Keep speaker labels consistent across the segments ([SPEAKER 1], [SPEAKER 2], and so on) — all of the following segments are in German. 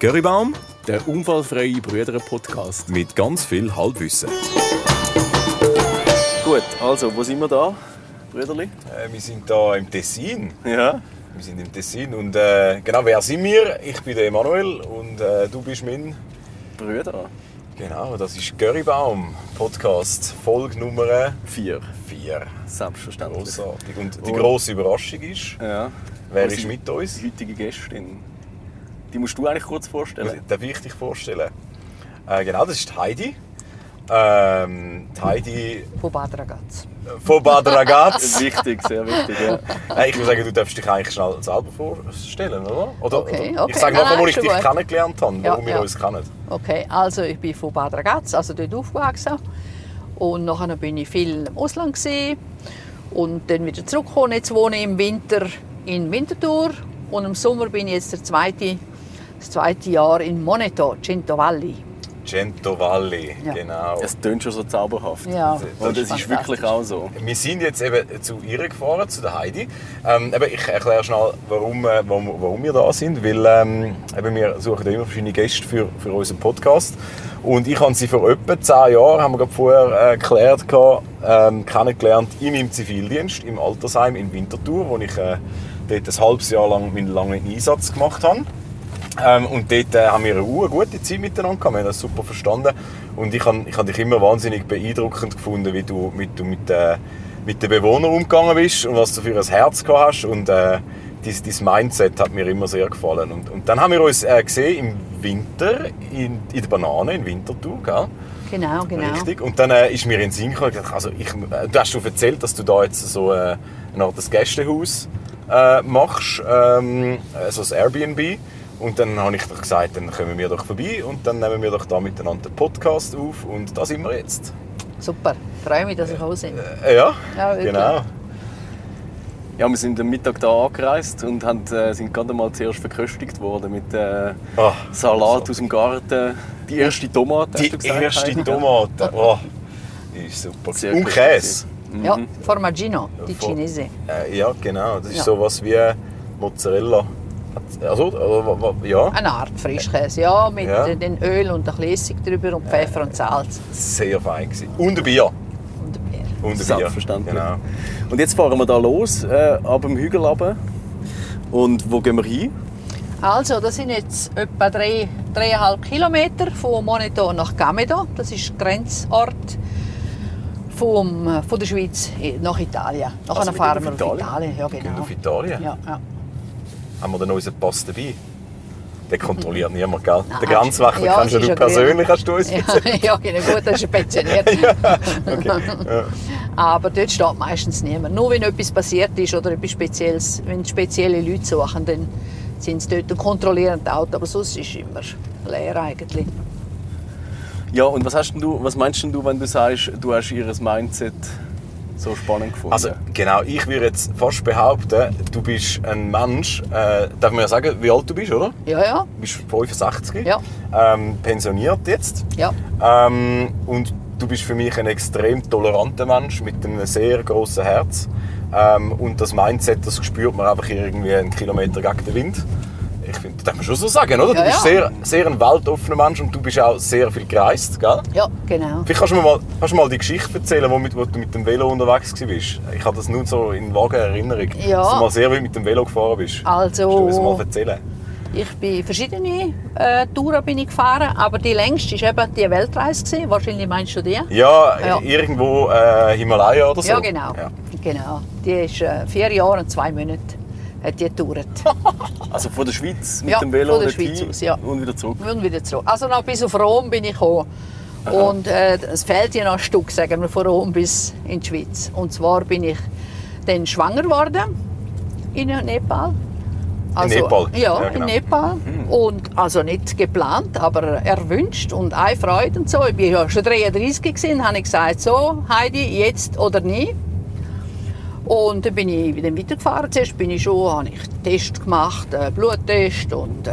[SPEAKER 1] Currybaum
[SPEAKER 2] Der unfallfreie Brüder-Podcast.
[SPEAKER 1] mit ganz viel Halbwissen.
[SPEAKER 2] Gut, also, wo sind wir da, Brüderli?
[SPEAKER 3] Äh, Wir sind hier im Tessin.
[SPEAKER 2] Ja.
[SPEAKER 3] Wir sind im Tessin und äh, genau, wer sind wir? Ich bin der Emanuel und äh, du bist mein.
[SPEAKER 2] Brüder.
[SPEAKER 3] Genau, das ist Görribaum Podcast, Folge Nummer
[SPEAKER 2] Vier.
[SPEAKER 3] 4.
[SPEAKER 2] Selbstverständlich.
[SPEAKER 3] Grossartig. Und die
[SPEAKER 2] Und-
[SPEAKER 3] grosse Überraschung ist,
[SPEAKER 2] Ja.
[SPEAKER 3] wer
[SPEAKER 2] Wo
[SPEAKER 3] ist
[SPEAKER 2] sind
[SPEAKER 3] mit uns?
[SPEAKER 2] Die heutige Gästin. Die musst du eigentlich kurz vorstellen.
[SPEAKER 3] Darf ich dich vorstellen? Äh, genau, das ist die Heidi. Ähm, die Heidi
[SPEAKER 4] Bobad ragazzi.
[SPEAKER 3] von Bad Ragaz.
[SPEAKER 2] Wichtig, sehr wichtig, ja.
[SPEAKER 3] Äh, ich würde sagen, du darfst dich eigentlich schnell selber vorstellen, oder? oder,
[SPEAKER 4] Okay,
[SPEAKER 3] oder?
[SPEAKER 4] okay.
[SPEAKER 3] Ich sage
[SPEAKER 4] Nein,
[SPEAKER 3] nachher, wo
[SPEAKER 4] nein,
[SPEAKER 3] ich
[SPEAKER 4] schon
[SPEAKER 3] dich
[SPEAKER 4] gut.
[SPEAKER 3] kennengelernt habe,
[SPEAKER 4] Ja,
[SPEAKER 3] warum wir
[SPEAKER 4] ja.
[SPEAKER 3] uns kennen.
[SPEAKER 4] Okay, also ich bin von Bad Ragaz, also dort aufgewachsen. Und nachher bin ich viel im Ausland gewesen. und dann wieder zurückgekommen. Jetzt wohne ich im Winter in Winterthur und im Sommer bin ich jetzt der zweite, das zweite Jahr in Moneto, Cinto Valli.
[SPEAKER 3] Gento Valli,
[SPEAKER 4] Ja.
[SPEAKER 3] genau.
[SPEAKER 2] Es tönt schon so zauberhaft.
[SPEAKER 4] Ja,
[SPEAKER 2] Und es ist
[SPEAKER 4] fantastisch.
[SPEAKER 2] wirklich auch so.
[SPEAKER 3] Wir sind jetzt eben zu ihr gefahren, zu der Heidi. Ähm, eben, ich erkläre schnell, warum, äh, warum, warum wir da sind, weil ähm, eben, wir suchen ja immer verschiedene Gäste für, für unseren Podcast. Und ich habe sie vor etwa zehn Jahren, haben wir gerade vorher äh, erklärt, gehabt, ähm, kennengelernt in meinem Zivildienst, im Altersheim in Winterthur, wo ich äh, dort ein halbes Jahr lang meinen langen Einsatz gemacht habe. Ähm, und dort äh, haben wir eine Uhr gute Zeit miteinander gehabt, wir haben das super verstanden. Und ich habe ich han dich immer wahnsinnig beeindruckend gefunden, wie du mit, du mit, äh, mit den Bewohnern umgegangen bist und was du für ein Herz gehabt hast. Und äh, dein, dein Mindset hat mir immer sehr gefallen. Und, und dann haben wir uns äh, gesehen im Winter in, in der Banane, in Winterthur, gell?
[SPEAKER 4] Genau, genau.
[SPEAKER 3] Richtig. Und dann äh, ist mir in den Sinn gekommen, ich dachte, also ich, äh, du hast schon erzählt, dass du da jetzt so äh, eine Art des Gästehaus äh, machst, ähm, also das Airbnb. Und dann habe ich doch gesagt, dann kommen wir doch vorbei und dann nehmen wir doch da miteinander den Podcast auf und da sind wir jetzt.
[SPEAKER 4] Super, freue mich, dass ich auch bin.
[SPEAKER 3] Äh, ja,
[SPEAKER 4] Ja, wirklich.
[SPEAKER 3] genau.
[SPEAKER 2] Ja, wir sind am Mittag hier angereist und haben, äh, sind gerade mal zuerst verköstigt worden mit äh,
[SPEAKER 3] Ah,
[SPEAKER 2] Salat aus dem Garten. Die erste Tomate, hast
[SPEAKER 3] Die
[SPEAKER 2] du gesagt,
[SPEAKER 3] erste
[SPEAKER 2] Heidi?
[SPEAKER 3] Tomate, oh, die ist super.
[SPEAKER 2] Sehr
[SPEAKER 3] und
[SPEAKER 2] gut.
[SPEAKER 3] Käse.
[SPEAKER 4] Ja, Formaggino, die
[SPEAKER 3] mhm. Vor-
[SPEAKER 4] Chinesen.
[SPEAKER 3] Äh, ja, genau. Das ist
[SPEAKER 4] Ja.
[SPEAKER 3] sowas wie Mozzarella. Also, also, wa- wa- ja.
[SPEAKER 4] Eine Art Frischkäse, ja, mit
[SPEAKER 3] Ja. Äh.
[SPEAKER 4] äh, den Öl und ein bisschen Essig drüber und Pfeffer und Salz
[SPEAKER 3] sehr fein gewesen. Und ein Bier.
[SPEAKER 4] und ein Bier.
[SPEAKER 3] Und ein
[SPEAKER 2] Selbstverständlich.
[SPEAKER 3] Bier. Genau.
[SPEAKER 2] Und jetzt fahren wir da los, äh, ab dem Hügel runter. Und wo gehen wir hin?
[SPEAKER 4] Also, das sind jetzt etwa drei, dreieinhalb Kilometer von Moneto nach Gamedo. Das ist Grenzort vom, äh, von der Schweiz nach Italien. Nachher
[SPEAKER 3] Also, wir
[SPEAKER 4] fahren wir
[SPEAKER 3] gehen
[SPEAKER 4] auf
[SPEAKER 3] auf
[SPEAKER 4] Italien. Ja,
[SPEAKER 3] Wir gehen
[SPEAKER 4] genau.
[SPEAKER 3] auf Italien.
[SPEAKER 4] Ja, ja.
[SPEAKER 3] Haben wir dann unseren Pass dabei? Den kontrolliert niemand, gell?
[SPEAKER 4] Nein,
[SPEAKER 3] den Grenzwächter
[SPEAKER 4] Ah, ja,
[SPEAKER 3] kennst
[SPEAKER 4] das ist
[SPEAKER 3] du
[SPEAKER 4] ja
[SPEAKER 3] persönlich, hast du uns
[SPEAKER 4] Ja,
[SPEAKER 3] erzählt.
[SPEAKER 4] ja, genau, gut, das ist pensioniert. Aber dort steht meistens niemand. Nur wenn etwas passiert ist oder etwas Spezielles, wenn spezielle Leute suchen, dann sind sie dort und kontrollieren die Autos. Aber sonst ist es immer leer eigentlich.
[SPEAKER 2] Ja, und was, hast denn du, was meinst denn du, wenn du sagst, du hast ihr Mindset so spannend gefunden?
[SPEAKER 3] Also genau, ich würde jetzt fast behaupten, du bist ein Mensch, äh, darf man ja sagen, wie alt du bist, oder?
[SPEAKER 4] Ja, ja,
[SPEAKER 3] Du bist 65,
[SPEAKER 4] Ja.
[SPEAKER 3] ähm, pensioniert jetzt.
[SPEAKER 4] ja.
[SPEAKER 3] Ähm, und du bist für mich ein extrem toleranter Mensch mit einem sehr großen Herz. Ähm, und das Mindset, das spürt man einfach irgendwie einen Kilometer gegen den Wind. Ich finde, das darf man schon so sagen, oder? Du
[SPEAKER 4] Ja,
[SPEAKER 3] bist
[SPEAKER 4] ja.
[SPEAKER 3] sehr, sehr ein weltoffener Mensch und du bist auch sehr viel gereist, gell?
[SPEAKER 4] Ja, genau.
[SPEAKER 3] Vielleicht kannst du mir mal, kannst du mal die Geschichte erzählen, wo, mit, wo du mit dem Velo unterwegs warst. Ich habe das nur so in vager Erinnerung,
[SPEAKER 4] Ja.
[SPEAKER 3] dass du mal sehr weit mit dem Velo gefahren bist.
[SPEAKER 4] Also-
[SPEAKER 3] Kannst du uns mal erzählen?
[SPEAKER 4] Ich bin verschiedene äh, Touren bin ich gefahren, aber die längste war eben die Weltreise. Gewesen. Wahrscheinlich meinst du die?
[SPEAKER 3] Ja,
[SPEAKER 4] Ja.
[SPEAKER 3] irgendwo äh, Himalaya oder so.
[SPEAKER 4] Ja, genau.
[SPEAKER 3] Ja.
[SPEAKER 4] genau. Die ist äh, vier Jahre und zwei Monate hat die gedauert.
[SPEAKER 2] also von der Schweiz mit
[SPEAKER 4] Ja,
[SPEAKER 2] dem Velo
[SPEAKER 4] von der
[SPEAKER 2] dorthin
[SPEAKER 4] Schweiz aus, ja.
[SPEAKER 2] und wieder zurück.
[SPEAKER 4] Und wieder zurück. Also noch bis auf Rom bin ich gekommen. Und äh, es fehlt ja noch ein Stück, sagen wir, von Rom bis in die Schweiz. Und zwar bin ich dann schwanger geworden in Nepal.
[SPEAKER 3] Nepal?
[SPEAKER 4] Also, Ja,
[SPEAKER 3] Ja, genau.
[SPEAKER 4] in Nepal. Und also nicht geplant, aber erwünscht und eine Freude und so. Ich war ja schon 33 gewesen, habe ich gesagt, so Heidi, jetzt oder nie. Und dann bin ich wieder weitergefahren. Zuerst bin ich schon, habe ich Test gemacht, äh, Bluttest und äh,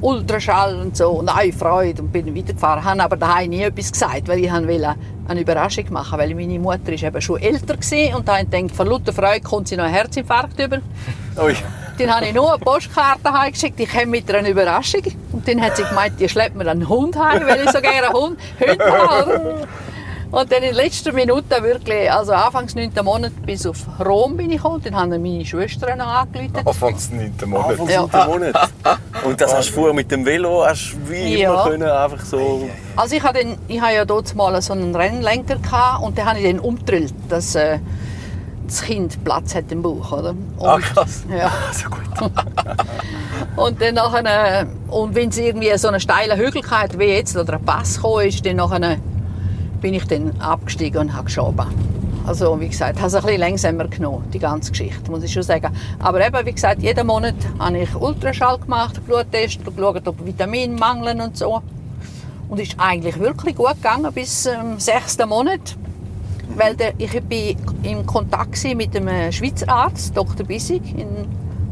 [SPEAKER 4] Ultraschall und so. Und eine Freude und bin weitergefahren. Habe aber daheim nie etwas gesagt, weil ich han wollte eine Überraschung machen weil meine Mutter ist eben schon älter war und da habe ich gedacht, von lauter Freude kommt sie noch einen Herzinfarkt über.
[SPEAKER 2] Ui.
[SPEAKER 4] Dann habe ich nur eine Postkarte heimgeschickt, ich komme mit einer Überraschung. Und dann hat sie gemeint, die schleppt mir einen Hund heim, weil ich so gerne einen Hund Hund habe. Und dann in letzter Minute wirklich, also anfangs 9. Monat bis auf Rom bin ich gekommen, dann haben meine Schwestern noch angerufen.
[SPEAKER 3] Anfangs 9. Monat.
[SPEAKER 2] Anfangs
[SPEAKER 4] Ja.
[SPEAKER 2] ja. Monat. Und das hast du vorher mit dem Velo hast du wie
[SPEAKER 4] Ja.
[SPEAKER 2] immer können, einfach so.
[SPEAKER 4] Also ich habe dann- ich habe ja dort mal so einen Rennlenker gehabt und den habe ich dann umgedrillt, dass äh, das Kind Platz hat im Bauch, oder? Und,
[SPEAKER 3] Ah, krass.
[SPEAKER 4] Ja.
[SPEAKER 2] So gut.
[SPEAKER 4] Und dann nachher, äh, und wenn es irgendwie so eine steile Hügel hatte, wie jetzt, oder ein Pass gekommen ist, dann nachher äh, bin ich dann abgestiegen und habe geschoben. Also wie gesagt, habe es ein bisschen langsamer genommen, die ganze Geschichte, muss ich schon sagen. Aber eben, wie gesagt, jeden Monat habe ich Ultraschall gemacht, Bluttest, geschaut, ob Vitamine mangeln und so. Und ist eigentlich wirklich gut gegangen bis zum sechsten Monat. Weil der, ich bin im Kontakt gsi mit dem äh, Schweizer Arzt, Dr. Bissig in,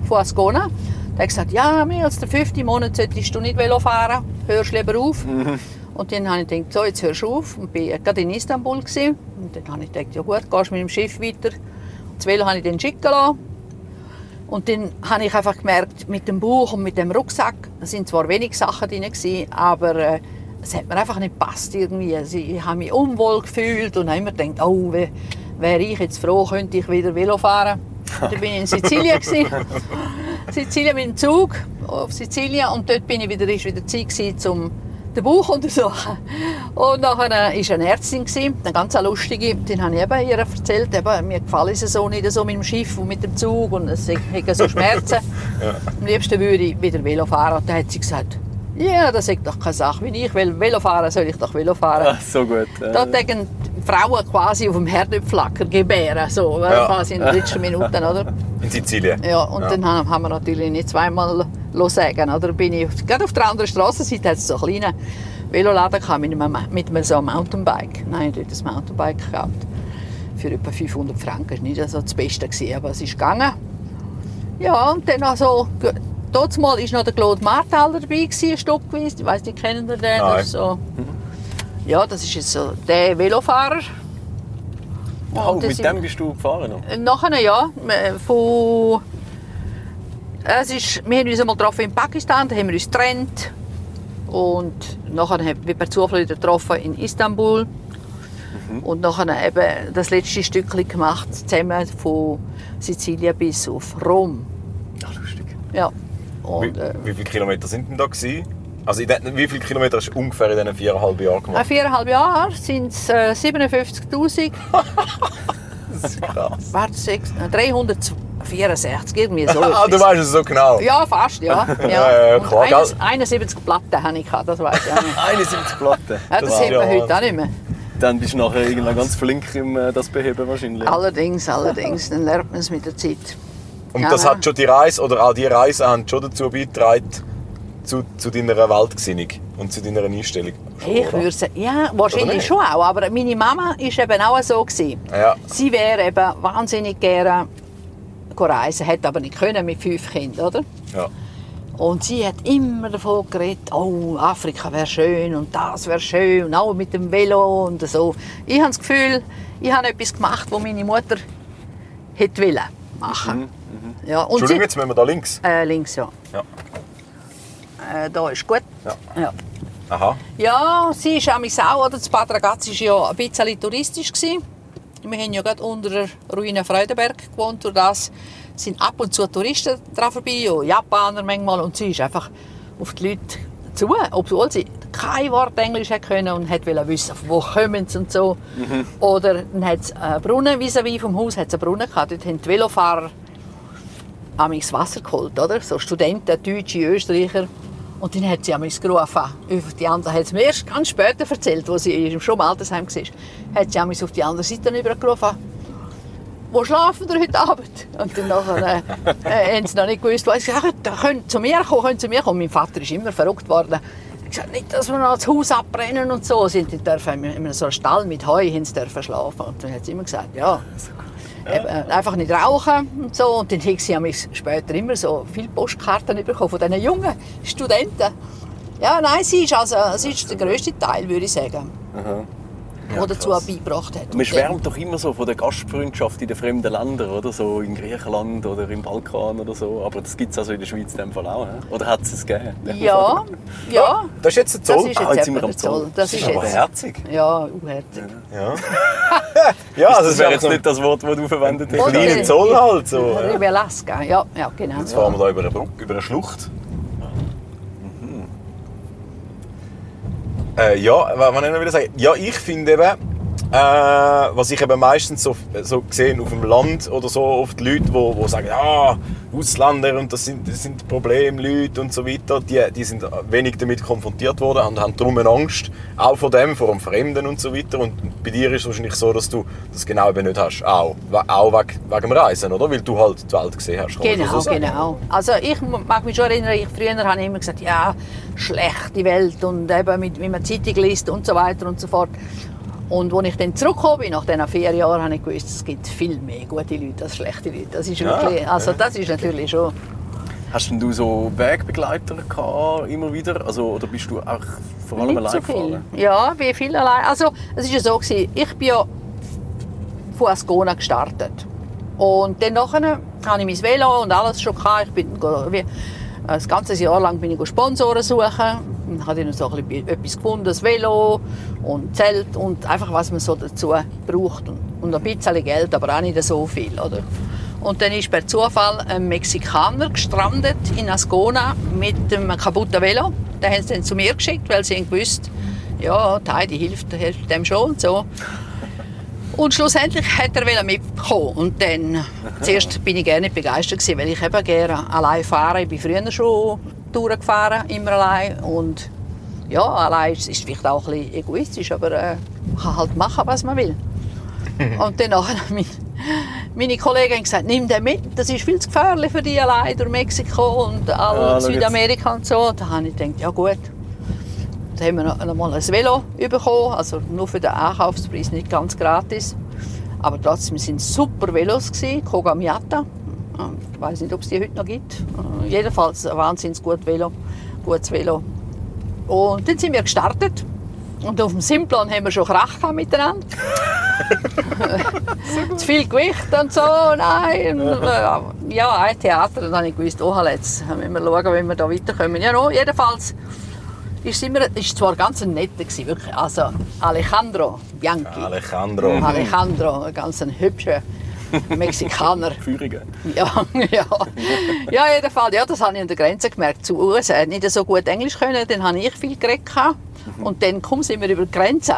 [SPEAKER 4] von Ascona. Der hat gesagt, ja, mehr als der fünfte Monat solltest du nicht Velo fahren, hörst lieber auf. Und dann habe ich gedacht, so, jetzt hörst du auf. Und bin gerade in Istanbul. gsi Und dann habe ich gedacht, ja gut, gehst mit dem Schiff weiter. Das Velo habe ich dann schicken lassen. Und dann habe ich einfach gemerkt, mit dem Buch und mit dem Rucksack es sind zwar wenig Sachen drin, gewesen, aber äh, es hat mir einfach nicht gepasst irgendwie. Also Ich habe mich unwohl gefühlt und habe immer gedacht, oh, wä- wäre ich jetzt froh, könnte ich wieder Velo fahren. Dann bin ich in Sizilien. gewesen. Sizilien mit dem Zug auf Sizilien und dort bin ich wieder, ist wieder Zeit gewesen, um den Bauch zu untersuchen. Und nachher war eine Ärztin, gewesen, eine ganz lustige, den habe ich eben ihr erzählt, eben, mir gefällt es so nicht so mit dem Schiff und mit dem Zug und es hat so Schmerzen. Am liebsten würde ich wieder Velo fahren. Und dann hat sie gesagt, ja, das ist doch keine Sache, wenn ich will Velo fahren, soll ich doch Velo fahren.
[SPEAKER 2] Ah, so gut. Äh,
[SPEAKER 4] Da denken die Frauen quasi auf dem Herdöpflacker gebären, so,
[SPEAKER 3] Ja.
[SPEAKER 4] quasi in den letzten Minuten, oder?
[SPEAKER 3] In Sizilien.
[SPEAKER 4] Ja, und
[SPEAKER 3] Ja.
[SPEAKER 4] dann haben haben wir natürlich nicht zweimal lo sagen. Oder bin ich auf- gerade auf der anderen Straßenseite hat es so einen kleinen Veloladen gehabt mit, einem, mit einem so einem Mountainbike. Nein, dort ein Mountainbike gehabt. Für etwa 500 Franken. Das war nicht so das Beste, gewesen, aber es ist gegangen. Ja, und dann also, dort mal war noch der Claude Martaler dabei, gewesen, ein Stück gewesen. Ich weiss nicht, kennen ihr den? Das
[SPEAKER 3] Nein.
[SPEAKER 4] ist So. Ja, das ist jetzt so der Velofahrer.
[SPEAKER 2] oh,
[SPEAKER 4] Und das
[SPEAKER 2] mit
[SPEAKER 4] sind-
[SPEAKER 2] dem bist du gefahren noch.
[SPEAKER 4] Nachher ja, äh, von es ist, wir haben uns einmal getroffen in Pakistan, da haben wir uns getrennt und nachher haben wir per Zufall wieder getroffen in Istanbul
[SPEAKER 3] Mhm.
[SPEAKER 4] und nachher eben das letzte Stückchen gemacht zusammen von Sizilien bis auf Rom.
[SPEAKER 2] Ach, lustig.
[SPEAKER 4] Ja.
[SPEAKER 3] Wie,
[SPEAKER 4] Und, äh,
[SPEAKER 3] wie viele Kilometer sind denn da gewesen? Also in den, wie viele Kilometer hast du ungefähr in diesen viereinhalb Jahren
[SPEAKER 4] nach
[SPEAKER 3] gemacht?
[SPEAKER 4] viereinhalb Jahren sind es äh, 57.000,
[SPEAKER 3] Das ist krass.
[SPEAKER 4] warte, sechs- äh, 364, irgendwie so.
[SPEAKER 3] Ah, du
[SPEAKER 4] etwas.
[SPEAKER 3] weißt es so genau.
[SPEAKER 4] Ja, fast, ja.
[SPEAKER 3] Ja, ja,
[SPEAKER 4] ja. Und
[SPEAKER 3] klar, gell?
[SPEAKER 4] 71 71 Platten hatte ich, gehabt, das weiß ich auch nicht.
[SPEAKER 2] 71 Platten.
[SPEAKER 4] Ja,
[SPEAKER 3] Das
[SPEAKER 4] das
[SPEAKER 3] ist
[SPEAKER 4] sieht
[SPEAKER 3] ja
[SPEAKER 4] man heute auch nicht mehr.
[SPEAKER 2] Dann bist du nachher irgendwann ganz flink im äh, das Beheben wahrscheinlich.
[SPEAKER 4] Ah, Allerdings, allerdings, dann lernt man es mit der Zeit.
[SPEAKER 3] Und
[SPEAKER 4] Ja,
[SPEAKER 3] das
[SPEAKER 4] ja.
[SPEAKER 3] hat schon die Reise oder auch die Reisen haben schon dazu beigetragen, zu, zu deiner Weltgesinnung und zu deiner Einstellung.
[SPEAKER 4] Ich würde sagen, ja, wahrscheinlich
[SPEAKER 3] nicht?
[SPEAKER 4] schon auch, aber meine Mama war eben auch so. Gewesen.
[SPEAKER 3] Ja.
[SPEAKER 4] Sie wäre eben wahnsinnig gerne reisen, hätte aber nicht können mit fünf Kindern, oder?
[SPEAKER 3] Ja.
[SPEAKER 4] Und sie hat immer davon geredet, oh, Afrika wäre schön und das wäre schön und auch mit dem Velo und so. Ich habe das Gefühl, ich habe etwas gemacht, was meine Mutter hätte wollen machen. Ja, und sie,
[SPEAKER 3] Mhm, Entschuldigung, jetzt müssen wir da links.
[SPEAKER 4] äh, links, ja.
[SPEAKER 3] Ja.
[SPEAKER 4] Äh, da ist gut.
[SPEAKER 3] Ja.
[SPEAKER 4] Ja.
[SPEAKER 3] Aha.
[SPEAKER 4] Ja, sie ist auch auch, oder? Das Bad Ragaz war ja ein bisschen touristisch. Gewesen. Wir haben ja gerade unter der Ruine Freudenberg gewohnt. Durch das sind ab und zu Touristen dran vorbei, auch Japaner manchmal. Und sie ist einfach auf die Leute zu, obwohl sie kein Wort Englisch hätte können und hat wollte wissen, von wo kommen sie und so. Oder dann hat es einen Brunnen, vis-à-vis vom Haus hat es einen Brunnen gehabt. Dort haben die Velofahrer amigs das Wasser geholt, oder? So Studenten, Deutsche, Österreicher. Und dann hat sie amigs gerufen. Auf die andere hat sie mir erst ganz später erzählt, als sie in ihrem schon im Altersheim war. Hat sie amigs auf die andere Seite übergerufen. Wo schlafen wir heute Abend? Und dann nachher, äh, äh, haben sie noch nicht gewusst. wo. Ich habe gesagt, «Ja, könnt zu mir kommen, könnt zu mir kommen. Mein Vater ist immer verrückt worden. Ich habe gesagt, nicht, dass wir noch das Haus abbrennen und so. Sie dürfen in in so einem Stall mit Heu haben sie dürfen schlafen. Und dann hat sie immer gesagt, ja, Eben, äh, einfach nicht rauchen und so. Und dann haben sie haben später immer so viele Postkarten bekommen von diesen jungen Studenten. Ja, nein, sie ist, also, sie ist der grösste Teil, würde ich sagen. die dazu beigebracht hat.
[SPEAKER 2] Man
[SPEAKER 4] Und dann-
[SPEAKER 2] schwärmt doch immer so von der Gastfreundschaft in den fremden Ländern, oder? So in Griechenland oder im Balkan oder so. Aber das gibt es also in der Schweiz in dem Fall auch, ne? oder hat es es gegeben?
[SPEAKER 4] Ja, ja.
[SPEAKER 3] Das ist jetzt ein
[SPEAKER 4] Ah, Das
[SPEAKER 3] Zoll.
[SPEAKER 4] ist jetzt
[SPEAKER 2] Ah, jetzt sind
[SPEAKER 4] etwa
[SPEAKER 2] wir am
[SPEAKER 4] der Zoll.
[SPEAKER 2] Zoll.
[SPEAKER 4] Das
[SPEAKER 2] Das
[SPEAKER 4] ist
[SPEAKER 2] ist aber
[SPEAKER 4] jetzt.
[SPEAKER 2] herzig.
[SPEAKER 4] Ja, unherzig.
[SPEAKER 3] Ja, ja also
[SPEAKER 2] Das
[SPEAKER 3] das wäre jetzt noch
[SPEAKER 2] nicht
[SPEAKER 3] ein
[SPEAKER 2] das Wort, das du verwendet hast.
[SPEAKER 4] Oder-
[SPEAKER 3] kleiner Zoll halt. So.
[SPEAKER 4] Oder
[SPEAKER 3] ja.
[SPEAKER 4] über Alaska, ja, ja genau.
[SPEAKER 3] Jetzt fahren wir hier über eine, Brücke, über eine Schlucht. Mhm. Äh, ja, wa- was ich noch wieder sagen Ja, ich finde eben, äh, was ich eben meistens so, so gesehen auf dem Land oder so, oft Leute, die wo, wo sagen, ah, Ausländer und das sind, das sind Problemleute und so weiter, die, die sind wenig damit konfrontiert worden und haben darum eine Angst, auch vor dem, vor dem Fremden und so weiter. Und bei dir ist es wahrscheinlich so, dass du das genau eben nicht hast, auch, we- auch wegen, wegen dem Reisen, oder? Weil du halt die Welt gesehen hast. kann man
[SPEAKER 4] Genau,
[SPEAKER 3] so sagen.
[SPEAKER 4] genau. Also ich mu- mag mich schon erinnern, ich, früher habe ich immer gesagt, ja, schlechte Welt und eben mit, wie man Zeitung liest und so weiter und so fort. Und als ich dann zurückgekommen bin, nach diesen vier Jahren, habe ich gewusst, es gibt viel mehr gute Leute als schlechte Leute. Das ist
[SPEAKER 3] Ja,
[SPEAKER 4] wirklich, also das ist natürlich schon...
[SPEAKER 2] Hast denn du so Wegbegleiter gehabt, immer wieder? Also, oder bist du auch vor allem
[SPEAKER 4] Nicht
[SPEAKER 2] allein
[SPEAKER 4] so viel.
[SPEAKER 2] gefahren?
[SPEAKER 4] Ja, wie viel allein. Also es ist ja so gewesen, ich bin ja von Ascona gestartet und dann nachher habe ich mein Velo und alles schon gehabt. Ich bin go- wie, das ganze Jahr lang bin ich go Sponsoren suchen und habe dann so ein bisschen etwas gefunden, das Velo und Zelt und einfach was man so dazu braucht und, und ein bisschen Geld, aber auch nicht so viel, oder? Und dann ist per Zufall ein Mexikaner gestrandet in Ascona mit einem kaputten Velo. Den haben sie dann zu mir geschickt, weil sie haben gewusst, ja, die Heidi hilft, hilft dem schon und so. Und schlussendlich hat er wollte mitkommen. Und dann, zuerst bin ich gerne nicht begeistert, gewesen, weil ich eben gerne allein fahre. Ich bin früher schon Touren gefahren, immer allein. Und ja, allein ist, ist vielleicht auch ein bisschen egoistisch, aber äh, man kann halt machen, was man will. Und dann nachher mein, meine Kollegen haben gesagt, nimm den mit, das ist viel zu gefährlich für dich allein durch Mexiko und all
[SPEAKER 2] Ah, schau jetzt.
[SPEAKER 4] Südamerika und so. Da habe ich gedacht, ja gut. Da haben wir noch, noch mal ein Velo bekommen, also nur für den Einkaufspreis, nicht ganz gratis. Aber trotzdem sind es super Velos, gewesen, Koga Miata. Ich weiß nicht, ob es die heute noch gibt. Äh, Jedenfalls ein wahnsinnig gutes Velo. Gutes Velo. Und dann sind wir gestartet. Und auf dem Simplon haben wir schon Krach gehabt miteinander. Zu viel Gewicht und so, nein. äh, Ja, ein Theater. Und dann habe ich gewusst, oh, jetzt müssen wir schauen, wie wir da weiterkommen. Ja, no, jedenfalls ist immer, ist zwar ganz ein netter gewesen, wirklich. Also Alejandro Bianchi.
[SPEAKER 3] Alejandro.
[SPEAKER 4] Mhm. Alejandro, ein ganz ein hübscher Mexikaner.
[SPEAKER 2] Führungen.
[SPEAKER 4] Ja, ja. ja, jedenfalls, ja, das habe ich an der Grenze gemerkt. Zu USA hat nicht so gut Englisch können, dann habe ich viel geredet. gehabt. Und dann komm, sind wir über die Grenze.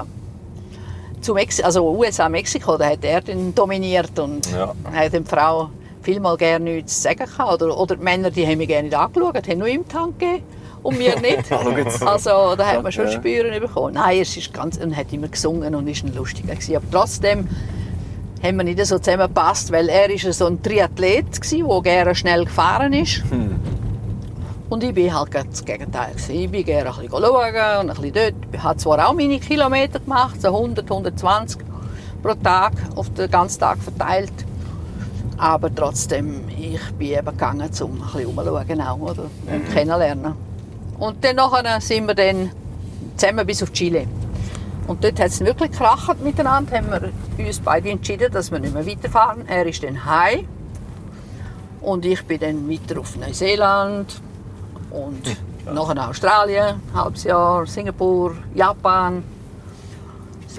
[SPEAKER 4] Zu Mex also USA, Mexiko, da hat er dann dominiert und
[SPEAKER 3] Ja.
[SPEAKER 4] hat dann die Frau vielmal gerne nichts zu sagen gehabt. Oder, oder die Männer, die haben mich gerne nicht angeschaut, haben nur ihm die Hand gegeben und mir nicht. also da hat man schon
[SPEAKER 2] Ja.
[SPEAKER 4] Spüren bekommen. Nein, es ist ganz, er hat immer gesungen und ist ein lustiger gewesen. Aber trotzdem haben wir nicht so zusammengepasst, weil er ist so ein Triathlet gsi, der gerne schnell gefahren ist. Und ich bin halt gerade das Gegenteil. gsi. Ich bin gerne ein bisschen schauen und ein bisschen dort. Ich habe zwar auch meine Kilometer gemacht, so 100, 120 pro Tag, auf den ganzen Tag verteilt. Aber trotzdem, ich bin eben gegangen, um ein bisschen rumzuschauen auch, oder? und kennenlernen. Und dann nachher sind wir dann zusammen bis auf Chile. Und dort hat es wirklich gekracht miteinander, haben wir uns beide entschieden, dass wir nicht mehr weiterfahren. Er ist dann heim und ich bin dann weiter auf Neuseeland und nachher nach Australien, ein halbes Jahr, Singapur, Japan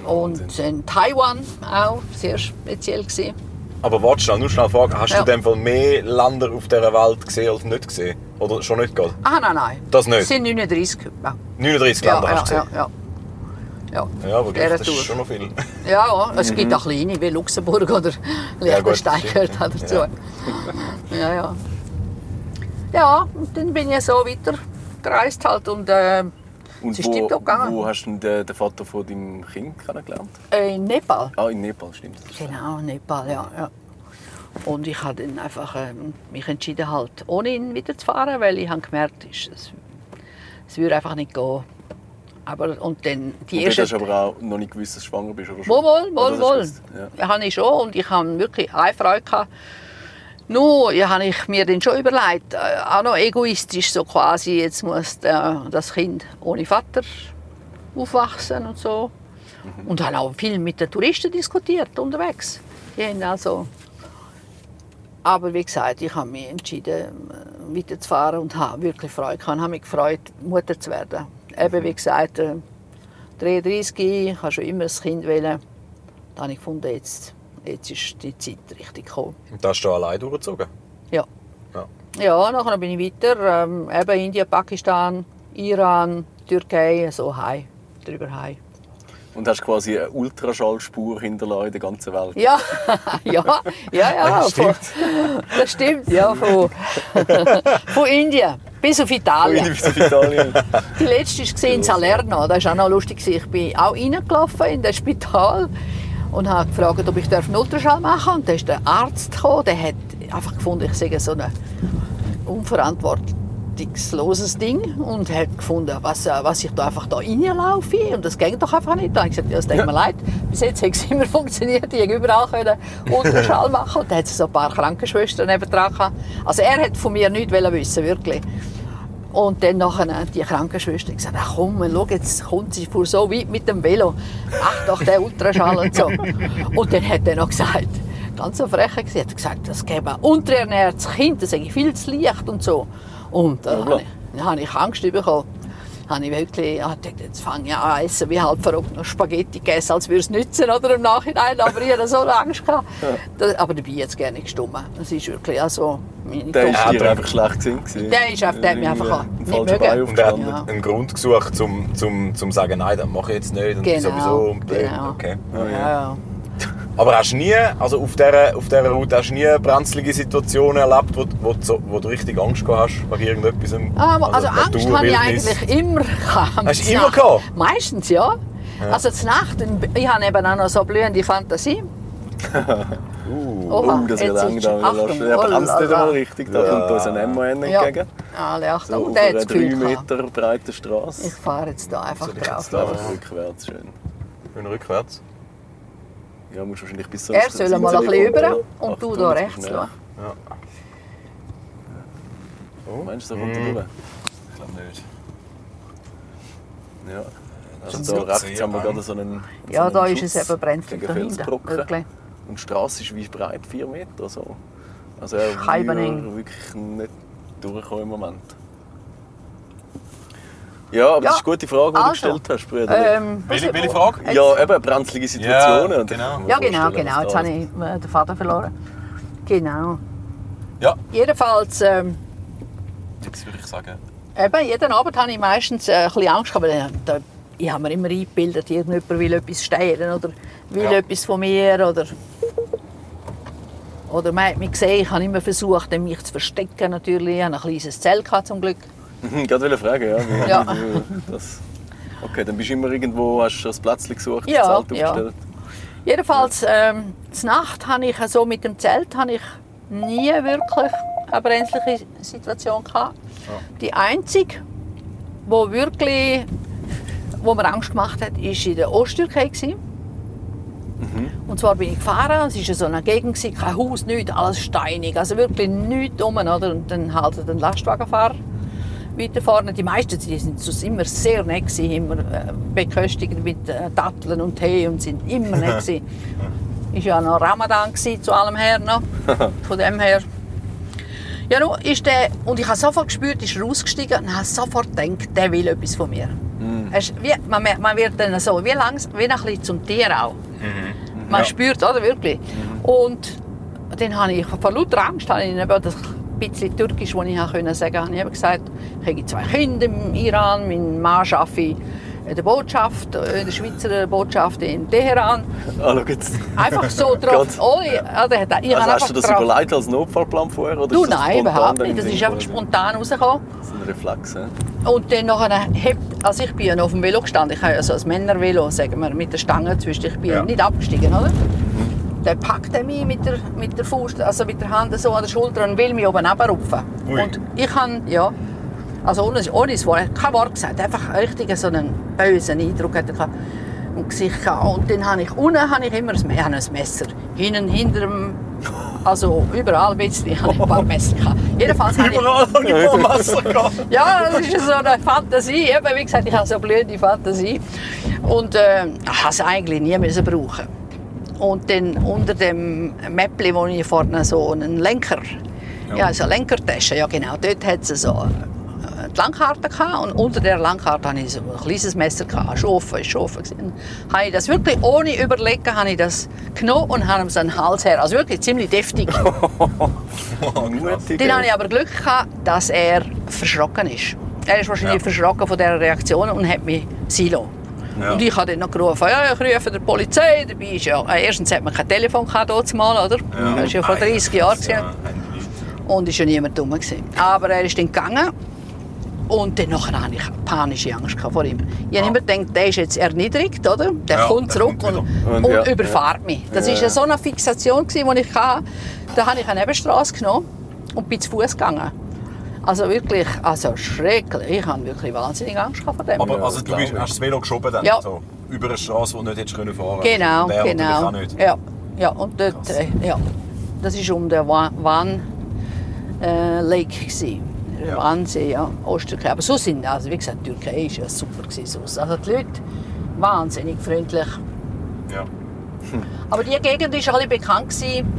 [SPEAKER 4] und in Taiwan auch, sehr speziell gewesen.
[SPEAKER 3] Aber warte schnell, nur schnell fragen, hast
[SPEAKER 4] Ja.
[SPEAKER 3] du in dem Fall mehr Länder auf dieser Welt gesehen als nicht gesehen? Oder schon nicht gerade?
[SPEAKER 4] Ah, nein, nein.
[SPEAKER 3] Das nicht?
[SPEAKER 4] Es sind 39 ja.
[SPEAKER 3] 39
[SPEAKER 4] Ja,
[SPEAKER 3] Länder
[SPEAKER 4] ja,
[SPEAKER 3] hast du
[SPEAKER 4] ja,
[SPEAKER 3] gesehen?
[SPEAKER 4] ja. Ja,
[SPEAKER 3] Ja, aber
[SPEAKER 4] Dieser
[SPEAKER 3] gleich, das ist
[SPEAKER 4] Tour.
[SPEAKER 3] schon noch viel.
[SPEAKER 4] ja, ja, es gibt auch kleine wie Luxemburg oder Liechtenstein
[SPEAKER 3] gut,
[SPEAKER 4] gehört auch
[SPEAKER 3] stimmt,
[SPEAKER 4] dazu.
[SPEAKER 3] ja.
[SPEAKER 4] Ja, ja. Ja, und dann bin ich so weiter gereist halt und äh,
[SPEAKER 2] Und
[SPEAKER 4] Sie ist
[SPEAKER 2] wo,
[SPEAKER 4] tiptop gegangen.
[SPEAKER 2] wo hast du denn den, den Vater von deinem Kind kennengelernt?
[SPEAKER 4] äh, in Nepal.
[SPEAKER 2] Ah, in Nepal, stimmt.
[SPEAKER 4] Genau, Nepal, ja. ja. Und ich habe dann einfach ähm, mich entschieden, halt ohne ihn weiterzufahren, weil ich habe gemerkt, es, es, es würde einfach nicht gehen. Aber, und dann die
[SPEAKER 2] Und dort
[SPEAKER 4] erste...
[SPEAKER 2] hast du aber auch noch nicht gewusst, dass du schwanger bist, oder schon?
[SPEAKER 4] Wohl, wohl,
[SPEAKER 2] Oder
[SPEAKER 4] wohl,
[SPEAKER 2] das
[SPEAKER 4] wohl.
[SPEAKER 2] hast du gewusst? Ja.
[SPEAKER 4] Ja. Habe ich schon und ich habe wirklich eine Freude gehabt. Nur ja, habe ich mir dann schon überlegt, äh, auch noch egoistisch so quasi, jetzt muss der, das Kind ohne Vater aufwachsen und so.
[SPEAKER 2] Mhm.
[SPEAKER 4] Und habe auch viel mit den Touristen diskutiert unterwegs. Die haben also aber wie gesagt, ich habe mich entschieden, äh, weiterzufahren und habe wirklich Freude gehabt. Ich habe mich gefreut, Mutter zu werden. Eben
[SPEAKER 2] Mhm.
[SPEAKER 4] wie gesagt, äh, 33, ich habe schon immer ein Kind. Wollen. Da habe ich gefunden, jetzt, jetzt ist die Zeit richtig gekommen.
[SPEAKER 3] Und da hast du allein durchgezogen?
[SPEAKER 4] Ja.
[SPEAKER 3] Ja.
[SPEAKER 4] Ja, nachher bin ich weiter. Ähm, eben Indien, Pakistan, Iran, Türkei, so heim, drüber heim.
[SPEAKER 2] Und hast quasi eine Ultraschallspur hinterlassen in der ganzen Welt.
[SPEAKER 4] Ja, ja, ja, ja.
[SPEAKER 3] Das stimmt.
[SPEAKER 4] Von, das stimmt, ja. Von, von Indien bis auf Italien.
[SPEAKER 2] Bis auf Italien.
[SPEAKER 4] Die letzte war in Salerno. Das war auch noch lustig. Ich bin auch reingelaufen in das Spital und habe gefragt, ob ich einen Ultraschall machen darf. Und dann ist der Arzt gekommen. Der hat einfach gefunden, ich sage so ein unverantwortungsloses Ding. Und hat gefunden, was, äh, was ich da einfach da reinlaufe. Und das ging doch einfach nicht. Da habe ich gesagt, ja, es tut mir leid. Bis jetzt hat es immer funktioniert. Ich konnte überall können Ultraschall machen. Und dann hat es so ein paar Krankenschwestern nebendran gehabt. Also er hat von mir nichts wollen wissen, wirklich. Und dann nachher äh, die Krankenschwester hat gesagt, ach komm, schau, jetzt kommt sie vor so weit mit dem Velo. Ach doch, der Ultraschall und so. Und dann hat er noch gesagt, ganz so frech gewesen, hat gesagt, das gäbe ein unterernährtes Kind, das sei viel zu leicht und so. Und dann
[SPEAKER 2] Ja,
[SPEAKER 4] habe ich, dann habe ich Angst bekommen. Habe ich wirklich, ah, ich dachte, jetzt fange ich an zu essen, wie halb verrückt, noch Spaghetti gegessen, als würde es nützen oder im Nachhinein. Aber ich hatte so Angst. Gehabt. Das, aber dabei jetzt gerne gestummen. Das ist wirklich also meine
[SPEAKER 2] Der
[SPEAKER 4] Tochter.
[SPEAKER 2] war dir
[SPEAKER 3] Ja,
[SPEAKER 2] einfach schlecht gewesen.
[SPEAKER 4] Der ist auf- der hat mich
[SPEAKER 2] Irgendwie
[SPEAKER 4] einfach
[SPEAKER 2] einen
[SPEAKER 4] nicht
[SPEAKER 2] falschen
[SPEAKER 4] mögen.
[SPEAKER 3] Und
[SPEAKER 2] Brei
[SPEAKER 3] er hat
[SPEAKER 2] aufgestanden.
[SPEAKER 3] einen Grund gesucht, um zum, zum sagen, nein, das mache ich jetzt nicht. Und
[SPEAKER 4] Genau,
[SPEAKER 3] sowieso. Und blöd.
[SPEAKER 4] genau.
[SPEAKER 3] Okay.
[SPEAKER 4] Ja, ja.
[SPEAKER 3] Aber hast du nie, also auf dieser, auf dieser Route, hast du nie brenzlige Situationen erlebt, wo, wo, du so- wo du richtig Angst gehabt hast wegen irgendetwas?
[SPEAKER 4] Ah, also, Angst habe ich
[SPEAKER 3] Naturwildnis?
[SPEAKER 4] eigentlich immer gehabt.
[SPEAKER 3] Hast du
[SPEAKER 4] Zur
[SPEAKER 3] immer
[SPEAKER 4] Nacht.
[SPEAKER 3] gehabt?
[SPEAKER 4] Meistens, ja. Also zur Nacht, ich habe eben auch noch so blühende Fantasie. Oha,
[SPEAKER 2] Oh, das wird
[SPEAKER 4] jetzt
[SPEAKER 2] lang
[SPEAKER 4] ist- Achtung,
[SPEAKER 2] dauern. Der
[SPEAKER 4] oh la
[SPEAKER 2] bremst nicht
[SPEAKER 4] la.
[SPEAKER 2] einmal richtig. Da
[SPEAKER 3] Ja.
[SPEAKER 2] kommt uns ein MAN entgegen.
[SPEAKER 4] alle Achtung.
[SPEAKER 2] So
[SPEAKER 4] und
[SPEAKER 2] auf
[SPEAKER 4] Oh, der hat
[SPEAKER 2] einer
[SPEAKER 4] das
[SPEAKER 2] 3
[SPEAKER 4] Gefühl gehabt,
[SPEAKER 2] Meter Also, breiten
[SPEAKER 4] ich
[SPEAKER 2] Straße.
[SPEAKER 4] fahre jetzt da einfach
[SPEAKER 3] Soll ich jetzt
[SPEAKER 4] drauf.
[SPEAKER 2] Da einfach rückwärts schön.
[SPEAKER 3] Ich bin rückwärts.
[SPEAKER 2] Ja, musst wahrscheinlich bis so
[SPEAKER 4] Er
[SPEAKER 2] aufs
[SPEAKER 4] soll mal ein
[SPEAKER 2] Zinseli
[SPEAKER 4] bisschen
[SPEAKER 2] kommen,
[SPEAKER 4] rüber
[SPEAKER 2] oder?
[SPEAKER 4] und du
[SPEAKER 2] Achtung,
[SPEAKER 4] da
[SPEAKER 2] jetzt
[SPEAKER 4] rechts
[SPEAKER 2] musst du
[SPEAKER 4] schauen.
[SPEAKER 3] Ja.
[SPEAKER 2] näher. Oh. Meinst du, da
[SPEAKER 3] Mhm.
[SPEAKER 2] kommt er rüber?
[SPEAKER 3] Ich glaube nicht.
[SPEAKER 4] Also
[SPEAKER 2] Ja.
[SPEAKER 3] ist
[SPEAKER 2] Also
[SPEAKER 3] gut
[SPEAKER 2] da rechts
[SPEAKER 3] gesehen,
[SPEAKER 2] haben wir
[SPEAKER 3] ja.
[SPEAKER 2] gerade so einen
[SPEAKER 4] Ja,
[SPEAKER 2] so
[SPEAKER 4] da
[SPEAKER 2] einen
[SPEAKER 4] ist es
[SPEAKER 2] Schutz
[SPEAKER 4] eben brenzlig
[SPEAKER 2] gegen
[SPEAKER 4] dahinter,
[SPEAKER 2] Felsbrocken.
[SPEAKER 4] wirklich.
[SPEAKER 2] Und die Straße ist wie breit 4 Meter. So. Also er
[SPEAKER 4] Scheibening.
[SPEAKER 2] würde wirklich nicht durchkommen im Moment. Ja, aber das
[SPEAKER 4] Ja,
[SPEAKER 2] ist eine gute Frage, die
[SPEAKER 4] also.
[SPEAKER 2] du gestellt hast, Brüder.
[SPEAKER 4] Ähm, was-
[SPEAKER 3] Welche, welche Frage?
[SPEAKER 4] jetzt-
[SPEAKER 2] ja, eben brenzlige Situationen. Und da
[SPEAKER 3] genau.
[SPEAKER 2] kann ich mir
[SPEAKER 4] Ja, genau,
[SPEAKER 2] vorstellen,
[SPEAKER 4] genau.
[SPEAKER 2] dass
[SPEAKER 4] Jetzt
[SPEAKER 2] da
[SPEAKER 4] habe ich äh, den Faden verloren. Genau.
[SPEAKER 3] Ja,
[SPEAKER 4] Jedenfalls, ähm,
[SPEAKER 3] jetzt würde ich sagen.
[SPEAKER 4] eben, jeden Abend habe ich meistens äh, ein bisschen Angst gehabt, weil äh, da- ich habe mir immer eingebildet, irgendjemand will etwas stehlen oder will
[SPEAKER 3] Ja.
[SPEAKER 4] etwas von mir oder Oder man hat mich gesehen, ich habe immer versucht, dann mich zu verstecken natürlich. Ich hatte ein kleines Zelt gehabt, zum Glück.
[SPEAKER 2] Ich wollte gerade fragen, ja. wie-
[SPEAKER 4] Ja.
[SPEAKER 2] wie- Das. Okay, dann bist du immer irgendwo, hast du ein Plätzchen gesucht,
[SPEAKER 4] Ja,
[SPEAKER 2] das Zelt
[SPEAKER 4] ja.
[SPEAKER 2] aufgestellt.
[SPEAKER 4] Jedenfalls, ähm, zur Nacht habe ich so mit dem Zelt habe ich nie wirklich eine brenzliche Situation gehabt. Die einzige, wo wirklich, wo mir Angst gemacht hat, ist in der Osttürkei gewesen. Und zwar bin ich gefahren, es war so eine Gegend, gewesen, kein Haus, nichts, alles steinig, also wirklich nichts rum. Oder? Und dann haltet ein Lastwagenfahrer weiter vorne. Die meisten die sind sonst immer sehr nett, gewesen, immer äh, beköstigt mit äh, Datteln und Tee und sind immer nett. gewesen. Ist ja noch Ramadan gewesen, zu allem her noch. Von dem her. Ja, nun ist der, und ich habe sofort gespürt, ist er ausgestiegen und habe sofort gedacht, der will etwas von mir. Es ist wie, man, mer- man wird dann so, wie langs, wie ein bisschen zum Tier auch. Man
[SPEAKER 3] Ja.
[SPEAKER 4] spürt, oder? Wirklich. Und dann habe ich vor lauter Angst, habe ich eben das bisschen Türkisch, das ich habe können sagen konnte, habe ich eben gesagt, ich habe zwei Kinder im Iran, mein Mann arbeitet in der Botschaft, äh, in der Schweizer Botschaft in Teheran.
[SPEAKER 2] Ah, schau jetzt.
[SPEAKER 4] Einfach so drauf,
[SPEAKER 2] Gott.
[SPEAKER 4] ohne, also, ich habe
[SPEAKER 2] Also hast
[SPEAKER 4] einfach
[SPEAKER 2] du das
[SPEAKER 4] drauf-
[SPEAKER 2] überlegt als Notfallplan vorher? Oder
[SPEAKER 4] Du,
[SPEAKER 2] ist das
[SPEAKER 4] nein,
[SPEAKER 2] spontan
[SPEAKER 4] überhaupt
[SPEAKER 2] dann
[SPEAKER 4] nicht. Das
[SPEAKER 2] in den
[SPEAKER 4] ist
[SPEAKER 2] Sinn
[SPEAKER 4] einfach
[SPEAKER 2] gekommen?
[SPEAKER 4] spontan rausgekommen.
[SPEAKER 2] Das ist ein Reflex. Ja?
[SPEAKER 4] Und dann nachher hebt, also ich bin ja noch auf dem Velo gestanden, ich habe ja so ein Männervelo, sagen wir, mit der Stange zwischen, ich bin
[SPEAKER 3] Ja. Mhm.
[SPEAKER 4] nicht abgestiegen, oder? Dann packt er mich mit der, mit der Faust, also mit der Hand so an der Schulter und will mich oben runterrupfen.
[SPEAKER 3] Ui.
[SPEAKER 4] Und ich habe, ja, also ohne, ohne das Wort, kein Wort gesagt, einfach richtig so einen bösen Eindruck hat er gehabt. im Gesicht gehabt. Und dann habe ich, unten habe ich immer ein, ich habe ein Messer, hinten, hinter dem Also überall ein bisschen. Ich hatte ein paar Messer. gehabt. Jedenfalls habe ich...
[SPEAKER 3] Überall habe ich ein paar Messer gehabt.
[SPEAKER 4] Ja, das ist so eine Fantasie. Eben, wie gesagt, ich habe so eine blöde Fantasie. Und äh, ich habe sie eigentlich nie müssen brauchen. Und dann unter dem Mäppli, wo ich vorne so einen Lenker, ja, so eine Lenkertasche, ja genau, dort hat sie so äh, die Langkarte gehabt und unter der Langkarte hatte ich so ein kleines Messer gehabt, ist offen, ist offen gewesen. Habe ich das wirklich ohne überlegen, habe ich das genommen und habe ihm so einen Hals her, also wirklich ziemlich deftig.
[SPEAKER 2] Mutig.
[SPEAKER 4] Dann hatte ich aber Glück, gehabt, dass er verschrocken ist. Er ist wahrscheinlich
[SPEAKER 3] Ja.
[SPEAKER 4] verschrocken von dieser Reaktion und hat mich sein lassen.
[SPEAKER 3] Ja.
[SPEAKER 4] Und ich habe dann noch gerufen, ja, ich rufe der Polizei, dabei ist ja, äh, erstens hat man kein Telefon gehabt, damals, oder? Das ist ja vor 30 Jahren. gewesen.
[SPEAKER 3] Ja, eigentlich.
[SPEAKER 4] Und ist ja niemand dumm. Gewesen. Aber er ist dann gegangen. Und dann nachher hatte ich panische Angst gehabt vor ihm. Ich habe immer gedacht, der ist jetzt erniedrigt, oder? Der
[SPEAKER 3] Ja, der
[SPEAKER 4] kommt zurück
[SPEAKER 3] kommt
[SPEAKER 4] und,
[SPEAKER 2] wieder.
[SPEAKER 4] und,
[SPEAKER 2] Und ja,
[SPEAKER 4] überfährt mich. Das war so eine Fixation, gewesen, die ich hatte. Da habe ich eine Nebenstraße genommen und bin zu Fuß gegangen. Also wirklich, also schrecklich. Ich hatte wirklich wahnsinnig Angst gehabt vor dem.
[SPEAKER 3] Aber
[SPEAKER 2] Ja,
[SPEAKER 3] also, du
[SPEAKER 2] glaub
[SPEAKER 3] bist,
[SPEAKER 2] ich.
[SPEAKER 3] hast das Velo geschoben dann,
[SPEAKER 4] Ja.
[SPEAKER 3] so, über eine Straße, die du nicht hättest können fahren
[SPEAKER 4] Genau,
[SPEAKER 3] Und er natürlich
[SPEAKER 4] genau.
[SPEAKER 3] Auch nicht.
[SPEAKER 4] Ja, ja, und dort,
[SPEAKER 3] Krass.
[SPEAKER 4] äh, ja. Das war um den Wa- Wan äh, Lake. Gewesen.
[SPEAKER 3] Ja.
[SPEAKER 4] Ja. Wannsee, ja, Osterkirche. Aber so sind, also wie gesagt, die Türkei war ja super. Gewesen, sonst. also die Leute, wahnsinnig freundlich.
[SPEAKER 3] Ja.
[SPEAKER 4] Aber die Gegend war alle bekannt gewesen,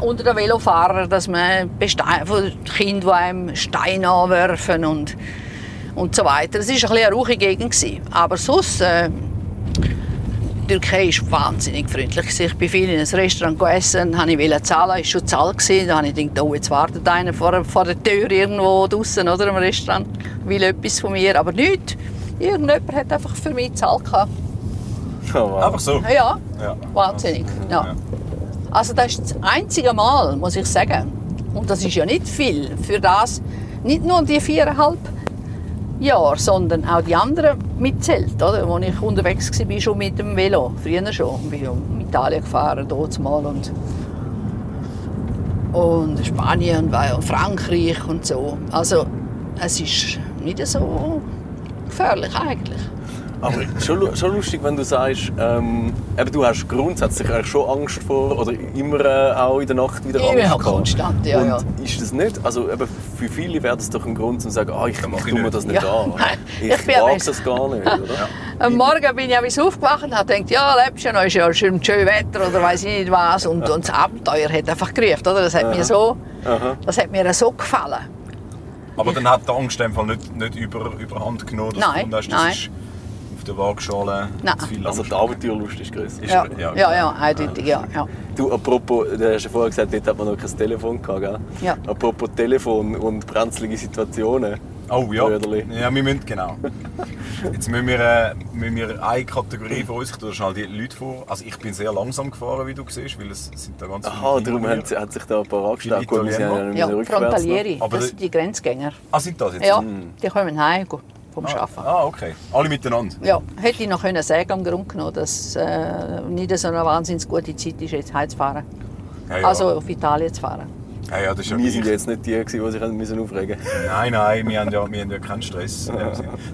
[SPEAKER 4] unter den Velofahrern, dass man Beste- von Kindern, die einem Steine anwerfen und, und so weiter. Es war ein bisschen eine rauche Gegend. Gewesen. Aber sonst, äh, die Türkei war wahnsinnig freundlich. gewesen. Ich bin viel in ein Restaurant gegessen, habe ich wollte zahlen, es war schon zahlt. gewesen. Da habe ich gedacht, oh, jetzt wartet einer vor, vor der Tür irgendwo draußen oder im Restaurant, will etwas von mir. Aber nichts. Irgendjemand hat einfach für mich gezahlt. gehabt.
[SPEAKER 2] Oh, wow.
[SPEAKER 3] Einfach so.
[SPEAKER 4] Ja,
[SPEAKER 3] Ja.
[SPEAKER 4] wahnsinnig.
[SPEAKER 3] Ja.
[SPEAKER 4] Ja. Also das ist das einzige Mal, muss ich sagen. Und das ist ja nicht viel für das, nicht nur die viereinhalb Jahre, sondern auch die anderen mitzählt, oder? Als ich unterwegs war, schon mit dem Velo, früher schon. Ich bin ja in Italien gefahren, dort mal und, und Spanien und Wa- und Frankreich und so. Also es ist nicht so gefährlich eigentlich.
[SPEAKER 2] Aber schon, lu- schon lustig, wenn du sagst, ähm, eben, du hast grundsätzlich eigentlich schon Angst vor oder immer äh, auch in der Nacht wieder
[SPEAKER 4] Immer
[SPEAKER 2] Angst
[SPEAKER 4] auch
[SPEAKER 2] gehabt.
[SPEAKER 4] konstant, ja,
[SPEAKER 2] Und
[SPEAKER 4] ja.
[SPEAKER 2] Ist das nicht? Also eben, für viele wäre das doch ein Grund, zu sagen, ah, ich,
[SPEAKER 3] mach
[SPEAKER 2] ich
[SPEAKER 3] ich
[SPEAKER 2] tue mir
[SPEAKER 3] nicht.
[SPEAKER 2] das nicht
[SPEAKER 4] Ja,
[SPEAKER 2] an.
[SPEAKER 4] nein,
[SPEAKER 2] Ich,
[SPEAKER 4] ich bin aber-
[SPEAKER 2] wage das gar nicht, oder?
[SPEAKER 4] Am Morgen bin ich auch wieder aufgewacht und habe gedacht, ja, lebst ja noch, ist ja schön, schön Wetter oder weiß ich nicht was. Und, und das Abenteuer hat einfach gerufen, oder? Das hat, mir so, das hat mir so gefallen.
[SPEAKER 3] Aber dann hat die Angst einfach nicht, nicht über, überhand genommen. dass du
[SPEAKER 4] Nein,
[SPEAKER 3] gefunden hast, das
[SPEAKER 4] nein.
[SPEAKER 3] ist auf der Waagschale
[SPEAKER 4] Nein.
[SPEAKER 3] zu viel
[SPEAKER 2] Also die
[SPEAKER 3] Angst.
[SPEAKER 2] Abenteuerlust ist größer.
[SPEAKER 3] Ist-
[SPEAKER 4] Ja,
[SPEAKER 3] ja,
[SPEAKER 4] ja, ja, eindeutig, ja. ja.
[SPEAKER 2] Du, apropos, du hast ja vorher gesagt, dort hat man noch kein Telefon gehabt, gell?
[SPEAKER 4] Ja.
[SPEAKER 2] Apropos Telefon und brenzlige Situationen.
[SPEAKER 3] Oh ja.
[SPEAKER 2] Bröderli.
[SPEAKER 3] Ja, wir müssen, genau. Jetzt müssen wir, äh, müssen wir eine Kategorie von uns, ich tue schnell die Leute vor. Also ich bin sehr langsam gefahren, wie du siehst, weil es sind da ganz
[SPEAKER 2] Aha,
[SPEAKER 3] viele
[SPEAKER 2] darum
[SPEAKER 3] Kinder.
[SPEAKER 2] haben, sie- hat sich da ein paar angestellt.
[SPEAKER 3] Viele
[SPEAKER 2] wir sind
[SPEAKER 3] Ah, Italiener.
[SPEAKER 2] nicht mehr
[SPEAKER 4] ja
[SPEAKER 2] rückwärts, ne?
[SPEAKER 4] Frontalieri,
[SPEAKER 3] Aber
[SPEAKER 4] das
[SPEAKER 3] die-
[SPEAKER 4] sind die Grenzgänger.
[SPEAKER 3] Ah, sind das jetzt?
[SPEAKER 4] Ja, die kommen heim vom Arbeiten.
[SPEAKER 3] Ah, okay. Alle miteinander?
[SPEAKER 4] Ja, hätte ich noch können sagen am Grund genommen, dass äh, nicht so eine wahnsinnig gute Zeit ist, jetzt heim zu fahren.
[SPEAKER 3] Ah, Ja, ja.
[SPEAKER 4] Also auf Italien zu fahren.
[SPEAKER 3] ja, ja, das ist ja
[SPEAKER 2] Wir sind
[SPEAKER 3] gleich.
[SPEAKER 2] jetzt nicht die, gewesen, die sich haben müssen aufregen mussten.
[SPEAKER 3] Nein, nein, wir haben ja, wir haben ja keinen Stress.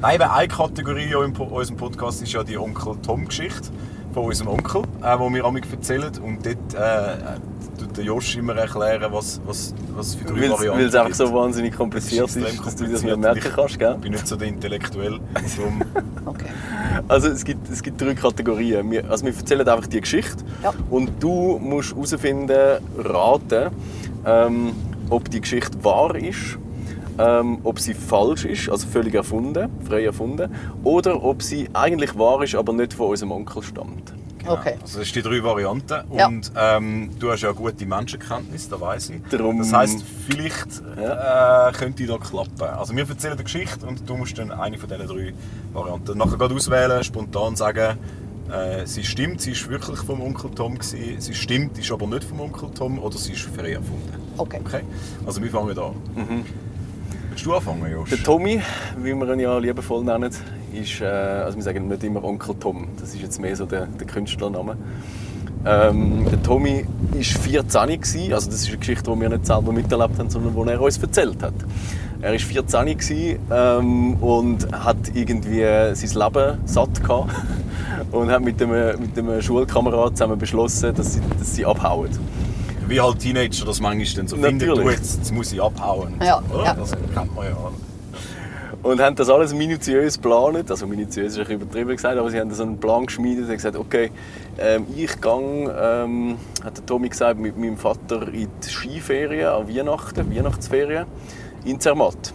[SPEAKER 3] nein, eben eine Kategorie in unserem Po- unserem Podcast ist ja die Onkel-Tom-Geschichte von unserem Onkel, äh, wo wir amig erzählen. Und dort äh, tut der Josh immer erklären, was, was, was für drei Varianten
[SPEAKER 2] Weil es einfach
[SPEAKER 3] gibt.
[SPEAKER 2] so wahnsinnig
[SPEAKER 3] Das
[SPEAKER 2] kompliziert ist,
[SPEAKER 3] extrem
[SPEAKER 2] dass du das
[SPEAKER 3] kompliziert
[SPEAKER 2] nicht
[SPEAKER 3] und
[SPEAKER 2] merken
[SPEAKER 3] ich
[SPEAKER 2] kannst. Gell?
[SPEAKER 3] bin nicht so der Intellektuell. Darum,
[SPEAKER 4] Okay.
[SPEAKER 2] Also es gibt, es gibt drei Kategorien. Wir, also wir erzählen einfach die Geschichte
[SPEAKER 4] Ja.
[SPEAKER 2] und du musst herausfinden, raten, ähm, ob die Geschichte wahr ist, ähm, ob sie falsch ist, also völlig erfunden, frei erfunden, oder ob sie eigentlich wahr ist, aber nicht von unserem Onkel stammt.
[SPEAKER 4] Okay.
[SPEAKER 3] Also das sind die drei Varianten.
[SPEAKER 4] Ja.
[SPEAKER 3] Und ähm, du hast ja gute Menschenkenntnis, da weiß ich.
[SPEAKER 2] Darum-
[SPEAKER 3] das heisst, vielleicht äh, könnte da klappen. Also wir erzählen eine Geschichte und du musst dann eine von diesen drei Varianten nachher gerade auswählen, spontan sagen, äh, sie stimmt, sie ist wirklich vom Onkel Tom gewesen, sie stimmt, ist aber nicht vom Onkel Tom oder sie ist frei erfunden.
[SPEAKER 4] Okay.
[SPEAKER 3] okay? Also wir fangen an. Willst du anfangen, Josh?
[SPEAKER 2] Der Tommy, wie wir ihn ja liebevoll nennen, ist, äh, also wir sagen nicht immer Onkel Tom, das ist jetzt mehr so der, der Künstlername. Ähm, der Tommy war 14, gewesen, also das ist eine Geschichte, die wir nicht selber miterlebt haben, sondern die er uns erzählt hat. Er war 14 gewesen, ähm, und hat irgendwie sein Leben satt gehabt und hat mit einem, mit einem Schulkamerad zusammen beschlossen, dass sie, dass sie abhauen.
[SPEAKER 3] Wie halt Teenager das manchmal dann so findet,
[SPEAKER 2] Natürlich.
[SPEAKER 3] du, jetzt, jetzt muss ich abhauen.
[SPEAKER 4] Ja,
[SPEAKER 3] Oder?
[SPEAKER 4] ja.
[SPEAKER 3] Das kennt man ja.
[SPEAKER 2] Und haben das alles minutiös geplant. Also minutiös ist ein bisschen übertrieben gesagt, aber sie haben so einen Plan geschmiedet und haben gesagt, okay, ähm, ich gang, ähm, hat der Tommy gesagt, mit meinem Vater in die Skiferien an Weihnachten, Weihnachtsferien in Zermatt.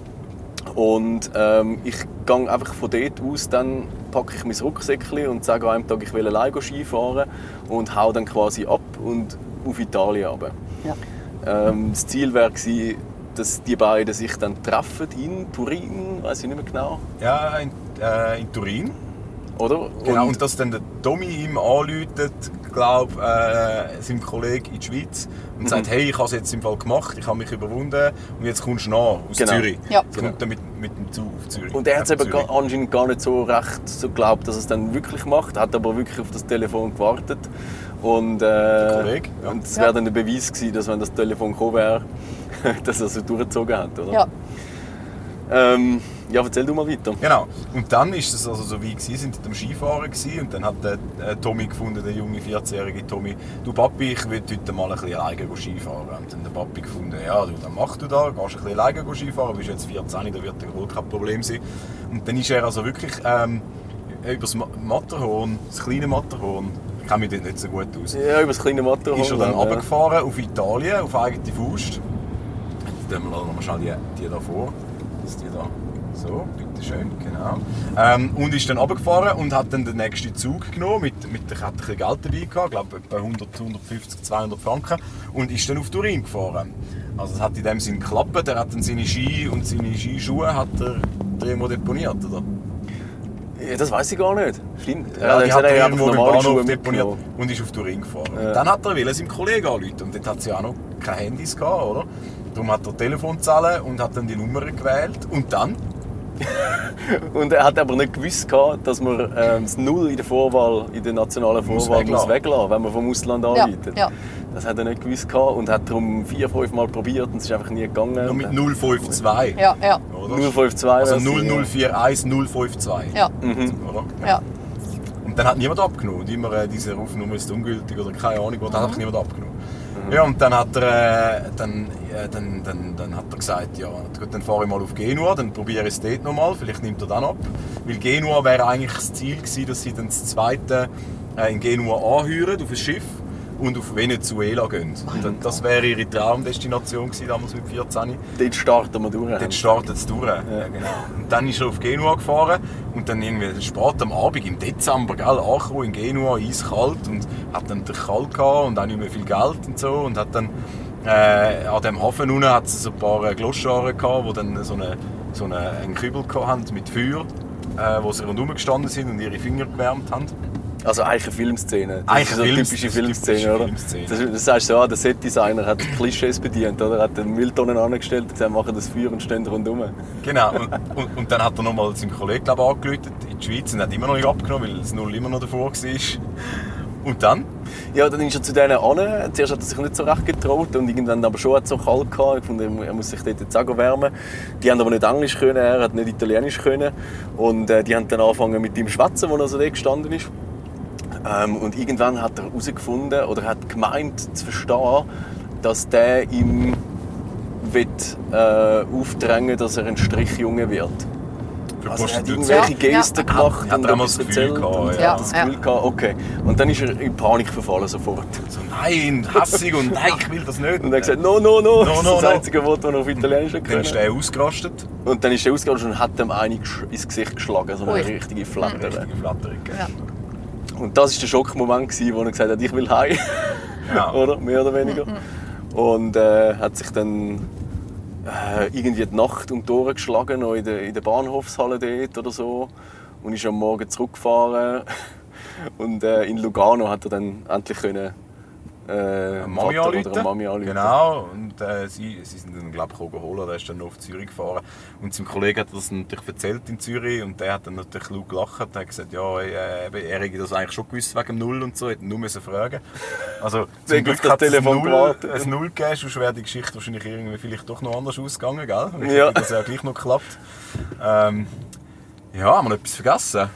[SPEAKER 2] Und ähm, ich gang einfach von dort aus, dann packe ich mein Rucksäckchen und sage an einem Tag, ich will alleine Ski fahren und hau dann quasi ab und auf Italien runter.
[SPEAKER 4] Ja.
[SPEAKER 2] Ähm, das Ziel wäre gewesen, dass die beiden sich dann treffen in Turin, weiß ich nicht mehr genau,
[SPEAKER 3] Ja, in, äh, in Turin.
[SPEAKER 2] oder?
[SPEAKER 3] Genau, und,
[SPEAKER 2] Und
[SPEAKER 3] dass dann der Tommy ihm anläutet, glaube äh, seinem Kollegen in die Schweiz und
[SPEAKER 2] Mhm.
[SPEAKER 3] sagt, hey, ich habe es jetzt im Fall gemacht, ich habe mich überwunden und jetzt kommst du nach aus
[SPEAKER 2] Genau.
[SPEAKER 3] Zürich.
[SPEAKER 4] Ja.
[SPEAKER 3] Es kommt dann mit, mit dem Zug auf Zürich.
[SPEAKER 2] und er hat es
[SPEAKER 3] Nach
[SPEAKER 2] eben
[SPEAKER 3] Zürich.
[SPEAKER 2] gar, anscheinend gar nicht so recht so geglaubt, dass er es dann wirklich macht. Hat aber wirklich auf das Telefon gewartet. Und, äh,
[SPEAKER 3] Kollege, ja.
[SPEAKER 2] und es
[SPEAKER 4] Ja.
[SPEAKER 2] wäre dann der Beweis gewesen, dass wenn das Telefon gekommen wäre, dass er es so durchgezogen hat, oder?
[SPEAKER 4] ja.
[SPEAKER 2] Ähm, ja, erzähl du mal weiter.
[SPEAKER 3] Genau. Und dann ist es also so wie gewesen, sind sie am Skifahren gewesen, und dann hat der äh, Tommy gefunden, der junge 14-jährige Tommy, du Papi, ich will heute mal ein bisschen alleine go Skifahren. Und dann der Papi gefunden, ja, du, dann mach du da, gehst ein bisschen alleine go Skifahren, bist jetzt 14, da wird der Rot kein Problem sein. Und dann ist er also wirklich ähm, über das Ma- Matterhorn, das kleine Matterhorn, ich kenne mich dort nicht so gut aus
[SPEAKER 2] Ja, über das kleine Matterhorn.
[SPEAKER 3] ist er dann
[SPEAKER 2] ja.
[SPEAKER 3] runtergefahren auf Italien, auf eigene Faust. Jetzt ähm, lassen wir lassen wir schnell die, die da vor. Das ist die da. So, bitte schön, genau. Ähm, und ist dann runtergefahren und hat dann den nächsten Zug genommen. Mit, mit, ich hatte ein bisschen Geld dabei, gehabt, ich glaube etwa 100, 150, 200 Franken. Und ist dann auf Turin gefahren. Also es hat in dem Sinn geklappt. Er hat dann seine Ski und seine Skischuhe hat er irgendwo deponiert, oder?
[SPEAKER 2] Ja, das weiß ich gar nicht. Stimmt.
[SPEAKER 3] Ja, die
[SPEAKER 2] gesagt,
[SPEAKER 3] hat er
[SPEAKER 2] hat
[SPEAKER 3] irgendwo beim
[SPEAKER 2] normale Schuhe
[SPEAKER 3] Bahnhof deponiert
[SPEAKER 2] mitgenommen.
[SPEAKER 3] und ist auf Turin gefahren.
[SPEAKER 2] Ja.
[SPEAKER 3] Und dann hat er wollte seinem Kollegen anrufen und dort hat sie auch noch keine Handys gehabt, oder? Darum hat er Telefonzellen und hat dann die Nummer gewählt und dann
[SPEAKER 2] Und er hat aber nicht gewusst, gehabt, dass man ähm, das Null in der Vorwahl, in der nationalen
[SPEAKER 3] Muss
[SPEAKER 2] Vorwahl muss
[SPEAKER 3] weglassen.
[SPEAKER 2] weglassen muss, wenn man vom Ausland
[SPEAKER 4] Ja,
[SPEAKER 2] anbietet.
[SPEAKER 4] ja.
[SPEAKER 2] Das hat er nicht gewusst gehabt und hat darum vier, fünf Mal probiert und es ist einfach nie gegangen.
[SPEAKER 3] noch mit
[SPEAKER 2] Und
[SPEAKER 3] 052.
[SPEAKER 4] Ja, ja,
[SPEAKER 3] Oder?
[SPEAKER 2] 052
[SPEAKER 3] Also
[SPEAKER 2] wär's,
[SPEAKER 3] 0041 052.
[SPEAKER 4] ja,
[SPEAKER 3] Oder?
[SPEAKER 4] ja.
[SPEAKER 3] Und dann hat niemand abgenommen. Und immer äh, diese Rufnummer ist ungültig oder keine Ahnung, was, dann hat niemand abgenommen. Ja, und dann hat er, äh, dann, äh, dann, dann, dann hat er gesagt, ja, gut, dann fahre ich mal auf Genua, dann probiere ich es dort nochmal, vielleicht nimmt er dann ab. Weil Genua wäre eigentlich das Ziel gewesen, dass sie dann das zweite äh, in Genua anheuern, auf ein Schiff und auf Venezuela gehen. Und dann, das wäre ihre Traumdestination gewesen, damals mit 14.
[SPEAKER 2] Dort starten wir durch.
[SPEAKER 3] Dort startet es durch. Ja, genau. Und dann ist er auf Genua gefahren und dann irgendwie spät am Abend, im Dezember, gell, angekommen in Genua, eiskalt und hat dann den Kalt gehabt und auch nicht mehr viel Geld und so und hat dann äh, an dem Hafen unten hat es so ein paar äh, Gloscharen gehabt, die dann so, eine, so eine, einen Kübel gehabt haben mit Feuer, äh, wo sie rundherum gestanden sind und ihre Finger gewärmt haben.
[SPEAKER 2] Also eigentlich eine Filmszene. Das
[SPEAKER 3] Eigentlich
[SPEAKER 2] ist so
[SPEAKER 3] eine
[SPEAKER 2] eine
[SPEAKER 3] Films-
[SPEAKER 2] typische
[SPEAKER 3] das ist eine
[SPEAKER 2] Filmszene,
[SPEAKER 3] typische
[SPEAKER 2] oder?
[SPEAKER 3] Filmszene.
[SPEAKER 2] Das, das sagst du so, ah, der Setdesigner hat Klischees bedient, oder? Er hat den Mülltonnen angestellt und gesagt, machen das Feuer und stehen rundherum.
[SPEAKER 3] Genau, und, und, und dann hat er nochmal seinen Kollegen glaub, angerufen in die Schweiz und hat immer noch nicht abgenommen, weil das Null immer noch davor war. Und dann?
[SPEAKER 2] Ja, dann ist er zu denen an. Zuerst hat er sich nicht so recht getraut und irgendwann aber schon hat es so kalt gehabt. Ich fand, er muss sich dort jetzt auch wärmen. Die haben aber nicht Englisch können, er hat nicht Italienisch können. Und äh, die haben dann angefangen mit ihm zu schwätzen, wo er so dort gestanden ist. Ähm, und irgendwann hat er herausgefunden oder hat gemeint zu verstehen, dass der ihm wird, äh, aufdrängen dass er ein Strichjunge wird.
[SPEAKER 3] Für
[SPEAKER 2] Also er hat
[SPEAKER 3] Prostitution.
[SPEAKER 2] irgendwelche
[SPEAKER 4] Ja, ja.
[SPEAKER 2] Gesten gemacht
[SPEAKER 3] Hat er
[SPEAKER 2] und
[SPEAKER 3] auch mal
[SPEAKER 2] etwas
[SPEAKER 3] das Gefühl
[SPEAKER 2] erzählt
[SPEAKER 3] gehabt,
[SPEAKER 2] und
[SPEAKER 3] ja.
[SPEAKER 2] hat das Gefühl
[SPEAKER 4] Ja.
[SPEAKER 2] gehabt, okay. Und dann ist er in Panik verfallen sofort.
[SPEAKER 3] So, nein, hässig und nein, ich will das nicht.
[SPEAKER 2] Und er hat gesagt, no, no, no,
[SPEAKER 3] Ähm, No,
[SPEAKER 2] das ist
[SPEAKER 3] no,
[SPEAKER 2] das
[SPEAKER 3] no.
[SPEAKER 2] einzige Wort, das er auf Italienisch hat
[SPEAKER 3] Dann ist
[SPEAKER 2] können.
[SPEAKER 3] der ausgerastet.
[SPEAKER 2] Und dann ist er ausgegangen und hat dem einen gesch- ins Gesicht geschlagen, so eine
[SPEAKER 4] Ui.
[SPEAKER 2] richtige Flatter.
[SPEAKER 3] Richtige Flatterung. gell?
[SPEAKER 4] Ja.
[SPEAKER 3] Mhm.
[SPEAKER 2] Und das war der Schockmoment, gewesen, wo er gesagt hat, ich will heim,
[SPEAKER 3] Genau.
[SPEAKER 2] oder? Mehr oder weniger. Und äh, hat sich dann äh, irgendwie die Nacht um die Ohren geschlagen, noch in der, in der Bahnhofshalle dort oder so. Und ist am Morgen zurückgefahren. Und äh, in Lugano hat er dann endlich können, äh,
[SPEAKER 3] Mami
[SPEAKER 2] Vater
[SPEAKER 3] anrufen.
[SPEAKER 2] oder eine Mami anrufen.
[SPEAKER 3] Genau, und äh, sie, sie sind dann, glaube ich, gekommen holen, der ist dann noch auf Zürich gefahren. Und seinem Kollegen hat er das natürlich erzählt in Zürich und der hat dann natürlich laut gelacht und hat gesagt, ja, äh, eben, er hätte das eigentlich schon gewusst wegen dem Null und so, hätte nur müssen fragen Also
[SPEAKER 2] Wegen auf das
[SPEAKER 3] hat's ein
[SPEAKER 2] Telefon
[SPEAKER 3] Null,
[SPEAKER 2] gewartet.
[SPEAKER 3] ein Null gegeben, sonst wäre die Geschichte wahrscheinlich irgendwie vielleicht doch noch anders ausgegangen, gell? Vielleicht
[SPEAKER 2] Ja.
[SPEAKER 3] hätte das ja gleich noch geklappt. Ähm, ja, haben wir noch etwas vergessen?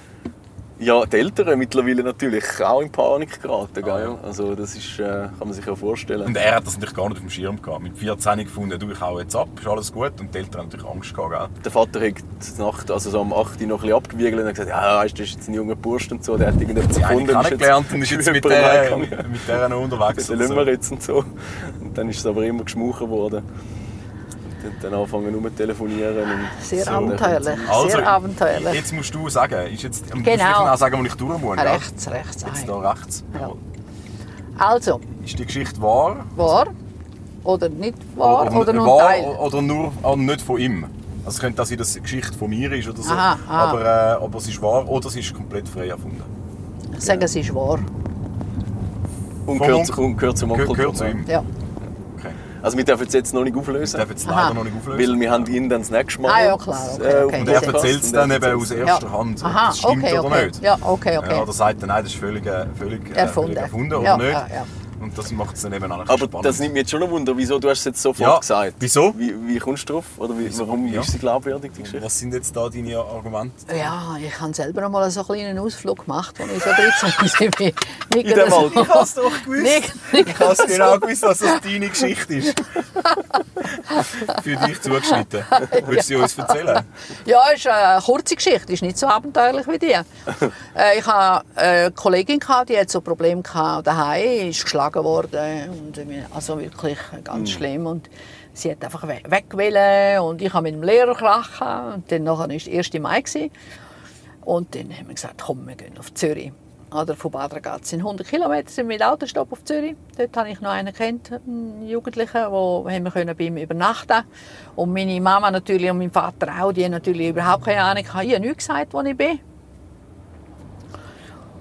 [SPEAKER 2] Ja, die Eltern mittlerweile natürlich auch in Panik geraten. Gell? Also das ist, äh, kann man sich ja vorstellen.
[SPEAKER 3] Ah, Und er hat das natürlich gar nicht auf dem Schirm gehabt. Mit 14 gefunden, du, ich hau jetzt ab, ist alles gut. Und die Eltern haben natürlich Angst gehabt, gell?
[SPEAKER 2] Der Vater hat die Nacht, also so um 8 Uhr noch ein bisschen abgewiegelt und hat gesagt, ja, weißt, das ist jetzt ein junger Bursch und so, der hat irgendetwas
[SPEAKER 3] Die eine
[SPEAKER 2] gefunden. ist
[SPEAKER 3] kennengelernt und ist jetzt mit
[SPEAKER 2] jemandem
[SPEAKER 3] der,
[SPEAKER 2] heimgegangen.
[SPEAKER 3] mit der noch unterwegs.
[SPEAKER 2] Dann
[SPEAKER 3] oder
[SPEAKER 2] lassen wir jetzt und so. Und dann ist es aber immer geschmauchen worden. Und dann- dann anfangen nur zu telefonieren. Und
[SPEAKER 4] Sehr
[SPEAKER 2] so.
[SPEAKER 4] abenteuerlich. Sehr abenteuerlich.
[SPEAKER 3] Also, Jetzt musst du sagen, ist jetzt, genau. musst
[SPEAKER 4] Genau.
[SPEAKER 3] vielleicht auch sagen, wo ich durch muss. gell?
[SPEAKER 4] rechts, rechts.
[SPEAKER 3] Ah, Jetzt
[SPEAKER 4] ein.
[SPEAKER 3] da rechts.
[SPEAKER 4] Ja. Also,
[SPEAKER 3] Ist die Geschichte wahr?
[SPEAKER 4] wahr oder nicht wahr oder, nur
[SPEAKER 3] wahr
[SPEAKER 4] Teil?
[SPEAKER 3] oder nur ah, nicht von ihm? Also es könnte auch sein, dass es eine Geschichte von mir ist oder so.
[SPEAKER 4] Aha, ah.
[SPEAKER 3] Aber, äh, aber es ist wahr oder es ist komplett frei erfunden.
[SPEAKER 4] Ich sage, es ist wahr.
[SPEAKER 2] Und
[SPEAKER 3] Vom
[SPEAKER 2] gehört,
[SPEAKER 3] Onkel-
[SPEAKER 2] und gehört zum Onkel.
[SPEAKER 3] Gehört gehört zu
[SPEAKER 2] Tom, ja.
[SPEAKER 3] ihm.
[SPEAKER 4] Ja.
[SPEAKER 3] Okay.
[SPEAKER 2] Also wir dürfen es jetzt noch nicht
[SPEAKER 3] Ich
[SPEAKER 2] auflösen,
[SPEAKER 3] darf jetzt leider
[SPEAKER 4] Aha.
[SPEAKER 3] noch nicht auflösen.
[SPEAKER 2] weil wir haben ihn dann das nächste Mal
[SPEAKER 4] Ah, ja, klar, okay,
[SPEAKER 2] äh, auf
[SPEAKER 4] okay.
[SPEAKER 2] dem
[SPEAKER 3] Und er
[SPEAKER 2] Podcast.
[SPEAKER 3] erzählt es
[SPEAKER 2] Und
[SPEAKER 3] dann eben
[SPEAKER 2] erzählt's
[SPEAKER 3] aus
[SPEAKER 2] dann.
[SPEAKER 3] erster Hand, ob
[SPEAKER 4] Aha,
[SPEAKER 3] das stimmt
[SPEAKER 4] okay,
[SPEAKER 3] oder
[SPEAKER 4] okay.
[SPEAKER 3] nicht.
[SPEAKER 4] Ja, okay, okay.
[SPEAKER 3] Ja, oder sagt er, nein, das ist völlig, äh, völlig, äh,
[SPEAKER 4] Erfunden.
[SPEAKER 3] völlig erfunden oder
[SPEAKER 4] Ja,
[SPEAKER 3] nicht.
[SPEAKER 4] ja, ja.
[SPEAKER 3] Und das macht es dann eben auch ein bisschen
[SPEAKER 2] Aber
[SPEAKER 3] spannend.
[SPEAKER 2] das nimmt mich jetzt schon ein Wunder, wieso du hast es jetzt sofort
[SPEAKER 3] Ja,
[SPEAKER 2] gesagt.
[SPEAKER 3] wieso?
[SPEAKER 2] Wie, wie kommst du drauf? Oder wie,
[SPEAKER 3] Wieso?
[SPEAKER 2] warum
[SPEAKER 3] Ja.
[SPEAKER 2] ist sie glaubwürdig, die Geschichte?
[SPEAKER 3] Was sind jetzt da deine Argumente?
[SPEAKER 4] Ja, ich habe selber noch mal so einen kleinen Ausflug gemacht, als ich so 13 war. Nicht
[SPEAKER 2] In dem
[SPEAKER 4] so-
[SPEAKER 2] Alter. Ich
[SPEAKER 3] hab's doch gewusst.
[SPEAKER 4] Nicht, nicht
[SPEAKER 3] Ich habe es genau gewusst, dass das deine Geschichte ist. Für dich zugeschnitten. Willst du sie uns erzählen?
[SPEAKER 4] Ja, ist eine kurze Geschichte, ist nicht so abenteuerlich wie die. äh, ich hatte eine Kollegin, gehabt, die hat so Probleme gehabt daheim, ist geschlagen worden und irgendwie- also wirklich ganz schlimm und sie hat einfach we- weg wollen und ich habe mit dem Lehrer krachen und dann nachher ist der 1. Mai gewesen. und dann haben wir gesagt, komm, wir gehen auf Zürich. Oder von Bad Ragaz sind 100 Kilometer, sind wir mit Autostopp auf Zürich. Dort habe ich noch einen kennt, einen Jugendlichen, wo haben wir können bei ihm übernachten Und meine Mama natürlich und mein Vater auch, die haben natürlich überhaupt keine Ahnung. gehabt. Ich habe nichts gesagt, wo ich bin.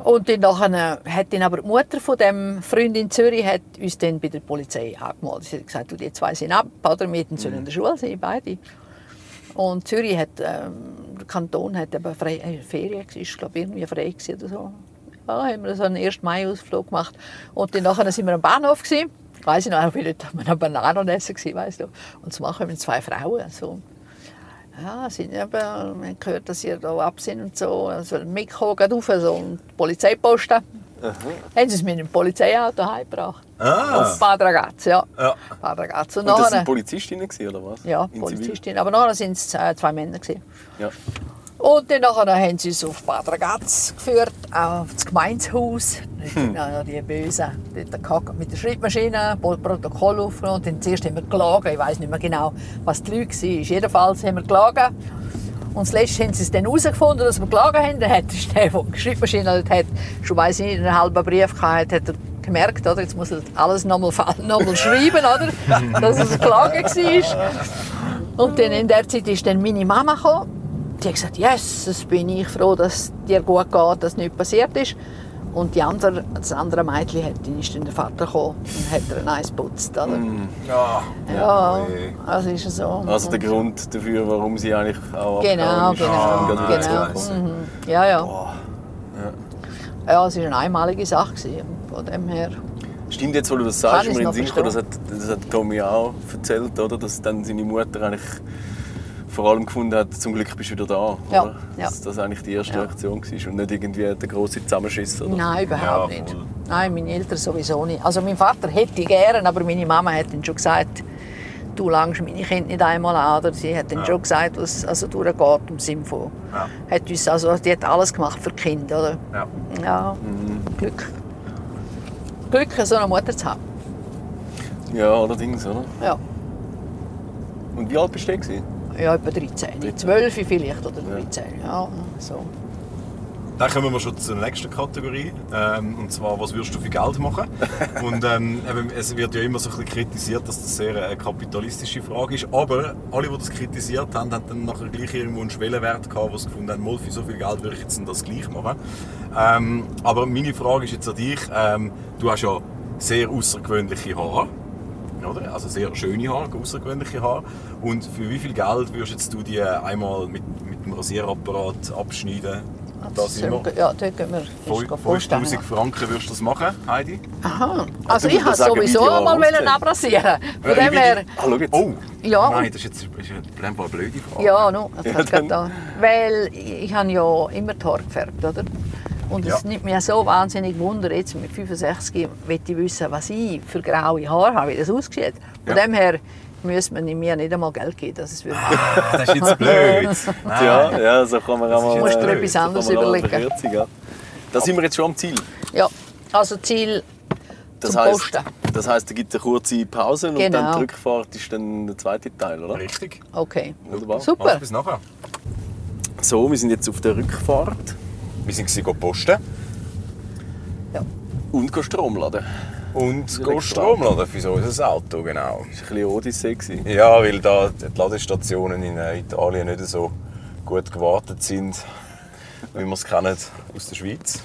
[SPEAKER 4] Und dann nachher hat dann aber die Mutter von dem Freund in Zürich hat uns dann bei der Polizei angemeldet. Sie hat gesagt, du, die zwei sind ab, oder? Wir hätten sollen in der Schule sein, beide. Und Zürich hat, ähm, der Kanton hat eben frei, äh, Ferien, gewesen, ist glaube irgendwie frei gewesen oder so. Ja, haben wir so einen 1. Mai-Ausflug gemacht. Und dann nachher sind wir am Bahnhof gewesen. Ich weiss noch, ich bin dort an einer Banane essen gewesen, weißt du. Und zumal kommen zwei Frauen, so. Ja, sind eben, wir haben gehört, dass ihr da ab sind und so. Also mitkommen, geht rauf, so. Und die Polizeiposten. Haben sie es mit dem Polizeiauto heimgebracht.
[SPEAKER 3] Ah.
[SPEAKER 4] Auf Bad Ragaz, ja.
[SPEAKER 3] Ja.
[SPEAKER 4] Bad Ragaz.
[SPEAKER 2] Und das
[SPEAKER 4] nachher-
[SPEAKER 2] waren Polizistinnen, gewesen, oder was?
[SPEAKER 4] ja,
[SPEAKER 2] In Zivil.
[SPEAKER 4] Polizistin. Aber nachher waren es äh, zwei Männer. Gewesen.
[SPEAKER 2] Ja.
[SPEAKER 4] Und dann nachher haben sie uns auf Bad Ragaz geführt, auf das Gemeindehaus. Hm. Ja, die Bösen. Dort gehackt mit der Schreibmaschine, Pro- Protokoll aufgenommen. Und dann zuerst haben wir gelagen. Ich weiß nicht mehr genau, was die Leute waren. Jedenfalls haben wir gelagen. Und zuletzt haben sie es dann herausgefunden, dass wir gelagen haben. Dann hat der, der die Schreibmaschine halt hat, schon weiss ich, nicht, einen halben Brief gehabt, hat er gemerkt, oder? jetzt muss er alles nochmal noch mal schreiben, oder? dass es gelagen war. Und dann in der Zeit ist dann meine Mama gekommen. Die hat gesagt, yes, bin ich froh, dass es dir gut geht, dass nichts passiert ist. Und die andere, das andere Mädchen hat, dann ist dann der Vater gekommen und hat ihr eins geputzt. Oder?
[SPEAKER 3] Ja.
[SPEAKER 4] Ja,
[SPEAKER 3] Ui.
[SPEAKER 4] also ist es so.
[SPEAKER 2] Also der
[SPEAKER 4] Und-
[SPEAKER 2] Grund dafür, warum sie eigentlich auch
[SPEAKER 4] Genau,
[SPEAKER 2] abgehauen ist. Ah,
[SPEAKER 4] genau,
[SPEAKER 2] gerade wieder
[SPEAKER 4] genau.
[SPEAKER 2] zurückreisen.
[SPEAKER 4] Mhm. Ja, ja. Ja, es war eine einmalige Sache. gewesen, Von dem her.
[SPEAKER 2] Stimmt jetzt, wo du das
[SPEAKER 4] Kann
[SPEAKER 2] sagst,
[SPEAKER 4] ich's
[SPEAKER 2] mir in den
[SPEAKER 4] noch
[SPEAKER 2] Sinn gekommen, das hat, das hat Tommy auch erzählt, oder? dass dann seine Mutter eigentlich vor allem gefunden hat, zum Glück bist du wieder da.
[SPEAKER 4] Ja,
[SPEAKER 2] oder?
[SPEAKER 4] ja.
[SPEAKER 2] Dass das eigentlich die erste
[SPEAKER 4] Ja.
[SPEAKER 2] Reaktion war und nicht irgendwie der große Zusammenschiss. Oder?
[SPEAKER 4] Nein, überhaupt
[SPEAKER 3] Ja,
[SPEAKER 4] nicht.
[SPEAKER 3] voll.
[SPEAKER 4] Nein, meine Eltern sowieso nicht. Also mein Vater hätte gern, aber meine Mama hat dann schon gesagt, du langst meine Kinder nicht einmal an. Oder sie hat dann
[SPEAKER 3] Ja.
[SPEAKER 4] schon gesagt, was also durchgeht im Sinn von.
[SPEAKER 3] Ja.
[SPEAKER 4] Hat uns, also, die hat alles gemacht für die Kinder. Oder?
[SPEAKER 3] Ja.
[SPEAKER 4] Ja,
[SPEAKER 3] Mhm.
[SPEAKER 4] Glück. Glück, so eine Mutter zu haben.
[SPEAKER 2] Ja, allerdings. Oder?
[SPEAKER 4] Ja.
[SPEAKER 2] Und wie alt bist du? gewesen?
[SPEAKER 4] Ja, etwa 13.
[SPEAKER 2] 13.
[SPEAKER 4] 12 vielleicht oder 13. Ja, so.
[SPEAKER 3] Dann kommen wir schon zur nächsten Kategorie. Ähm, und zwar, was würdest du für Geld machen? und ähm, eben, es wird ja immer so ein bisschen kritisiert, dass das sehr eine kapitalistische Frage ist. Aber alle, die das kritisiert haben, haben dann nachher gleich irgendwo einen Schwellenwert gehabt, wo sie gefunden haben, mal für so viel Geld würde ich jetzt denn das gleich machen. Ähm, aber meine Frage ist jetzt an dich. Ähm, du hast ja sehr außergewöhnliche Haare. Oder? Also sehr schöne Haare, außergewöhnliche Haare. Und für wie viel Geld würdest jetzt du die einmal mit, mit dem Rasierapparat abschneiden? Das immer.
[SPEAKER 4] Ah, Ja, dort gehen wir.
[SPEAKER 3] Fün- 5000 Franken würdest du das machen, Heidi?
[SPEAKER 4] Aha. Also
[SPEAKER 2] du
[SPEAKER 4] ich wollte
[SPEAKER 2] musst sagen,
[SPEAKER 4] sowieso
[SPEAKER 2] wie die
[SPEAKER 4] mal
[SPEAKER 2] aussehen.
[SPEAKER 4] wollen abrasieren. Von
[SPEAKER 3] Äh,
[SPEAKER 4] dem
[SPEAKER 3] wie
[SPEAKER 4] her...
[SPEAKER 2] Ah, schau jetzt.
[SPEAKER 3] Oh!
[SPEAKER 4] Ja,
[SPEAKER 3] Nein,
[SPEAKER 4] und-
[SPEAKER 3] das ist jetzt das ist eine brennbar blöde Frage.
[SPEAKER 4] Ja, no, das
[SPEAKER 2] Ja,
[SPEAKER 4] hat grad
[SPEAKER 2] dann-
[SPEAKER 4] da. Weil ich ich habe ja immer die Haare gefärbt, oder? Und
[SPEAKER 3] Ja.
[SPEAKER 4] es nimmt mich so wahnsinnig Wunder, jetzt mit 65 möchte ich wissen, was ich für graue Haare habe, wie das aussieht. Von
[SPEAKER 2] Ja.
[SPEAKER 4] dem her müsste man mir nicht einmal Geld geben, dass es wirklich
[SPEAKER 2] Ah.
[SPEAKER 3] Ah, Das ist jetzt blöd. Nein.
[SPEAKER 2] Ja, ja, so kann man auch mal.
[SPEAKER 3] Ah, ist
[SPEAKER 4] jetzt
[SPEAKER 2] äh,
[SPEAKER 4] blöd. Musst
[SPEAKER 2] so
[SPEAKER 4] du dir etwas
[SPEAKER 2] kann
[SPEAKER 4] anderes
[SPEAKER 2] man auch mal
[SPEAKER 4] überlegen.
[SPEAKER 2] verkürzen, gell? Da sind wir jetzt schon am Ziel.
[SPEAKER 4] Ja, also Ziel
[SPEAKER 2] Das
[SPEAKER 4] zum
[SPEAKER 2] heisst,
[SPEAKER 4] Posten.
[SPEAKER 2] das heisst, da gibt es eine kurze Pause und dann
[SPEAKER 4] Genau.
[SPEAKER 2] die Rückfahrt ist dann der zweite Teil, oder?
[SPEAKER 3] Richtig.
[SPEAKER 4] Okay,
[SPEAKER 2] Wunderbar.
[SPEAKER 3] Also
[SPEAKER 4] super.
[SPEAKER 3] bis nachher.
[SPEAKER 2] So, wir sind jetzt auf der Rückfahrt
[SPEAKER 3] Wir sind gewesen, gehen posten
[SPEAKER 2] und gehen Strom laden.
[SPEAKER 3] und gehen Strom laden für so unser Auto, genau.
[SPEAKER 2] Das war ein bisschen Odyssee. gewesen.
[SPEAKER 3] Ja, weil da die Ladestationen in äh, Italien nicht so gut gewartet sind, wie wir es kennen aus der Schweiz.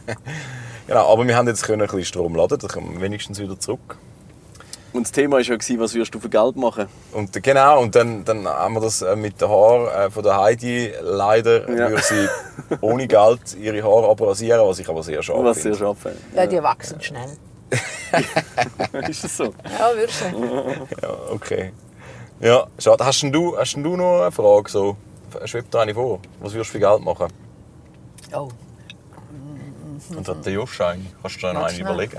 [SPEAKER 3] genau, aber wir haben jetzt können ein bisschen Strom laden, da kommen wir wenigstens wieder zurück.
[SPEAKER 2] Und das Thema war ja, gewesen, was wirst du für Geld machen?
[SPEAKER 3] Und genau, und dann, dann haben wir das äh, mit den Haaren äh, von der Heidi. Leider
[SPEAKER 2] Ja.
[SPEAKER 3] würde sie ohne Geld ihre Haare abrasieren, was ich aber sehr schade
[SPEAKER 2] Was
[SPEAKER 3] finde.
[SPEAKER 2] wirst du arbeiten?
[SPEAKER 4] Ja, die wachsen schnell.
[SPEAKER 2] ist das so?
[SPEAKER 4] Ja, wirklich.
[SPEAKER 3] Ja, okay. Ja, schade. Hast denn du, hast denn du noch eine Frage? So, schwebt dir eine vor. Was würdest du für Geld machen?
[SPEAKER 4] Oh.
[SPEAKER 3] Und hat der Josch einen? Kannst du dir noch
[SPEAKER 4] Ganz
[SPEAKER 3] einen
[SPEAKER 4] schnell.
[SPEAKER 3] überlegen?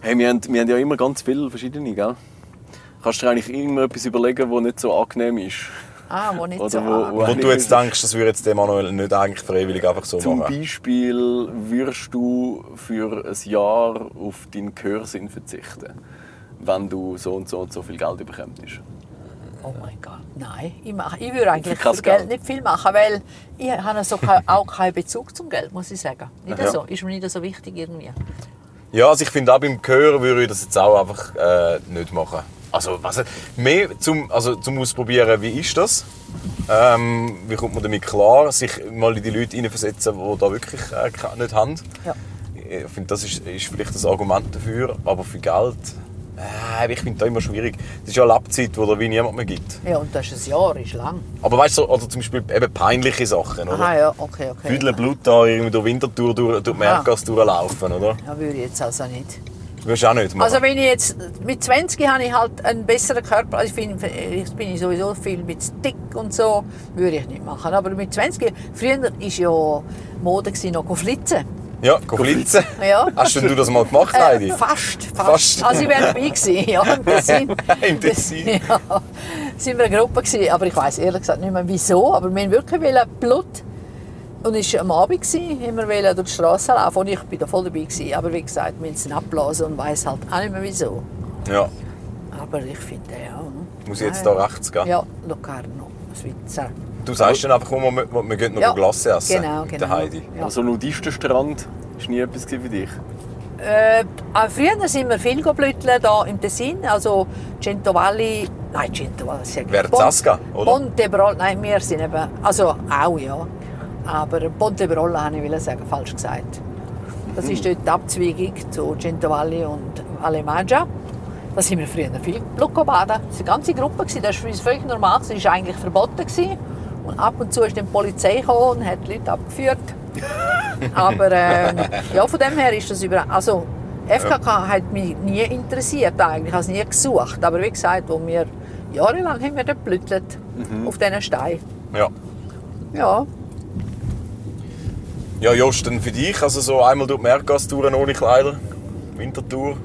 [SPEAKER 2] Hey, wir, haben, wir haben ja immer ganz viele verschiedene, gell? Kannst du dir eigentlich irgendetwas überlegen, was nicht so angenehm ist?
[SPEAKER 4] Ah, wo nicht
[SPEAKER 2] Oder
[SPEAKER 4] so
[SPEAKER 2] wo-
[SPEAKER 4] arg.
[SPEAKER 2] wo-
[SPEAKER 3] Und du jetzt denkst, das würde jetzt der Manuel nicht eigentlich freiwillig einfach so
[SPEAKER 2] Zum
[SPEAKER 3] machen?
[SPEAKER 2] Beispiel würdest du für ein Jahr auf deinen Gehörsinn verzichten, wenn du so und so und so viel Geld bekommst.
[SPEAKER 4] Oh mein Gott, nein. Ich, mache, ich würde eigentlich
[SPEAKER 2] Für kein
[SPEAKER 4] für Geld
[SPEAKER 2] Geld.
[SPEAKER 4] nicht viel machen, weil ich habe so ke- auch keinen Bezug zum Geld, muss ich sagen. Nicht
[SPEAKER 2] Ja.
[SPEAKER 4] so. Ist mir nicht so wichtig irgendwie.
[SPEAKER 3] Ja, also ich finde auch beim Gehören würde ich das jetzt auch einfach äh, nicht machen. Also, was, mehr zum, also zum Ausprobieren, wie ist das? Ähm, wie kommt man damit klar? Sich mal in die Leute hineinversetzen, die da wirklich äh, ke- nicht haben.
[SPEAKER 4] Ja.
[SPEAKER 3] Ich finde, das ist, ist vielleicht das Argument dafür, aber für Geld. Äh, ich finde das immer schwierig. Das ist ja eine Lebzeit, die da wie niemand mehr gibt.
[SPEAKER 4] ja, und das ist ein Jahr, ist lang.
[SPEAKER 3] Aber weißt du, so, oder zum Beispiel eben peinliche Sachen, oder?
[SPEAKER 4] Aha, ja, okay, okay.
[SPEAKER 3] Büdeln Blut da irgendwie durch Winterthur, durch, durch die
[SPEAKER 4] Aha.
[SPEAKER 3] Merkas durchlaufen, oder?
[SPEAKER 4] Ja, würde ich jetzt also nicht.
[SPEAKER 3] Würdest du auch nicht machen?
[SPEAKER 4] Also wenn ich jetzt, mit 20 habe ich halt einen besseren Körper, also ich bin, ich bin sowieso viel mit dick und so, würde ich nicht machen. Aber mit 20, früher war ja Mode gewesen, noch go flitzen.
[SPEAKER 3] ja, geh flitzen.
[SPEAKER 4] Ja.
[SPEAKER 3] Hast denn du das mal gemacht, Heidi?
[SPEAKER 4] Äh, fast, fast,
[SPEAKER 3] Fast.
[SPEAKER 4] Also ich wäre dabei gewesen, ja, im Tessin.
[SPEAKER 3] Im Tessin.
[SPEAKER 4] Ja, sind wir eine Gruppe gewesen, aber ich weiß ehrlich gesagt nicht mehr wieso, aber wir wollten wirklich wollen Blut. Und es war am Abend, gewesen, haben wir wollten durch die Straße laufen und ich bin da voll dabei gewesen. Aber wie gesagt, wir müssen ihn abblasen und weiss halt auch nicht mehr wieso.
[SPEAKER 3] Ja.
[SPEAKER 4] Aber ich finde ja. hm.
[SPEAKER 3] Muss ich jetzt da rechts gehen?
[SPEAKER 4] Ja, Locarno, Schweizer.
[SPEAKER 3] Du sagst dann einfach, komm, wir, wir gehen noch
[SPEAKER 4] Ja.
[SPEAKER 3] eine Glasse essen.
[SPEAKER 4] Genau,
[SPEAKER 3] mit
[SPEAKER 4] genau.
[SPEAKER 3] Der Heidi.
[SPEAKER 4] Ja.
[SPEAKER 2] Also Nudistenstrand war nie etwas für dich.
[SPEAKER 4] Äh, auch früher sind wir viel geblüttelt hier im Tessin, also Gentovalli, nein, Gentovalli, sag ich.
[SPEAKER 3] Verzasca,
[SPEAKER 4] Pon-
[SPEAKER 3] oder?
[SPEAKER 4] Pontebrol- nein, wir sind eben, also auch, ja. Aber Pontebrolla habe ich wollen sagen, falsch gesagt. Das ist dort die Abzweigung zu Gentovalli und Alemaggia. Da sind wir früher viel Loco baden. Das war eine ganze Gruppe, gewesen. das war für uns völlig normal, das war eigentlich verboten. gewesen. Und ab und zu ist dann die Polizei gekommen und hat die Leute abgeführt. Aber ähm, ja, von dem her ist das über. Also, FKK hat mich nie interessiert eigentlich, ich habe es nie gesucht. Aber wie gesagt, wo wir jahrelang haben wir dort geblüttelt,
[SPEAKER 3] Mhm.
[SPEAKER 4] auf diesen Stein.
[SPEAKER 3] Ja.
[SPEAKER 4] Ja,
[SPEAKER 3] Ja, Jost, dann für dich, also so einmal durch die Merkas touren ohne Kleider. Wintertour.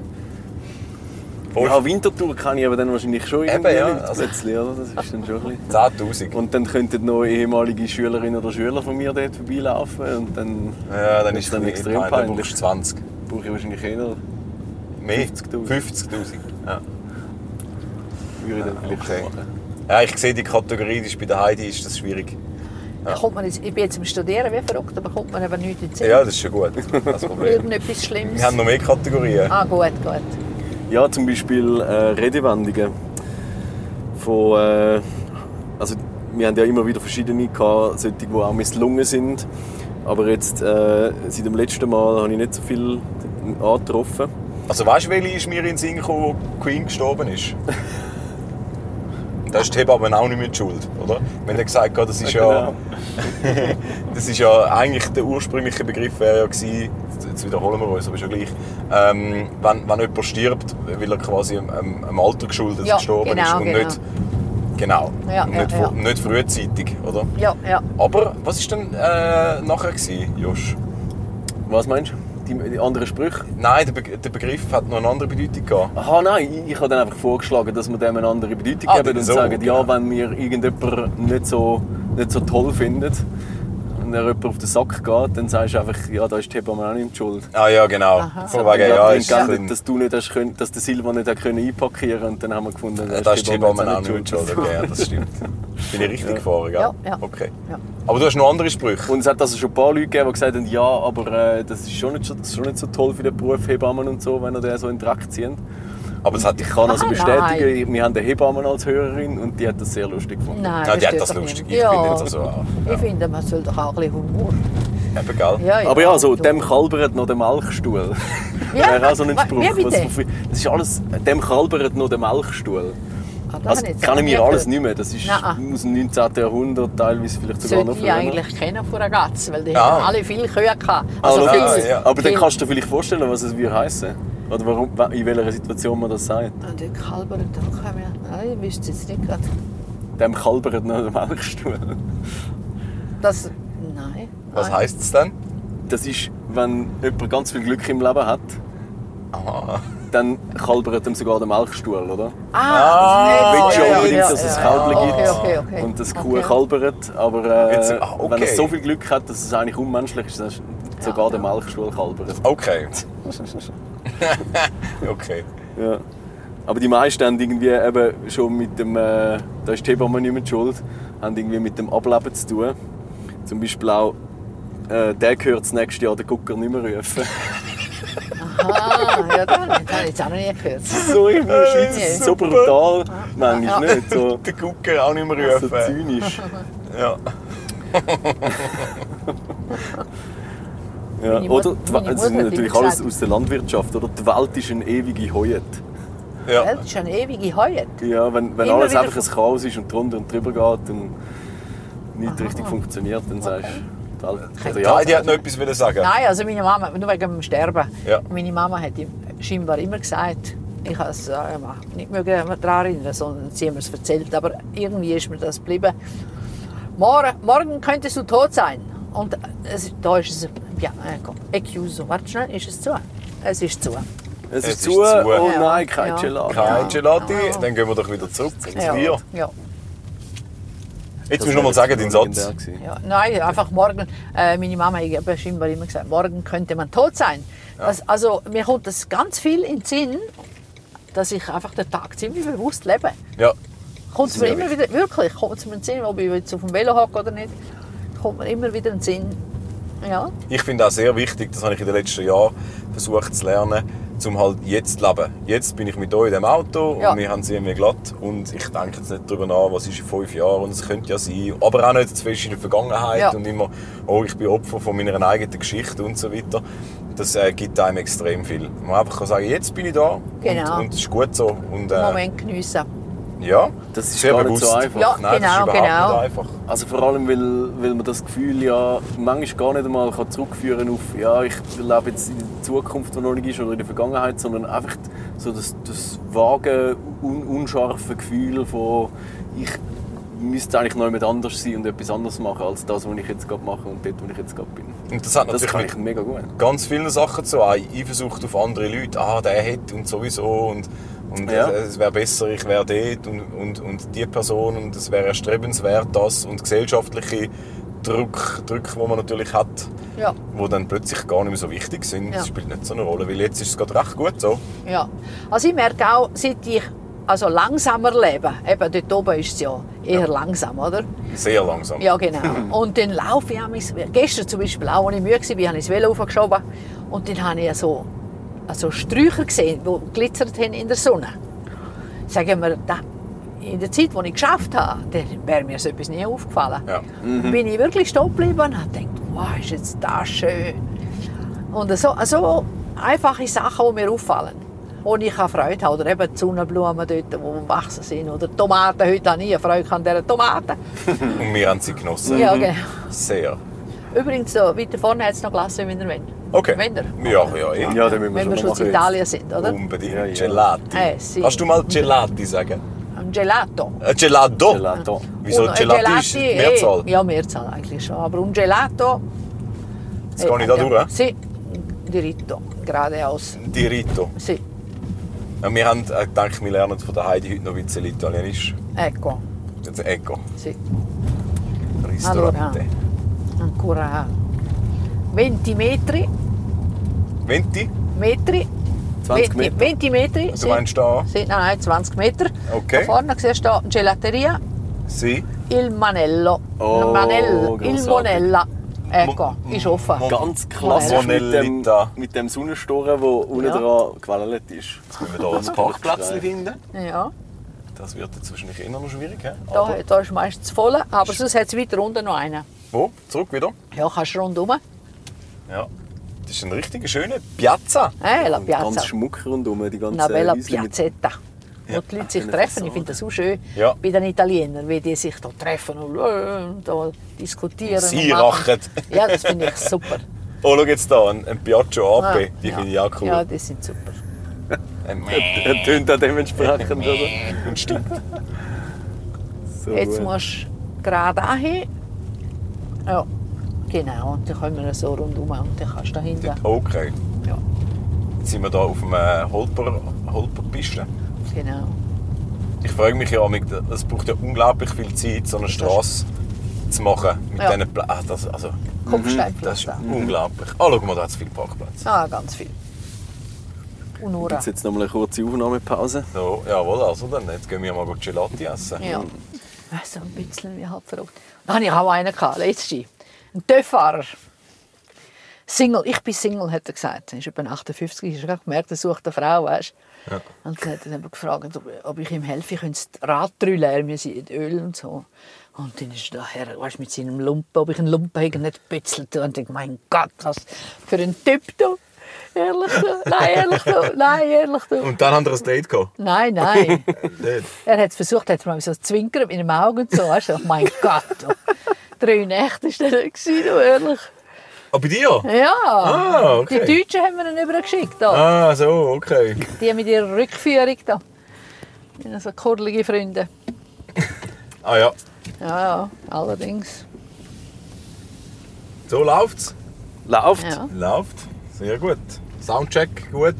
[SPEAKER 2] Ja, Winterthur kann ich aber dann wahrscheinlich schon
[SPEAKER 3] Eben,
[SPEAKER 2] irgendwie
[SPEAKER 3] ja,
[SPEAKER 2] mit
[SPEAKER 3] also-
[SPEAKER 2] Plätzchen, oder? Das ist dann schon ein bisschen...
[SPEAKER 3] 10.000.
[SPEAKER 2] Und dann könnten noch ehemalige Schülerinnen oder Schüler von mir dort vorbeilaufen und dann
[SPEAKER 3] ja, dann
[SPEAKER 2] wird's
[SPEAKER 3] ist es extrem peinlich. Dann brauchst du 20.
[SPEAKER 2] brauche ich wahrscheinlich eher, würde
[SPEAKER 3] Mehr?
[SPEAKER 2] 50.000.
[SPEAKER 3] 50.000. Ja.
[SPEAKER 2] ich dann vielleicht
[SPEAKER 3] okay.
[SPEAKER 2] schon machen.
[SPEAKER 3] ja, ich sehe die Kategorie, die ist bei der Heidi ist das schwierig.
[SPEAKER 4] da kommt man jetzt, ich bin jetzt am Studieren wie verrückt, aber kommt man eben nichts in den Sinn.
[SPEAKER 3] Ja, das ist schon gut. Das Problem.
[SPEAKER 4] Irgendetwas Schlimmes.
[SPEAKER 3] Wir haben noch mehr Kategorien.
[SPEAKER 4] Ah, gut, gut.
[SPEAKER 2] Ja, zum Beispiel äh, Redewendungen von... Äh, also wir haben ja immer wieder verschiedene gehabt, solche, die auch misslungen sind. Aber jetzt, äh, seit dem letzten Mal habe ich nicht so viel angetroffen.
[SPEAKER 3] Also weißt du, welche ist mir in den Sinn gekommen, wo Queen gestorben ist? Da ist die Hebamme auch nicht mehr die schuld, oder? Wenn er gesagt hat, das ist ja,
[SPEAKER 2] Genau.
[SPEAKER 3] das ist ja eigentlich der ursprüngliche Begriff wäre ja gewesen, jetzt wiederholen wir uns, aber ist ja gleich, ähm, wenn, wenn jemand stirbt, weil er quasi im, im, im Alter geschuldet
[SPEAKER 4] Ja,
[SPEAKER 3] gestorben ist
[SPEAKER 4] genau,
[SPEAKER 3] und
[SPEAKER 4] genau.
[SPEAKER 3] nicht, genau,
[SPEAKER 4] Ja,
[SPEAKER 3] und
[SPEAKER 4] ja,
[SPEAKER 3] nicht,
[SPEAKER 4] ja.
[SPEAKER 3] vor- nicht frühzeitig, oder?
[SPEAKER 4] Ja, ja.
[SPEAKER 3] Aber was ist denn äh, nachher gewesen, Josch?
[SPEAKER 2] Was meinst du? Die, die anderen Sprüche?
[SPEAKER 3] Nein, der, Be der Begriff hat noch eine andere Bedeutung gehabt.
[SPEAKER 2] Aha, nein, ich, ich habe dann einfach vorgeschlagen, dass wir dem eine andere Bedeutung
[SPEAKER 3] Ah,
[SPEAKER 2] geben
[SPEAKER 3] dann
[SPEAKER 2] und
[SPEAKER 3] so,
[SPEAKER 2] sagen, ja,
[SPEAKER 3] genau.
[SPEAKER 2] wenn wir irgendjemand nicht so, nicht so toll findet und er jemand auf den Sack geht, dann sagst du einfach, ja, da ist die Hebamme auch nicht schuld.
[SPEAKER 3] Ah ja, genau.
[SPEAKER 4] Aha.
[SPEAKER 3] Von
[SPEAKER 2] Ich
[SPEAKER 3] wegen,
[SPEAKER 2] glaub,
[SPEAKER 3] ja,
[SPEAKER 2] wir
[SPEAKER 3] ist
[SPEAKER 2] haben
[SPEAKER 3] ein-
[SPEAKER 2] geändert, dass du nicht hast können, dass der Silva nicht hat können einpackieren und dann haben wir gefunden,
[SPEAKER 3] Ja, Äh, da ist die Hebamme
[SPEAKER 2] jetzt
[SPEAKER 3] auch nicht schuld. Okay, ja, das stimmt. Bin ich richtig gefahren, gell?
[SPEAKER 4] Ja, ja.
[SPEAKER 3] Okay.
[SPEAKER 4] Ja.
[SPEAKER 3] Aber du hast noch andere Sprüche.
[SPEAKER 2] Und es hat also schon ein paar Leute gegeben, die gesagt haben, ja, aber äh, das ist schon nicht, so- das ist schon nicht so toll für den Beruf Hebammen und so, wenn er den so in den Dreck zieht.
[SPEAKER 3] Aber es hat dich
[SPEAKER 2] Ich kann also
[SPEAKER 4] Ah,
[SPEAKER 2] bestätigen, wir haben eine Hebamme als Hörerin und die hat das sehr lustig gefunden.
[SPEAKER 4] Nein,
[SPEAKER 3] Ja, Ah, die hat
[SPEAKER 4] stört
[SPEAKER 3] das
[SPEAKER 4] doch
[SPEAKER 3] lustig.
[SPEAKER 4] niemand.
[SPEAKER 3] Ich
[SPEAKER 4] ja.
[SPEAKER 3] finde jetzt also auch.
[SPEAKER 4] Ich finde, man soll doch auch ein bisschen Humor.
[SPEAKER 3] Eben, gell?
[SPEAKER 4] Ja,
[SPEAKER 2] Aber ja, so,
[SPEAKER 4] du.
[SPEAKER 2] dem Kalberet noch den Melchstuhl.
[SPEAKER 4] Ja,
[SPEAKER 2] Wäre auch so ein
[SPEAKER 4] wa-
[SPEAKER 2] Spruch.
[SPEAKER 4] wie bitte?
[SPEAKER 2] was von- das ist alles, dem Kalberet noch den Melchstuhl.
[SPEAKER 4] Ah, das
[SPEAKER 2] Also
[SPEAKER 4] habe jetzt
[SPEAKER 2] kennen
[SPEAKER 4] noch nie
[SPEAKER 2] wir alles
[SPEAKER 4] gehört.
[SPEAKER 2] nicht mehr. Das ist
[SPEAKER 4] Nein.
[SPEAKER 2] aus dem 19. Jahrhundert, teilweise vielleicht sogar
[SPEAKER 4] Sollte
[SPEAKER 2] noch
[SPEAKER 4] ich
[SPEAKER 2] früher.
[SPEAKER 4] eigentlich kennen von einer Gatze, weil die
[SPEAKER 3] Ah.
[SPEAKER 4] haben alle viel Kühe gehabt.
[SPEAKER 2] Also
[SPEAKER 3] Ah,
[SPEAKER 4] viel,
[SPEAKER 3] logisch. ja.
[SPEAKER 2] Aber dann
[SPEAKER 4] viel-
[SPEAKER 2] kannst du dir vielleicht vorstellen, was es wir heißen. Oder warum, in welcher Situation man das sagt.
[SPEAKER 4] Und die Kälber, Ah, da kommen wir. Nein, ich wüsste jetzt nicht gerade.
[SPEAKER 2] Dem Kalberet noch den Melchstuhl.
[SPEAKER 4] Das. Nein.
[SPEAKER 3] Was
[SPEAKER 4] nein.
[SPEAKER 3] heisst es denn?
[SPEAKER 2] Das ist, wenn jemand ganz viel Glück im Leben hat,
[SPEAKER 3] Aha.
[SPEAKER 2] dann kalbert ihm sogar den Melchstuhl, oder?
[SPEAKER 4] Ah,
[SPEAKER 3] Ah,
[SPEAKER 2] Willst
[SPEAKER 4] das
[SPEAKER 2] schon
[SPEAKER 3] ja,
[SPEAKER 2] unbedingt,
[SPEAKER 3] ja,
[SPEAKER 2] dass es
[SPEAKER 3] ja,
[SPEAKER 2] Kälbchen
[SPEAKER 3] ja.
[SPEAKER 2] gibt
[SPEAKER 4] Okay, okay, okay.
[SPEAKER 2] und das Kuh
[SPEAKER 4] Okay.
[SPEAKER 2] kalbert, aber äh,
[SPEAKER 3] Jetzt- ah, okay.
[SPEAKER 2] wenn es so viel Glück hat, dass es eigentlich unmenschlich ist, dann ist sogar der Melchstuhl kalbert.
[SPEAKER 3] Okay. Okay.
[SPEAKER 2] Ja. Aber die meisten haben irgendwie eben schon mit dem, äh, da ist die Hebamme nicht mehr die schuld, haben irgendwie mit dem Ableben zu tun. Zum Beispiel auch, äh, der gehört das nächste Jahr den Gucker nicht mehr rufen.
[SPEAKER 4] Ah, ja, das habe ich- das habe ich jetzt auch noch nie gehört.
[SPEAKER 2] so in der Äh, Schweiz
[SPEAKER 4] Nee.
[SPEAKER 2] ist es so brutal, manchmal
[SPEAKER 4] Ja.
[SPEAKER 2] nicht, so,
[SPEAKER 3] Der Gucker auch nicht mehr
[SPEAKER 2] so
[SPEAKER 3] rufen.
[SPEAKER 2] zynisch.
[SPEAKER 3] Ja.
[SPEAKER 2] Ja,
[SPEAKER 4] Meine
[SPEAKER 2] oder
[SPEAKER 4] Mut-
[SPEAKER 2] die, das
[SPEAKER 4] meine
[SPEAKER 2] ist
[SPEAKER 4] Mutter hat
[SPEAKER 2] natürlich
[SPEAKER 4] immer
[SPEAKER 2] alles
[SPEAKER 4] gesagt-
[SPEAKER 2] aus der Landwirtschaft, oder? Die Welt ist eine ewige Heuet.
[SPEAKER 3] ja.
[SPEAKER 4] Das ist schon ewige Heuer.
[SPEAKER 2] Ja, wenn wenn
[SPEAKER 4] Immer
[SPEAKER 2] alles
[SPEAKER 4] wieder
[SPEAKER 2] einfach ein Chaos ist und drunter und drüber geht und nicht richtig funktioniert, dann sagst du, die Welt- oder
[SPEAKER 3] Die Heidi
[SPEAKER 2] ja,
[SPEAKER 3] hat noch etwas wollen sagen.
[SPEAKER 4] Nein, also meine Mama, nur wegen dem Sterben.
[SPEAKER 3] Ja.
[SPEAKER 4] Meine Mama hat ihm scheinbar immer gesagt, ich habe es äh, nicht mögen daran erinnern, sondern sie haben mir es erzählt, aber irgendwie ist mir das geblieben. Morgen, morgen könntest du tot sein. Und es, da ist es, ja, äh, komm, Accusum. Warte schnell, ist es zu? Es ist zu.
[SPEAKER 2] es ist zu, oh nein, kein
[SPEAKER 4] Ja.
[SPEAKER 2] Gelato.
[SPEAKER 3] Kein
[SPEAKER 4] Ja.
[SPEAKER 3] Gelati,
[SPEAKER 4] Ja.
[SPEAKER 3] dann gehen wir doch wieder zurück ins
[SPEAKER 4] Ah. ja.
[SPEAKER 3] Bier.
[SPEAKER 4] Ja.
[SPEAKER 3] Jetzt musst du noch mal sagen, deinen Satz.
[SPEAKER 4] Ja, nein, einfach morgen. Äh, meine Mama hat eben scheinbar immer gesagt, morgen könnte man tot sein. Das, also mir kommt das ganz viel in den Sinn, dass ich einfach den Tag ziemlich bewusst lebe.
[SPEAKER 3] Ja.
[SPEAKER 4] Kommt
[SPEAKER 3] ist
[SPEAKER 4] mir
[SPEAKER 3] ja
[SPEAKER 4] immer wieder, wirklich, kommt mir in den Sinn, ob ich jetzt auf dem Velo hocke oder nicht, kommt mir immer wieder in den Sinn. Ja,
[SPEAKER 3] Ich finde auch sehr wichtig, das habe ich in den letzten Jahren versucht zu lernen, zum halt jetzt zu leben. Jetzt bin ich mit euch in dem Auto
[SPEAKER 4] Ja.
[SPEAKER 3] und wir haben es irgendwie glatt und ich denke jetzt nicht darüber nach, was ist in fünf Jahren und es könnte ja sein, aber auch nicht zu fest in der Vergangenheit
[SPEAKER 4] Ja.
[SPEAKER 3] und immer, oh, ich bin Opfer von meiner eigenen Geschichte und so weiter. Das äh, gibt einem extrem viel. Man einfach kann sagen, jetzt bin ich da
[SPEAKER 4] Genau.
[SPEAKER 3] und, und es ist gut so. Und,
[SPEAKER 4] den
[SPEAKER 3] äh,
[SPEAKER 4] Moment geniessen.
[SPEAKER 3] Ja,
[SPEAKER 2] Das ist gar nicht so einfach.
[SPEAKER 4] Ja,
[SPEAKER 3] Nein, das ist
[SPEAKER 4] genau,
[SPEAKER 3] überhaupt
[SPEAKER 4] genau.
[SPEAKER 3] nicht einfach.
[SPEAKER 2] Also vor allem, weil, weil man das Gefühl ja manchmal gar nicht einmal kann zurückführen auf ja, ich lebe jetzt in der Zukunft, die noch nicht ist, oder in der Vergangenheit, sondern einfach so das, das vage, un, unscharfe Gefühl von ich müsste eigentlich noch jemand anders sein und etwas anderes machen, als das, was ich jetzt gerade mache und dort, wo ich jetzt gerade bin.
[SPEAKER 3] Und das hat
[SPEAKER 2] Das
[SPEAKER 3] natürlich
[SPEAKER 2] kann
[SPEAKER 3] mit
[SPEAKER 2] ich mega gut.
[SPEAKER 3] ganz vielen Sachen zu ein. Eifersucht auf andere Leute. Ah, der hat und sowieso. Und, und
[SPEAKER 2] Ja.
[SPEAKER 3] es, es wäre besser, ich wäre dort und, und, und die Person. Und es wäre erstrebenswert, das. Und gesellschaftliche Druck, Druck, wo man natürlich hat,
[SPEAKER 4] Ja,
[SPEAKER 3] wo dann plötzlich gar nicht mehr so wichtig sind.
[SPEAKER 4] Ja.
[SPEAKER 3] Das spielt nicht so eine Rolle, weil jetzt ist es gerade recht gut so.
[SPEAKER 4] ja. Also ich merke auch, seit ich also langsamer lebe, eben dort oben ist es ja eher langsam, oder?
[SPEAKER 3] Sehr langsam.
[SPEAKER 4] Ja, genau. Und dann laufe ich mich, gestern zum Beispiel auch, als ich müde war, habe ich das Velo aufgeschoben und dann habe ich so, also Sträucher gesehen, die glitzert haben in der Sonne. Sagen wir, da, in der Zeit, als ich geschafft habe, dann wäre mir so etwas nie aufgefallen.
[SPEAKER 3] Ja. Mhm.
[SPEAKER 4] Bin ich wirklich stehen geblieben und habe gedacht, wow, ist jetzt das schön. Und so, so einfache Sachen, die mir auffallen. Und ich habe Freude habe. Oder eben die Sonnenblumen dort, die wachsen sind. Oder die Tomaten. Heute habe ich eine Freude an dieser Tomaten.
[SPEAKER 3] Und wir haben sie genossen.
[SPEAKER 4] Ja, genau.
[SPEAKER 3] Sehr.
[SPEAKER 4] Übrigens, eh, so, weiter vorne hat es noch Klasse, wenn ihr wollt.
[SPEAKER 3] Okay.
[SPEAKER 4] Wenn ihr.
[SPEAKER 3] Ja, ja, eh.
[SPEAKER 2] Ja, er dann müssen wir
[SPEAKER 4] Wenn wir
[SPEAKER 2] schon
[SPEAKER 4] schon
[SPEAKER 2] machen.
[SPEAKER 4] in Italien sind, oder?
[SPEAKER 3] Unbedingt.
[SPEAKER 2] Ja, ja.
[SPEAKER 3] Gelati.
[SPEAKER 4] Eh, sì.
[SPEAKER 3] Kannst du mal Gelati sagen?
[SPEAKER 4] Ein Gelato.
[SPEAKER 3] Äh, Gelato.
[SPEAKER 2] Gelato.
[SPEAKER 3] Wieso
[SPEAKER 4] Und, äh,
[SPEAKER 3] Gelati ist die
[SPEAKER 4] Gelati,
[SPEAKER 3] Mehrzahl?
[SPEAKER 4] eh, ja, Mehrzahl eigentlich schon. Aber ein Gelato.
[SPEAKER 3] Jetzt gehe ich da durch, eh?
[SPEAKER 4] Sì, diritto, geradeaus.
[SPEAKER 3] Diritto.
[SPEAKER 4] Sì,
[SPEAKER 3] Ja, wir haben äh, gedacht, wir lernen von der Heidi heute noch ein bisschen Italienisch.
[SPEAKER 4] ecco,
[SPEAKER 3] Jetzt Ecco,
[SPEAKER 4] sì.
[SPEAKER 3] Ristorante.
[SPEAKER 4] Ancora 20 metri,
[SPEAKER 3] 20?
[SPEAKER 4] metri,
[SPEAKER 2] 20
[SPEAKER 4] 20,
[SPEAKER 2] Meter.
[SPEAKER 4] 20 metri.
[SPEAKER 3] Du meinst da?
[SPEAKER 4] Sì, no, no, 20 metri.
[SPEAKER 3] Okay.
[SPEAKER 4] Da vorne siehst du Gelateria
[SPEAKER 3] Sie?
[SPEAKER 4] Il Manello.
[SPEAKER 2] Oh,
[SPEAKER 4] il Manello, il
[SPEAKER 2] grossartig.
[SPEAKER 4] Monella. Ecco, ich hoffe.
[SPEAKER 3] Mo-
[SPEAKER 2] Ganz klassisch mit dem,
[SPEAKER 3] Monellita.
[SPEAKER 2] mit dem Sonnenstoren, der unten
[SPEAKER 4] Ja.
[SPEAKER 2] dran gewellt ist.
[SPEAKER 3] Jetzt müssen wir hier ein Parkplätzchen finden.
[SPEAKER 4] Ja,
[SPEAKER 3] Das wird jetzt wahrscheinlich immer noch schwierig. hä?
[SPEAKER 4] da,
[SPEAKER 3] Aber
[SPEAKER 4] da ist meistens voll, aber sonst hat es weiter unten noch einen.
[SPEAKER 3] wo? Zurück wieder?
[SPEAKER 4] Ja, kannst rundum.
[SPEAKER 3] Ja. Das ist ein richtiger schöner Piazza.
[SPEAKER 4] Eh, la
[SPEAKER 2] Und
[SPEAKER 4] Piazza.
[SPEAKER 2] Ganz schmuck rundum, die ganze
[SPEAKER 4] Una bella
[SPEAKER 2] Häuschen mit-
[SPEAKER 4] piazzetta.
[SPEAKER 3] Ja,
[SPEAKER 4] Wo die Leute sich
[SPEAKER 2] schöne
[SPEAKER 4] treffen. Ich
[SPEAKER 2] Fassade.
[SPEAKER 4] finde das so schön
[SPEAKER 3] Ja.
[SPEAKER 4] bei den Italienern, wie die sich da treffen und, äh, und da diskutieren.
[SPEAKER 3] Sie
[SPEAKER 4] und machen.
[SPEAKER 3] rachen.
[SPEAKER 4] Ja, das finde ich super.
[SPEAKER 3] Oh, schau jetzt da, ein, ein Piaggio AP. Die
[SPEAKER 4] Ah, ja.
[SPEAKER 3] finde ich auch cool.
[SPEAKER 4] Ja, die sind super.
[SPEAKER 3] Ein
[SPEAKER 2] Er tönt auch dementsprechend, oder?
[SPEAKER 3] Und stimmt.
[SPEAKER 2] So
[SPEAKER 4] Jetzt
[SPEAKER 2] gut.
[SPEAKER 4] musst du gerade hin. Ja, genau. Und dann kommen wir so rundum und dann kannst du da hinten.
[SPEAKER 3] Okay.
[SPEAKER 4] Ja,
[SPEAKER 3] Jetzt sind wir hier auf dem äh, Holper, Holperpiste.
[SPEAKER 4] genau.
[SPEAKER 3] Mhm, Ich frage mich ja, amig, es braucht ja unglaublich viel Zeit, so eine Straße zu machen. Mit
[SPEAKER 4] Ja.
[SPEAKER 3] diesen Pla ah, das, also, das ist
[SPEAKER 4] Kopfsteinplatz.
[SPEAKER 3] unglaublich. Ah, schau mal, da hat es viele Parkplätze.
[SPEAKER 4] Ah, ganz viel. Und Ura.
[SPEAKER 2] Jetzt jetzt noch mal eine kurze Aufnahmepause.
[SPEAKER 3] So, jawohl, also dann, jetzt gehen wir mal gut Gelati essen.
[SPEAKER 4] Ja. So ein bisschen wie halb verrückt. Dann hatte ich auch einen, gehabt, letzte. Ein TÜV-Fahrer. Single, ich bin Single, hat er gesagt. Er ist etwa 58, ich habe gemerkt, er sucht eine Frau, weißt du. Und dann hat er dann gefragt, ob, ob ich ihm helfe, ich könnte das Rad drüllen, wir sind Öl und so. Und dann ist er daher, weißt du, mit seinem Lumpen, ob ich einen Lumpen habe, nicht gebützelt. Und ich mein Gott, was für ein Typ du. Ehrlich du, nein, ehrlich du, nein, ehrlich du.
[SPEAKER 3] Und dann haben wir ein Date gehabt.
[SPEAKER 4] Nein, nein.
[SPEAKER 3] Nicht?
[SPEAKER 4] Er hat es versucht, hat mir so zu zwinkern mit den Augen und so. Weißt du, Oh mein Gott. Du. Drei Nächte war er nicht, gewesen, du, ehrlich.
[SPEAKER 3] Ah, bei dir?
[SPEAKER 4] Ja,
[SPEAKER 3] Ah, okay.
[SPEAKER 4] die Deutschen haben wir ihn übergeschickt. Da.
[SPEAKER 3] Ah, so, okay.
[SPEAKER 4] Die mit ihrer Rückführung. Da. So kurlige Freunde.
[SPEAKER 3] Ah ja,
[SPEAKER 4] Ja, ja, allerdings.
[SPEAKER 3] so läuft's.
[SPEAKER 2] Läuft! Ja,
[SPEAKER 4] Ja.
[SPEAKER 3] Läuft. Sehr gut. Soundcheck gut.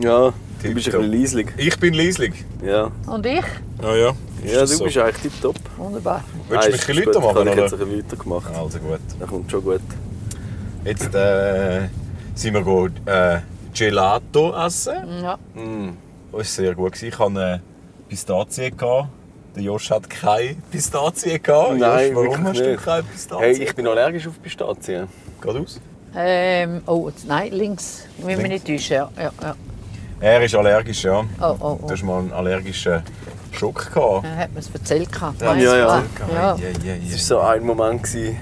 [SPEAKER 2] du bist
[SPEAKER 3] Tipptopp.
[SPEAKER 2] ein bisschen leislig.
[SPEAKER 3] Ich bin leislig.
[SPEAKER 2] Ja,
[SPEAKER 4] Und ich?
[SPEAKER 3] Ah ja. Ist
[SPEAKER 2] ja du
[SPEAKER 3] das so?
[SPEAKER 2] bist eigentlich tipptopp.
[SPEAKER 4] Wunderbar.
[SPEAKER 3] Willst du mich ein bisschen lauter machen,
[SPEAKER 2] oder? Ich jetzt
[SPEAKER 3] oder?
[SPEAKER 2] ein bisschen lauter gemacht.
[SPEAKER 3] Also gut.
[SPEAKER 2] Das kommt schon gut.
[SPEAKER 3] Jetzt äh, sind wir gut, äh, Gelato essen.
[SPEAKER 4] Ja.
[SPEAKER 3] Mm. Das war sehr gut. gewesen. Ich hatte eine Pistazie. Gehabt. Der Josh hat keine Pistazie. Gehabt.
[SPEAKER 2] Nein,
[SPEAKER 3] Josh, warum
[SPEAKER 2] wirklich
[SPEAKER 3] hast du
[SPEAKER 2] nicht.
[SPEAKER 3] keine Pistazie?
[SPEAKER 2] Hey, ich bin allergisch auf Pistazien.
[SPEAKER 3] Geradeaus.
[SPEAKER 4] Ähm, oh, jetzt- nein, links. Ich will mich nicht täuschen. Ja, ja, ja.
[SPEAKER 3] Er ist allergisch, ja.
[SPEAKER 4] Oh, oh,
[SPEAKER 3] Du
[SPEAKER 4] oh.
[SPEAKER 3] hast mal einen allergischen Schock gehabt.
[SPEAKER 4] Er hat mir es erzählt. gehabt. Ah,
[SPEAKER 2] Ja, ja, ja.
[SPEAKER 3] ja,
[SPEAKER 4] ja.
[SPEAKER 3] ja,
[SPEAKER 2] Es
[SPEAKER 3] ja.
[SPEAKER 2] war so ein Moment gewesen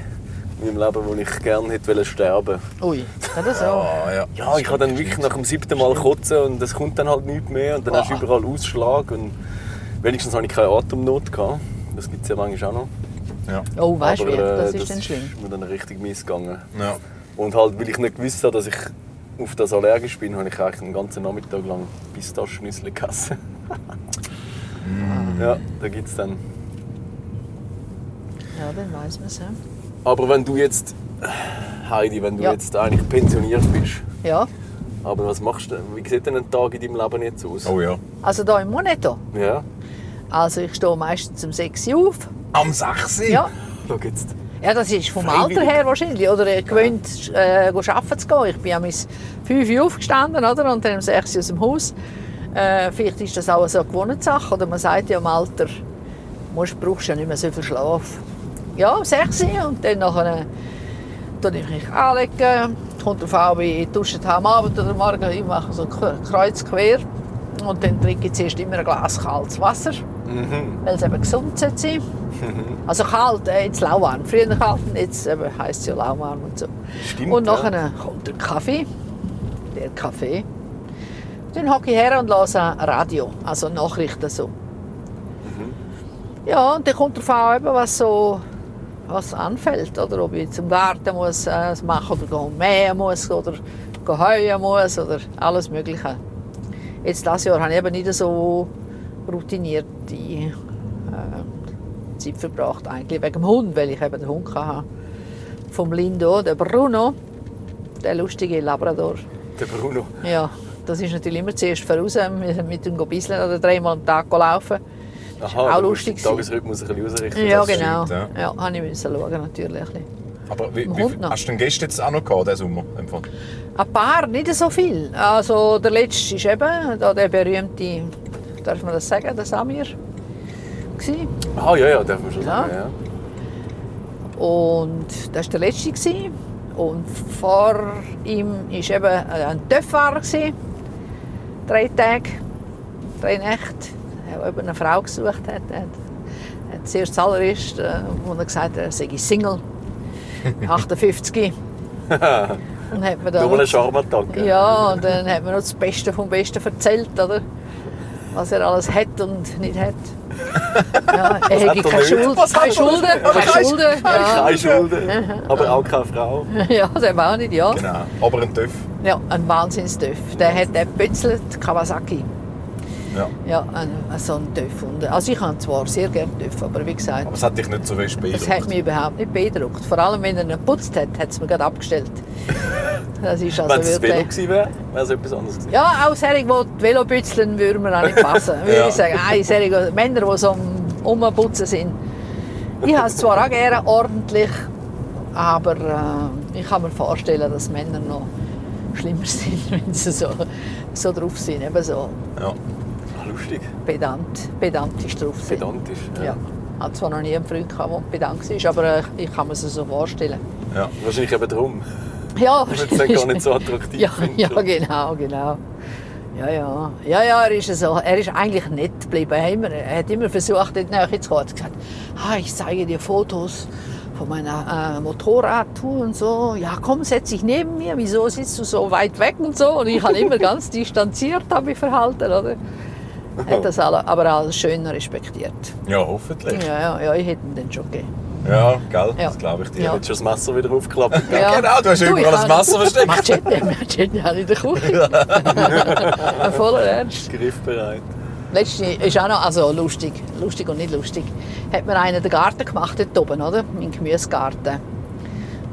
[SPEAKER 2] in meinem Leben, wo ich gerne hätte wollen sterben
[SPEAKER 4] Ui, das auch.
[SPEAKER 3] Ah, ja.
[SPEAKER 2] Ja, ich habe dann wirklich nach dem siebten Mal kotzen und es kommt dann halt nichts mehr. Und dann hast du überall Ausschlag. Und wenigstens hatte ich keine Atemnot. Gehabt. Das gibt es ja manchmal auch noch.
[SPEAKER 3] Ja.
[SPEAKER 4] Oh, weißt du,
[SPEAKER 2] Aber,
[SPEAKER 4] wie? das
[SPEAKER 2] äh,
[SPEAKER 4] ist dann schlimm.
[SPEAKER 2] mir dann richtig missgegangen.
[SPEAKER 3] ja.
[SPEAKER 2] Und halt, weil ich nicht gewusst habe, dass ich auf das allergisch bin, habe ich eigentlich den ganzen Nachmittag lang Pistaschnüssel gegessen. Ja, da gibt es dann.
[SPEAKER 4] Ja, dann weiß man es. Ja.
[SPEAKER 2] Aber wenn du jetzt, Heidi, wenn du
[SPEAKER 4] Ja.
[SPEAKER 2] jetzt eigentlich pensioniert bist,
[SPEAKER 4] ja,
[SPEAKER 2] aber was machst du? denn? Wie sieht denn ein Tag in deinem Leben jetzt aus?
[SPEAKER 3] Oh ja.
[SPEAKER 4] also hier im Moneto.
[SPEAKER 2] Ja,
[SPEAKER 4] Also ich stehe meistens um 6 Uhr auf.
[SPEAKER 3] Am 6.
[SPEAKER 4] Ja.
[SPEAKER 2] schau jetzt.
[SPEAKER 4] ja, das ist vom
[SPEAKER 2] Freiwillig.
[SPEAKER 4] Alter her wahrscheinlich. Oder äh, gewöhnt, äh, go arbeiten zu gehen. Ich bin am 5 Uhr aufgestanden oder? und dann um 6 Uhr aus dem Haus. Äh, vielleicht ist das auch so eine Gewohnheitssache. Oder man sagt ja im Alter, musst, brauchst ja nicht mehr so viel Schlaf. Ja, um 6 Uhr und dann nachher dann ich mich anlegen. Kommt auf an, wie ich dusche am Abend oder morgen. Ich mache so kreuz quer. Und dann trinke ich zuerst immer ein Glas kaltes Wasser, weil es eben gesund sein sollte.
[SPEAKER 2] Mhm.
[SPEAKER 4] Also kalt, äh, jetzt lauwarm. Früher kalt und jetzt eben heisst es ja lauwarm und so.
[SPEAKER 2] Stimmt,
[SPEAKER 4] und
[SPEAKER 2] ja.
[SPEAKER 4] nachher kommt der Kaffee. Der Kaffee. Dann hocke ich her und höre Radio, also Nachrichten so.
[SPEAKER 2] Mhm.
[SPEAKER 4] Ja, und dann kommt darauf an, eben, was so was anfällt. Oder ob ich zum Garten muss, äh, es machen oder gehen mähen muss oder gehen heuen muss oder alles Mögliche. Jetzt dieses Jahr habe ich eben nicht so routinierte äh, Zeit verbracht, eigentlich wegen dem Hund, weil ich eben den Hund hatte. Vom Lindo, der Bruno. der lustige Labrador.
[SPEAKER 2] Der Bruno.
[SPEAKER 4] Ja, das ist natürlich immer zuerst voraus. Wir sind mit ihm ein bisschen oder dreimal am Tag laufen. Das war auch
[SPEAKER 2] du musst
[SPEAKER 4] lustig.
[SPEAKER 2] Den Tagesrhythmus ein bisschen ausrichten.
[SPEAKER 4] Ja,
[SPEAKER 3] das stimmt,
[SPEAKER 4] genau.
[SPEAKER 3] ja.
[SPEAKER 4] ja, habe ich müssen schauen, natürlich. ein bisschen.
[SPEAKER 3] Aber wie,
[SPEAKER 4] Dem
[SPEAKER 3] wie,
[SPEAKER 4] Hund
[SPEAKER 3] viel-
[SPEAKER 4] noch.
[SPEAKER 3] hast du den Gäste jetzt auch noch gehabt, diesen Sommer? im Fall?
[SPEAKER 4] Ein paar, nicht so viel. Also der letzte ist eben da der berühmte, darf man das sagen, der Samir. Gewesen.
[SPEAKER 2] Ah, ja, ja, darf man schon sagen.
[SPEAKER 4] genau. Ja.
[SPEAKER 2] Ja.
[SPEAKER 4] Und das war der letzte. Gewesen. Und vor ihm war eben ein Töfffahrer. gewesen. Drei Tage, drei Nächte. Er hat eben eine Frau gesucht. Hat, hat, hat zuerst zuallererst, äh, wo er gesagt hat, er sei Single. 58. und hat mir dann
[SPEAKER 2] Nochmal einen Charme-Attacke.
[SPEAKER 4] ja, und dann hat man noch das Beste vom Besten erzählt, oder? Was er alles hat und nicht hat. Ja, er hätte
[SPEAKER 2] hat er
[SPEAKER 4] keine
[SPEAKER 2] nicht?
[SPEAKER 4] Schuld,
[SPEAKER 3] Was hat
[SPEAKER 4] keine
[SPEAKER 3] er
[SPEAKER 4] Schulden,
[SPEAKER 3] nicht?
[SPEAKER 4] keine
[SPEAKER 3] Keine
[SPEAKER 4] Schulden. Ja, Also
[SPEAKER 2] Keine Schulden, aber auch keine Frau.
[SPEAKER 4] ja das haben wir auch nicht, ja.
[SPEAKER 3] Genau. Aber ein Töff.
[SPEAKER 4] Ja, ein Wahnsinnstöff. Der hat den gebützelt, Kawasaki.
[SPEAKER 3] Ja.
[SPEAKER 4] Ja, ein, ein- so ein Töff. Und, also ich habe zwar sehr gerne Töff, aber wie gesagt,
[SPEAKER 3] Aber es hat dich nicht so fest
[SPEAKER 4] das hat
[SPEAKER 3] beeindruckt.
[SPEAKER 4] mich überhaupt nicht beeindruckt. Vor allem, wenn er ihn geputzt hat, hat es mir gerade abgestellt. Das ist also
[SPEAKER 2] Wenn es das
[SPEAKER 4] wirklich...
[SPEAKER 2] Velo gewesen wäre, wäre es etwas anderes gewesen.
[SPEAKER 4] Ja, auch solche, die die Velo bützeln, würde mir auch nicht passen. Würde
[SPEAKER 3] Ja.
[SPEAKER 4] ich sagen. Nein, solche Männer, die so am Umputzen sind. Ich habe es zwar auch gerne ordentlich, aber äh, ich kann mir vorstellen, dass Männer noch schlimmer sind, wenn sie so, so drauf sind. Eben so
[SPEAKER 3] Ja.
[SPEAKER 2] Ah, lustig,
[SPEAKER 4] pedant, pedantisch drauf sind.
[SPEAKER 2] pedantisch.
[SPEAKER 4] Ja. Ich hatte zwar noch nie einen Freund, gehabt, der pedant war, aber äh, ich kann mir es so vorstellen.
[SPEAKER 3] ja.
[SPEAKER 2] Wahrscheinlich eben darum.
[SPEAKER 4] Ja,
[SPEAKER 2] Weil sie ihn gar nicht so attraktiv
[SPEAKER 4] ja,
[SPEAKER 2] finden.
[SPEAKER 4] ja, genau, genau. Ja, ja. Ja, ja, er ist, so, er ist eigentlich nett geblieben. Er hat immer, er hat immer versucht, in die Nähe zu kommen. Er hat gesagt, ah, ich zeige dir Fotos von meiner äh, Motorradtour und so. Ja, komm, setz dich neben mir. Wieso sitzt du so weit weg und so? Und ich habe immer ganz distanziert habe ich verhalten, oder? Er Hat das
[SPEAKER 3] Oh.
[SPEAKER 4] alle, aber alles schön respektiert.
[SPEAKER 3] Ja, hoffentlich.
[SPEAKER 4] Ja, ja, ja, ich hätte ihn dann schon gegeben.
[SPEAKER 3] Ja, gell?
[SPEAKER 4] Ja.
[SPEAKER 3] Das glaube ich dir.
[SPEAKER 4] Ja.
[SPEAKER 2] Jetzt schon das Messer wieder aufklappen.
[SPEAKER 4] genau. Ja.
[SPEAKER 3] Genau, du hast
[SPEAKER 4] ich
[SPEAKER 3] überall
[SPEAKER 4] kann-
[SPEAKER 3] ein Messer versteckt.
[SPEAKER 4] Machete, Machete habe ich in der Küche. Voller Ernst.
[SPEAKER 2] Griffbereit.
[SPEAKER 4] Letzte ist auch noch also lustig, lustig und nicht lustig. Hat mir einer den Garten gemacht dort oben, oder? Mein Gemüsegarten.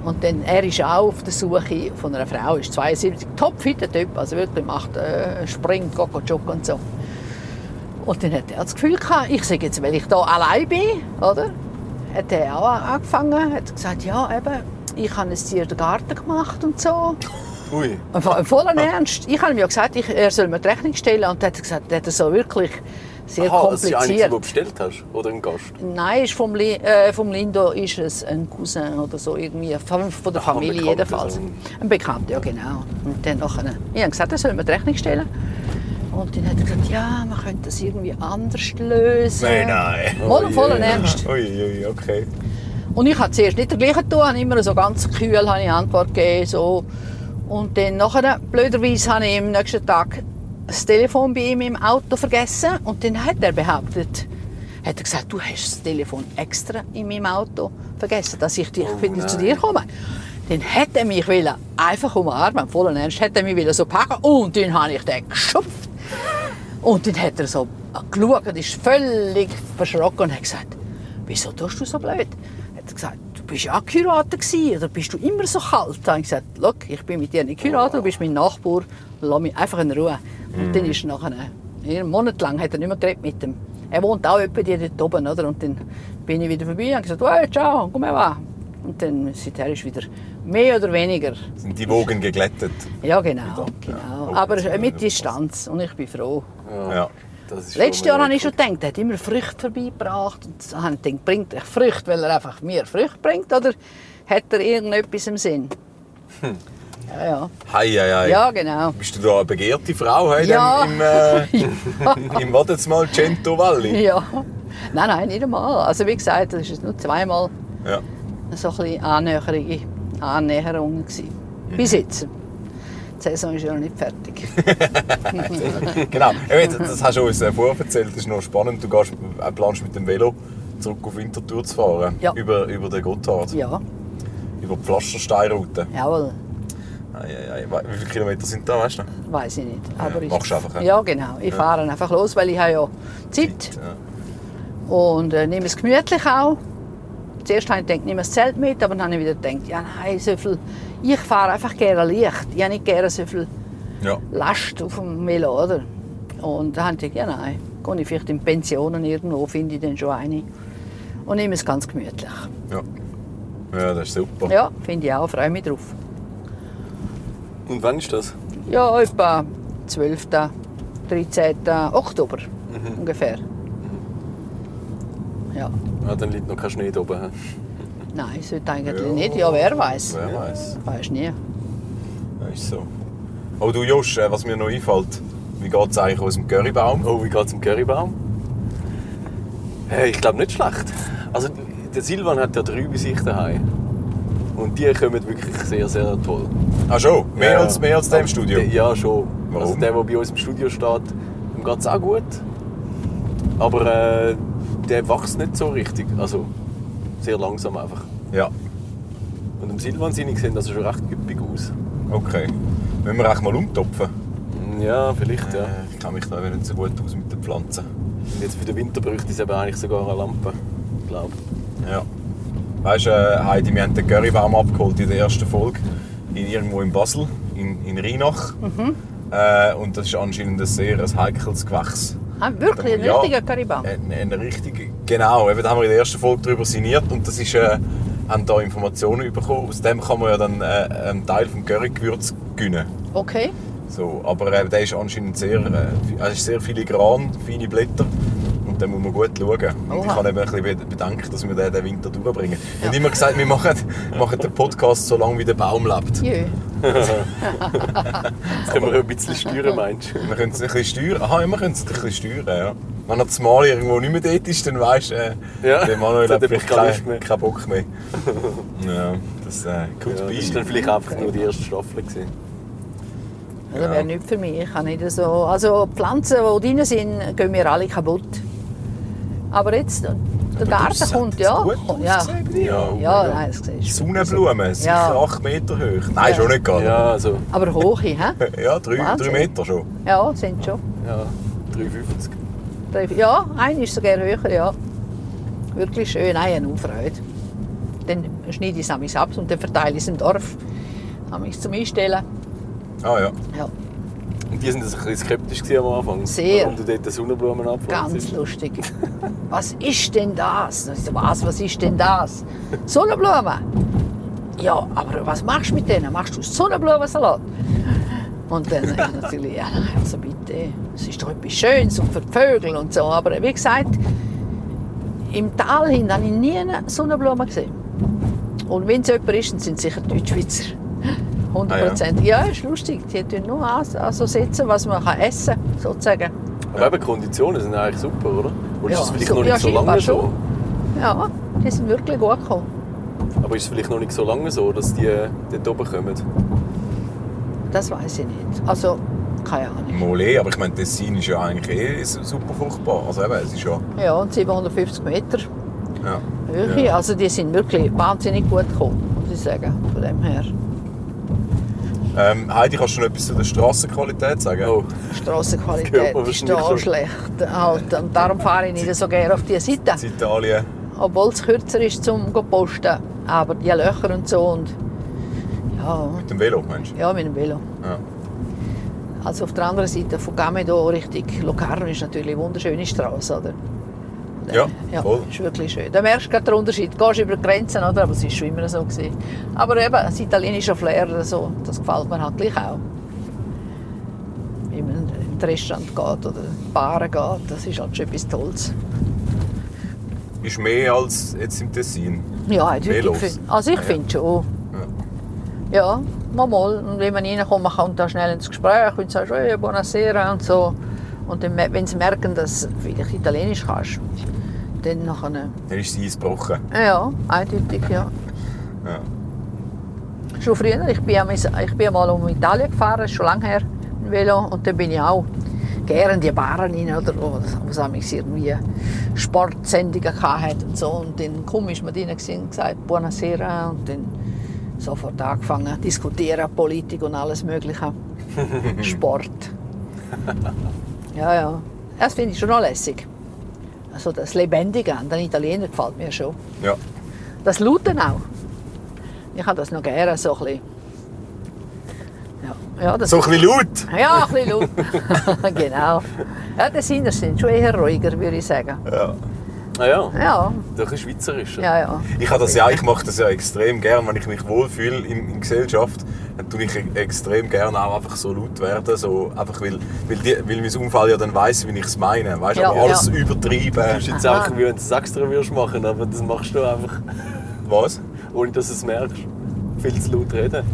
[SPEAKER 4] Und dann, er ist auch auf der Suche von einer Frau, ist 72, topfitter Typ, also wirklich macht, äh, springt, Coco und so. Und dann hat er das Gefühl gehabt, ich sage jetzt, weil ich da allein bin, oder? Hat er auch angefangen, hat gesagt, ja, eben, ich habe es dir den Garten gemacht und so.
[SPEAKER 2] Ui,
[SPEAKER 4] Im Fall- Im vollen Ernst. Ich habe ihm ja gesagt, ich, er soll mir die Rechnung stellen. Und er hat gesagt, er hat das so wirklich sehr
[SPEAKER 2] Aha, das ist ja einer, den
[SPEAKER 4] kompliziert.
[SPEAKER 2] du bestellt hast. Oder ein Gast.
[SPEAKER 4] Nein, ist vom, Li äh, vom Lindo ist es ein Cousin oder so irgendwie, von, von der
[SPEAKER 2] Aha, ein
[SPEAKER 4] Familie
[SPEAKER 2] Bekannter
[SPEAKER 4] jedenfalls.
[SPEAKER 2] so.
[SPEAKER 4] Ein Bekannter, ja genau. Und dann nachher, ich habe gesagt, er soll mir die Rechnung stellen. Und dann hat er gesagt, ja, man könnte das irgendwie anders lösen.
[SPEAKER 3] Nein, nein.
[SPEAKER 4] Voll,
[SPEAKER 2] Oh
[SPEAKER 4] vollen
[SPEAKER 2] je.
[SPEAKER 4] Ernst.
[SPEAKER 3] Uiuiui, okay.
[SPEAKER 4] Und ich habe zuerst nicht dergleichen getan, habe immer so ganz kühl habe ich Antwort gegeben. So. Und dann nachher, blöderweise, habe ich am nächsten Tag das Telefon bei ihm im Auto vergessen. Und dann hat er behauptet, hat er gesagt, du hast das Telefon extra in meinem Auto vergessen, dass ich dich
[SPEAKER 2] Oh
[SPEAKER 4] wieder zu
[SPEAKER 2] nein.
[SPEAKER 4] dir komme. Dann hat er mich wollen, einfach umarmen, vollen Ernst, hat er mich wollen so packen und dann habe ich den geschupft. Und dann hat er so geschaut und ist völlig verschrocken und hat gesagt, wieso tust du so blöd? Hat er gesagt, du bist ja auch geheiratet gewesen, oder bist du immer so kalt? Da habe ich gesagt, «Schau, ich bin mit dir nicht geheiratet, du bist mein Nachbar, lass mich einfach in Ruhe. Und dann ist nachher, einen Monat lang hat er nicht mehr geredet mit ihm. Er wohnt auch etwa die dort oben, oder? Und dann bin ich wieder vorbei und habe gesagt, hey, ciao, komm her. Und dann seither ist wieder mehr oder weniger
[SPEAKER 3] Sind die Wogen geglättet?
[SPEAKER 4] ja, genau.
[SPEAKER 3] Verdammt, ja.
[SPEAKER 4] genau.
[SPEAKER 3] Okay,
[SPEAKER 4] Aber
[SPEAKER 3] das ist
[SPEAKER 4] äh,
[SPEAKER 3] ja
[SPEAKER 4] mit
[SPEAKER 3] nicht
[SPEAKER 4] Distanz. Und ich bin froh.
[SPEAKER 3] Ja.
[SPEAKER 2] Das ist
[SPEAKER 4] Letztes
[SPEAKER 2] schon
[SPEAKER 4] Jahr
[SPEAKER 2] mal
[SPEAKER 4] habe ich schon gedacht, er hat immer Früchte vorbeigebracht. Und so habe ich gedacht, bringt er Früchte, weil er einfach mir Früchte bringt? Oder hat er irgendetwas im Sinn?
[SPEAKER 3] Hm.
[SPEAKER 4] Ja, ja.
[SPEAKER 3] Hei, hei, hei.
[SPEAKER 4] ja, genau.
[SPEAKER 3] Bist du da eine begehrte Frau heute
[SPEAKER 4] Ja.
[SPEAKER 3] im, äh, im wartet's mal Cento Valley?
[SPEAKER 4] Ja. Nein, nein, nicht einmal. Also wie gesagt, das war jetzt nur zweimal
[SPEAKER 3] Ja.
[SPEAKER 4] so ein bisschen Annäherung, Annäherung gewesen.
[SPEAKER 3] Mhm.
[SPEAKER 4] bis jetzt. Die Saison ist ja noch nicht fertig.
[SPEAKER 3] Genau. Ja, jetzt, das hast du uns äh, vorverzählt, das ist noch spannend. Du gehst, äh, planst mit dem Velo zurück auf Winterthur zu fahren.
[SPEAKER 4] Ja.
[SPEAKER 3] Über, über den Gotthard.
[SPEAKER 4] Ja,
[SPEAKER 3] Über die Pflastersteinroute.
[SPEAKER 4] jawohl.
[SPEAKER 3] Ei, ei, ei. Wie viele Kilometer sind da, weißt du? noch?
[SPEAKER 4] Weiß ich nicht. Aber
[SPEAKER 3] Ja,
[SPEAKER 4] ich,
[SPEAKER 3] machst einfach, ja.
[SPEAKER 4] Ja, genau. Ich fahre einfach los, weil ich habe ja Zeit
[SPEAKER 3] Ja.
[SPEAKER 4] und äh, nehme es gemütlich auch. Zuerst habe ich gedacht, ich nehme das Zelt mit, aber dann habe ich wieder gedacht, ja nein, so viel, ich fahre einfach gerne leicht. Ich habe nicht gerne so viel
[SPEAKER 3] Ja.
[SPEAKER 4] Last auf dem Velo, oder? Und da habe ich gedacht, ja nein, gehe ich vielleicht in Pensionen irgendwo, finde ich dann schon eine. Und nehme es ganz gemütlich.
[SPEAKER 3] Ja. ja, das ist super.
[SPEAKER 4] Ja, finde ich auch, freue mich drauf.
[SPEAKER 2] Und wann ist das?
[SPEAKER 4] Ja, etwa 12., 13. Oktober
[SPEAKER 3] Mhm.
[SPEAKER 4] ungefähr. Ja,
[SPEAKER 2] Ah, dann liegt noch kein Schnee da oben. hä?
[SPEAKER 4] nein, sollte eigentlich
[SPEAKER 3] Ja.
[SPEAKER 4] nicht. Ja, wer weiß?
[SPEAKER 3] Wer weiß.
[SPEAKER 4] Weiß nie.
[SPEAKER 3] Das ist so. Oh du Josch, äh, was mir noch einfällt, wie geht es eigentlich aus dem Currybaum?
[SPEAKER 2] Oh, wie geht es im Currybaum? Hey, ich glaube nicht schlecht. Also, der Silvan hat ja drei bei sich daheim. Und die kommen wirklich sehr, sehr toll.
[SPEAKER 3] Ah schon, mehr,
[SPEAKER 2] Ja.
[SPEAKER 3] als, mehr als dem
[SPEAKER 2] Aber
[SPEAKER 3] Studio?
[SPEAKER 2] der- Ja, schon.
[SPEAKER 3] Warum?
[SPEAKER 2] Also der, der bei uns im Studio steht, dem geht es auch gut. Aber äh, der wächst nicht so richtig. Also sehr langsam einfach.
[SPEAKER 3] Ja,
[SPEAKER 2] Und im Silvan seine sehen das schon recht üppig aus.
[SPEAKER 3] okay. Müssen wir echt mal umtopfen?
[SPEAKER 2] Ja, vielleicht, ja.
[SPEAKER 3] Äh, Ich kenne mich da eben nicht so gut aus mit den Pflanzen.
[SPEAKER 2] Und jetzt für den Winter bräuchte ich eben eigentlich sogar eine Lampe. Ich glaube.
[SPEAKER 3] Ja. Weißt du, äh, Heidi, wir haben den Currybaum abgeholt in der ersten Folge. In, irgendwo in Basel, in, in Rheinach. Äh, und das ist anscheinend ein sehr ein heikles Gewächs.
[SPEAKER 4] Ah, wirklich, ein
[SPEAKER 3] Ja.
[SPEAKER 4] richtiger Currybaum.
[SPEAKER 3] Ein, ein richtig, genau, eben, da haben wir in der ersten Folge darüber signiert und das ist, äh, haben da Informationen bekommen. Aus dem kann man ja dann äh, einen Teil vom Currygewürz gönnen.
[SPEAKER 4] Okay.
[SPEAKER 3] So, aber äh, der ist anscheinend sehr, äh, er ist sehr filigran, feine Blätter und da muss man gut schauen. Und ich
[SPEAKER 4] Oha.
[SPEAKER 3] habe eben ein bisschen bed- bedenkt, dass wir den, den Winter durchbringen. Ich habe
[SPEAKER 4] Ja.
[SPEAKER 3] immer gesagt, wir machen, machen den Podcast so lange, wie der Baum lebt.
[SPEAKER 4] Jö.
[SPEAKER 2] Jetzt können wir ein bisschen steuern, meinst du?
[SPEAKER 3] Wir können es ein bisschen steuern. Aha, ja, wir können es ein bisschen steuern, ja. Wenn er zumal irgendwo nicht mehr dort ist, dann weisst du, äh,
[SPEAKER 2] Ja,
[SPEAKER 3] der Manuel
[SPEAKER 2] dann
[SPEAKER 3] hat
[SPEAKER 2] hat er
[SPEAKER 3] vielleicht
[SPEAKER 2] keine Lust
[SPEAKER 3] keinen
[SPEAKER 2] mehr.
[SPEAKER 3] keinen Bock mehr. ja, das äh,
[SPEAKER 2] Ja,
[SPEAKER 3] could
[SPEAKER 2] das
[SPEAKER 3] be.
[SPEAKER 2] ist dann vielleicht einfach nur die erste Staffel. Gewesen.
[SPEAKER 4] Das
[SPEAKER 3] Ja.
[SPEAKER 4] wäre nicht für mich. Ich kann nicht so. Also die Pflanzen, die drin sind, gehen mir alle kaputt. Aber jetzt, der Garten
[SPEAKER 3] draussen
[SPEAKER 4] kommt,
[SPEAKER 3] hat es
[SPEAKER 4] ja.
[SPEAKER 3] gut
[SPEAKER 4] ja.
[SPEAKER 3] ausgesehen Oh, bei dir.
[SPEAKER 4] Ja, ja, nein, das siehst du.
[SPEAKER 3] Sonnenblumen, sicher
[SPEAKER 4] Ja.
[SPEAKER 3] 8 Meter hoch. Nein,
[SPEAKER 4] Ja.
[SPEAKER 3] schon nicht gerade.
[SPEAKER 2] Ja, also
[SPEAKER 4] Aber hohe, hä?
[SPEAKER 3] Ja, drei, drei
[SPEAKER 4] Wahnsinn.
[SPEAKER 3] Meter schon.
[SPEAKER 4] Ja, sind schon.
[SPEAKER 2] ja, 3,50.
[SPEAKER 4] Drei- Ja, eine ist sogar höher, ja. Wirklich schön, eine auch Freude. Dann schneide ich es amigs ab und dann verteile ich es im Dorf. Amigs zum Einstellen.
[SPEAKER 3] Ah ja.
[SPEAKER 4] Ja,
[SPEAKER 2] Und die sind ein bisschen skeptisch gewesen am Anfang.
[SPEAKER 4] Sehr.
[SPEAKER 2] Warum du dort den Sonnenblumen abpflanzt.
[SPEAKER 4] ganz lustig. Was ist denn das? Ich so, Was, was ist denn das? Sonnenblumen. Ja, aber was machst du mit denen? Machst du Sonnenblumensalat? Und dann ich natürlich, ja, nein, also bitte, es ist doch etwas Schönes und für die Vögel und so. Aber wie gesagt, im Tal hin habe ich nie eine Sonnenblume gesehen. Und wenn es jemand ist, dann sind es sicher die Deutschschweizer. 100 Prozent. ja. ist lustig. Die tun nur an- also setzen, was man kann essen kann, sozusagen.
[SPEAKER 2] Aber eben, die Konditionen sind eigentlich super, oder? Oder ist
[SPEAKER 4] Ja,
[SPEAKER 2] es vielleicht
[SPEAKER 4] so-
[SPEAKER 2] noch
[SPEAKER 4] ja,
[SPEAKER 2] nicht so
[SPEAKER 4] scheinbar
[SPEAKER 2] lange so?
[SPEAKER 4] Ja, die sind wirklich gut gekommen.
[SPEAKER 2] Aber ist es vielleicht noch nicht so lange so, dass die äh, dort oben kommen?
[SPEAKER 4] Das weiß ich nicht. Also, keine Ahnung.
[SPEAKER 3] Mole, eh, aber ich meine, Tessin ist ja eigentlich eh su- super fruchtbar. Also eben, es ist ja...
[SPEAKER 4] Ja, und 750 Meter
[SPEAKER 3] ja.
[SPEAKER 4] Höhe. Also, die sind wirklich wahnsinnig gut gekommen, muss ich sagen. Von dem her.
[SPEAKER 3] Ähm, Heidi, kannst du noch etwas zu der Strassenqualität sagen?
[SPEAKER 2] Oh,
[SPEAKER 4] Strassenqualität
[SPEAKER 2] man
[SPEAKER 4] ist
[SPEAKER 2] wahrscheinlich
[SPEAKER 4] da
[SPEAKER 2] schon.
[SPEAKER 4] schlecht. Halt. Und darum fahre ich nicht so gerne auf diese
[SPEAKER 3] In
[SPEAKER 4] Seite.
[SPEAKER 3] Italien.
[SPEAKER 4] Obwohl es kürzer ist zum zu Posten. Aber die Löcher und so. Und ja,
[SPEAKER 3] Mit dem Velo, meinst
[SPEAKER 4] ja, mit dem Velo.
[SPEAKER 3] du? Ja.
[SPEAKER 4] Also auf der anderen Seite von Gamedo Richtung Locarno ist natürlich eine wunderschöne Straße, oder?
[SPEAKER 3] Ja,
[SPEAKER 4] Ja,
[SPEAKER 3] voll.
[SPEAKER 4] ist wirklich schön. Da merkst du gerade den Unterschied. Du gehst über die Grenzen, oder? aber es war schon immer so. Gewesen. Aber eben, das italienische Flair oder so, das gefällt mir halt gleich auch. Wenn man in ein Restaurant geht oder in Baren geht, das ist halt schon etwas Tolles.
[SPEAKER 3] Ist mehr als jetzt im Tessin.
[SPEAKER 4] Ja, hat heute
[SPEAKER 3] Velos.
[SPEAKER 4] gefallen. Also ich
[SPEAKER 3] Ja.
[SPEAKER 4] finde schon. Ja, mal, mal. Und wenn man reinkommt, man kommt da schnell ins Gespräch und sagt, hey, buonasera und so. Und dann, wenn sie merken, dass du vielleicht Italienisch kannst, dann nachher...
[SPEAKER 3] Dann ist das Eis gebrochen.
[SPEAKER 4] Ja, eindeutig, ja.
[SPEAKER 3] Ja.
[SPEAKER 4] Schon früher, ich bin, einmal- ich bin mal um Italien gefahren, ist schon lange her, mit dem Velo. Und dann bin ich auch gerne in die Baren rein, oder, wo wo es amigs irgendwie Sportsendungen hatte und so. Und dann komm, ist man drin gewesen und gesagt, Buonasera. Und dann sofort angefangen, diskutieren, Politik und alles Mögliche. Sport. Ja, ja. Das finde ich schon noch lässig. Also das Lebendige an den Italienern gefällt mir schon.
[SPEAKER 3] Ja.
[SPEAKER 4] Das Lauten auch. Ich habe das noch gerne, so ein bisschen. Ja, ja, das
[SPEAKER 3] So ein bisschen laut.
[SPEAKER 4] ja, ein bisschen laut. genau. Ja, die Sinner sind schon eher ruhiger, würde ich sagen.
[SPEAKER 3] Ja.
[SPEAKER 2] Ah ja,
[SPEAKER 4] Ja,
[SPEAKER 2] doch ein schweizerisch.
[SPEAKER 4] ja, ja.
[SPEAKER 3] Ich, habe das ja, ich mache das ja extrem gern, wenn ich mich wohlfühle in, in Gesellschaft, dann tue ich e- extrem gern auch einfach so laut werden, so einfach weil, weil, die, weil mein Umfeld ja dann weiss, wie ich es meine, weißt,
[SPEAKER 4] Ja,
[SPEAKER 3] aber alles
[SPEAKER 4] ja.
[SPEAKER 2] Du
[SPEAKER 3] übertreiben,
[SPEAKER 2] bist jetzt
[SPEAKER 4] Aha.
[SPEAKER 2] auch, wie wenn du es extra würdest machen, aber das machst du einfach,
[SPEAKER 3] was?
[SPEAKER 2] ohne dass du es merkst. Viel zu laut reden.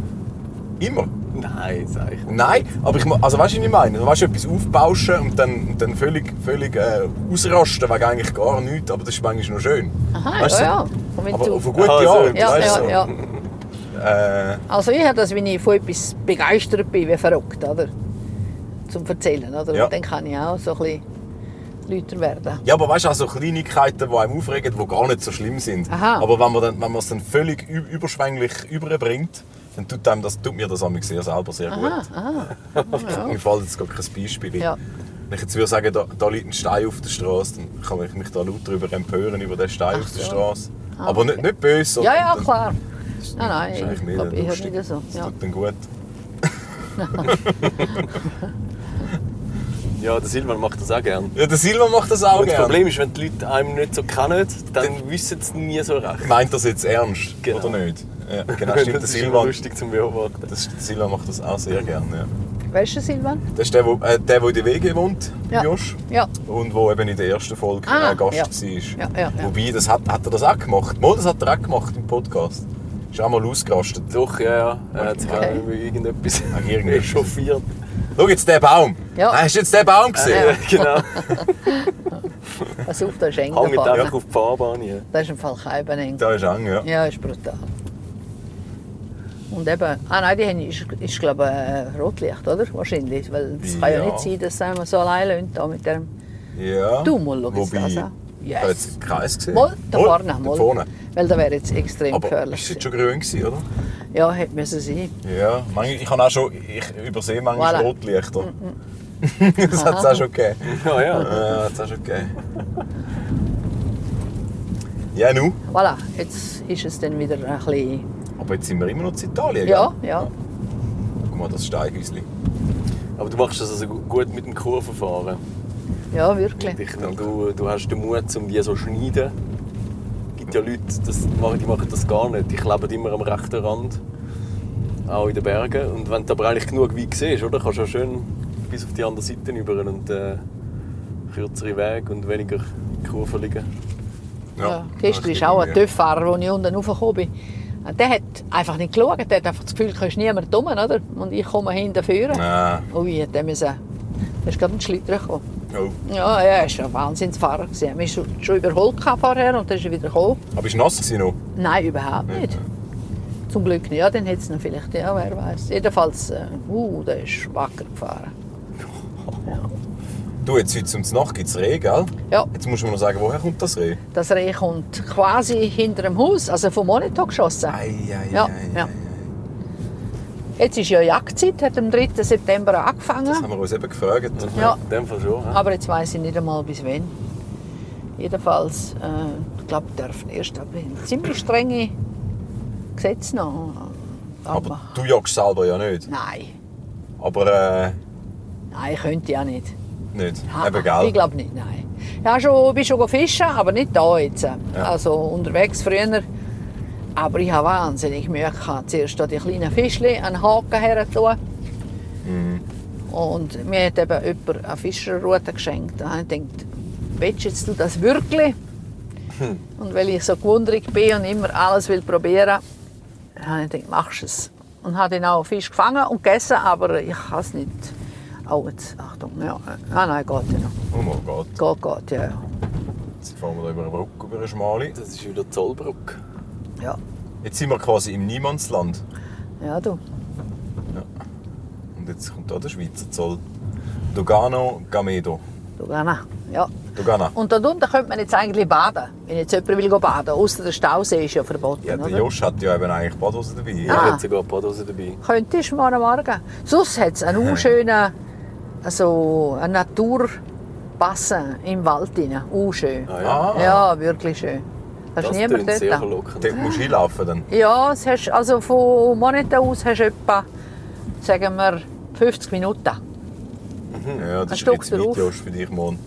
[SPEAKER 3] Immer.
[SPEAKER 2] Nein, sag ich.
[SPEAKER 3] Nein, aber ich, ma- also weißt du, was ich meine? Weißt du, etwas aufbauschen und dann, und dann völlig, völlig äh, ausrasten wegen eigentlich gar nichts, aber das ist manchmal noch schön.
[SPEAKER 4] Aha,
[SPEAKER 3] Weisst du,
[SPEAKER 4] ja, ja. Und wenn
[SPEAKER 3] Aber
[SPEAKER 4] du-
[SPEAKER 3] auf eine gute
[SPEAKER 2] Ah, so
[SPEAKER 3] Art,
[SPEAKER 4] ja,
[SPEAKER 3] weißt du?
[SPEAKER 4] ja, ja.
[SPEAKER 3] so. Äh,
[SPEAKER 4] Also ich habe das, wenn ich von etwas begeistert bin, wie verrückt, oder? Zum Erzählen, oder?
[SPEAKER 3] Ja.
[SPEAKER 4] Und dann kann ich auch so ein bisschen lauter werden.
[SPEAKER 3] Ja, aber weißt du, auch so Kleinigkeiten, die einem aufregen, die gar nicht so schlimm sind.
[SPEAKER 4] Aha.
[SPEAKER 3] Aber wenn man, dann, wenn man es dann völlig ü- überschwänglich überbringt, dann tut, einem das, tut mir das amigs sehr selber sehr gut.
[SPEAKER 4] Aha, Oh,
[SPEAKER 3] Mir fällt jetzt gar kein Beispiel ein.
[SPEAKER 4] Ja.
[SPEAKER 3] Wenn ich jetzt würde sagen, da, da liegt ein Stein auf der Straße, dann kann ich mich da laut darüber empören, über den Stein
[SPEAKER 4] Ach
[SPEAKER 3] auf der
[SPEAKER 4] so.
[SPEAKER 3] Straße.
[SPEAKER 4] Ah,
[SPEAKER 3] aber nicht,
[SPEAKER 4] okay.
[SPEAKER 3] nicht böse.
[SPEAKER 4] ja, ja,
[SPEAKER 3] sondern
[SPEAKER 4] klar. Nein,
[SPEAKER 3] dann-
[SPEAKER 4] nein,
[SPEAKER 3] ist eigentlich
[SPEAKER 4] ich
[SPEAKER 3] mehr
[SPEAKER 4] glaube, ich
[SPEAKER 3] lustig.
[SPEAKER 4] habe nicht so.
[SPEAKER 3] Das
[SPEAKER 4] Ja.
[SPEAKER 3] tut dann gut.
[SPEAKER 2] Ja, der Silvan macht das auch gerne.
[SPEAKER 3] Ja, der Silvan macht das auch
[SPEAKER 2] Und das
[SPEAKER 3] gerne.
[SPEAKER 2] Problem ist, wenn die Leute einem nicht so kennen, dann wissen sie nie so recht.
[SPEAKER 3] Meint das jetzt ernst,
[SPEAKER 2] Genau.
[SPEAKER 3] oder nicht? Ja, genau, stimmt. Der
[SPEAKER 2] das ist immer
[SPEAKER 3] Silvan,
[SPEAKER 2] lustig zum Beobachten.
[SPEAKER 3] das, der Silvan macht das auch sehr gerne. Ja.
[SPEAKER 4] Weißt du, Silvan?
[SPEAKER 3] Das ist der, wo- äh, der, der in der WG wohnt,
[SPEAKER 4] Ja.
[SPEAKER 3] Josh.
[SPEAKER 4] Ja.
[SPEAKER 3] Und der eben in der ersten Folge
[SPEAKER 4] Ah,
[SPEAKER 3] äh, Gast
[SPEAKER 4] ja.
[SPEAKER 3] war.
[SPEAKER 4] Ja, ja, ja.
[SPEAKER 3] Wobei, das hat, hat er das auch gemacht. Mal, das hat er auch gemacht im Podcast. Ist auch mal ausgerastet.
[SPEAKER 2] Doch, ja, ja. Äh, Er hat sich
[SPEAKER 4] Okay.
[SPEAKER 2] auch über irgendetwas
[SPEAKER 3] Ach, irgendetwas.
[SPEAKER 2] echauffiert.
[SPEAKER 3] Schau jetzt den Baum. Ah,
[SPEAKER 4] Ja. Äh,
[SPEAKER 3] Hast du jetzt den Baum gesehen?
[SPEAKER 2] Ja, genau.
[SPEAKER 4] Pass auf, da ist eng
[SPEAKER 2] Hängt
[SPEAKER 4] da
[SPEAKER 2] einfach
[SPEAKER 4] vorne.
[SPEAKER 2] auf die Fahrbahn. Ja.
[SPEAKER 4] Das ist im Fall kein eng.
[SPEAKER 3] Da ist Ang, ja.
[SPEAKER 4] Ja, ist brutal. Und eben, ah nein, die haben, ist, ist glaube ich, äh, Rotlicht, oder? Wahrscheinlich, weil es kann ja
[SPEAKER 3] Ja.
[SPEAKER 4] nicht sein, dass sie einmal so allein lassen, da mit dem
[SPEAKER 3] ja.
[SPEAKER 4] Tumul, schau jetzt
[SPEAKER 3] Wobei,
[SPEAKER 4] das an.
[SPEAKER 3] ich habe jetzt keins gesehen.
[SPEAKER 4] Mal, da
[SPEAKER 3] Mal,
[SPEAKER 4] vorne,
[SPEAKER 3] da
[SPEAKER 4] mal.
[SPEAKER 3] vorne.
[SPEAKER 4] Weil da wäre jetzt extrem
[SPEAKER 3] Aber
[SPEAKER 4] gefährlich.
[SPEAKER 3] ist jetzt schon grün gewesen, oder?
[SPEAKER 4] gewesen. Ja, hätte müssen sein.
[SPEAKER 3] Ja. Manchmal, ich kann auch schon, ich übersehe manchmal
[SPEAKER 4] Voilà. Mm,
[SPEAKER 3] Rotlichter. das hat es auch schon gegeben.
[SPEAKER 2] Ja, ja.
[SPEAKER 3] Ja, Ah, das ist okay. Ja, nu.
[SPEAKER 4] Voilà, jetzt ist es dann wieder ein bisschen...
[SPEAKER 3] Aber jetzt sind wir immer noch in Italien,
[SPEAKER 4] Ja,
[SPEAKER 3] gell?
[SPEAKER 4] ja.
[SPEAKER 3] Guck mal, das Steighäuschen.
[SPEAKER 2] Aber du machst das also gu- gut mit dem Kurvenfahren.
[SPEAKER 4] Ja, wirklich.
[SPEAKER 2] Ich meine, du, du hast den Mut, um die so zu schneiden. Es gibt ja Leute, das, machen- die machen das gar nicht. Die kleben immer am rechten Rand. Auch in den Bergen. Und wenn du aber eigentlich genug weit siehst, oder, kannst du ja schön bis auf die andere Seite rüber und äh, kürzere Wege und weniger Kurven liegen.
[SPEAKER 4] Ja. Gestern ist auch ein TÜV-Fahrer, als ich unten raufgekommen bin. Und Der hat einfach nicht geschaut. Der hat einfach das Gefühl, da ist niemand dumm, oder? Und ich komme hinten vorne.
[SPEAKER 3] Nein.
[SPEAKER 4] Ui, hat der Oh, müssen... Da ist gerade ein Schlitter gekommen.
[SPEAKER 3] Oh.
[SPEAKER 4] Ja, er war ein Wahnsinnsfahrer. gewesen. Er hat mich schon schon überholt gehabt vorher und dann ist er wieder gekommen.
[SPEAKER 3] Aber ist nass gewesen noch?
[SPEAKER 4] Nein, überhaupt nicht. Zum Glück nicht. Ja, dann hätte es noch vielleicht, ja, wer weiß. Jedenfalls, äh, uh, der ist wacker gefahren.
[SPEAKER 3] Du, jetzt heute um die Nacht gibt es Regen, gell?
[SPEAKER 4] Ja,
[SPEAKER 3] Jetzt musst du mir noch sagen, woher kommt das Reh?
[SPEAKER 4] das Reh kommt quasi hinter dem Haus, also vom Monitor geschossen.
[SPEAKER 3] ei,
[SPEAKER 4] Ja, ja. Jetzt ist ja Jagdzeit, hat am 3. September
[SPEAKER 3] Das
[SPEAKER 4] angefangen.
[SPEAKER 3] haben wir uns eben gefragt.
[SPEAKER 4] Ja.
[SPEAKER 2] In dem Fall schon. hä?
[SPEAKER 4] Aber jetzt weiß ich nicht einmal bis wann. Jedenfalls, äh, ich glaube, wir dürfen erst ab ziemlich strenge Gesetze noch.
[SPEAKER 3] Aber du jagst selber ja nicht.
[SPEAKER 4] nein,
[SPEAKER 3] Aber äh,
[SPEAKER 4] nein, könnte ich auch nicht.
[SPEAKER 3] nicht.
[SPEAKER 4] Ah,
[SPEAKER 3] Eben, gell?
[SPEAKER 4] Ich glaube nicht, nein. Ja, schon, bin schon fischen, aber nicht da jetzt. Also unterwegs früher. Aber ich habe wahnsinnig Mühe gehabt. Zuerst da die kleinen Fischli an den Haken her tun.
[SPEAKER 3] Mhm.
[SPEAKER 4] Und mir hat eben jemand eine Fischerrute geschenkt. Da habe ich gedacht, willst du jetzt du das wirklich?
[SPEAKER 3] Hm.
[SPEAKER 4] Und weil ich so gewundert bin und immer alles will probieren, habe ich gedacht, machst du es. Und habe dann auch Fisch gefangen und gegessen, aber ich kann es nicht. Oh, jetzt, Achtung, ja. Ah, nein, geht ja noch.
[SPEAKER 3] Oh mein Gott.
[SPEAKER 4] Geht, geht, ja. ja.
[SPEAKER 3] Jetzt fahren wir da über eine Brücke, über eine schmale.
[SPEAKER 2] Das ist wieder die Zollbrücke.
[SPEAKER 4] Ja,
[SPEAKER 3] Jetzt sind wir quasi im Niemandsland.
[SPEAKER 4] ja du.
[SPEAKER 3] Und jetzt kommt da der Schweizer Zoll. Lugano Gamedo.
[SPEAKER 4] Lugana. Ja.
[SPEAKER 3] Lugana.
[SPEAKER 4] Und dort unten könnte man jetzt eigentlich baden, wenn jetzt jemand will go baden Außer der Stausee ist ja verboten,
[SPEAKER 3] Ja, der
[SPEAKER 4] oder?
[SPEAKER 3] Josh hat ja eben eigentlich Badhose dabei.
[SPEAKER 2] Ich
[SPEAKER 4] Ah.
[SPEAKER 2] habe jetzt sogar Padose dabei.
[SPEAKER 4] Könntest du mal am Morgen. Sonst hat es einen schönen also einen Naturbassen im Wald rein. Unschön.
[SPEAKER 2] Ah, ja.
[SPEAKER 3] Ah,
[SPEAKER 4] Ja, wirklich schön. Kannst
[SPEAKER 2] das
[SPEAKER 4] niemand
[SPEAKER 2] klingt sehr
[SPEAKER 4] dort.
[SPEAKER 2] verlockend.
[SPEAKER 3] Dort musst du hinlaufen dann.
[SPEAKER 4] Ja, es hast, also von Moneta aus hast du etwa, sagen wir, 50 Minuten.
[SPEAKER 3] Hm, Ja, das ist
[SPEAKER 4] Stück
[SPEAKER 3] jetzt weit
[SPEAKER 4] drauf.
[SPEAKER 3] Jost, für dich morgen.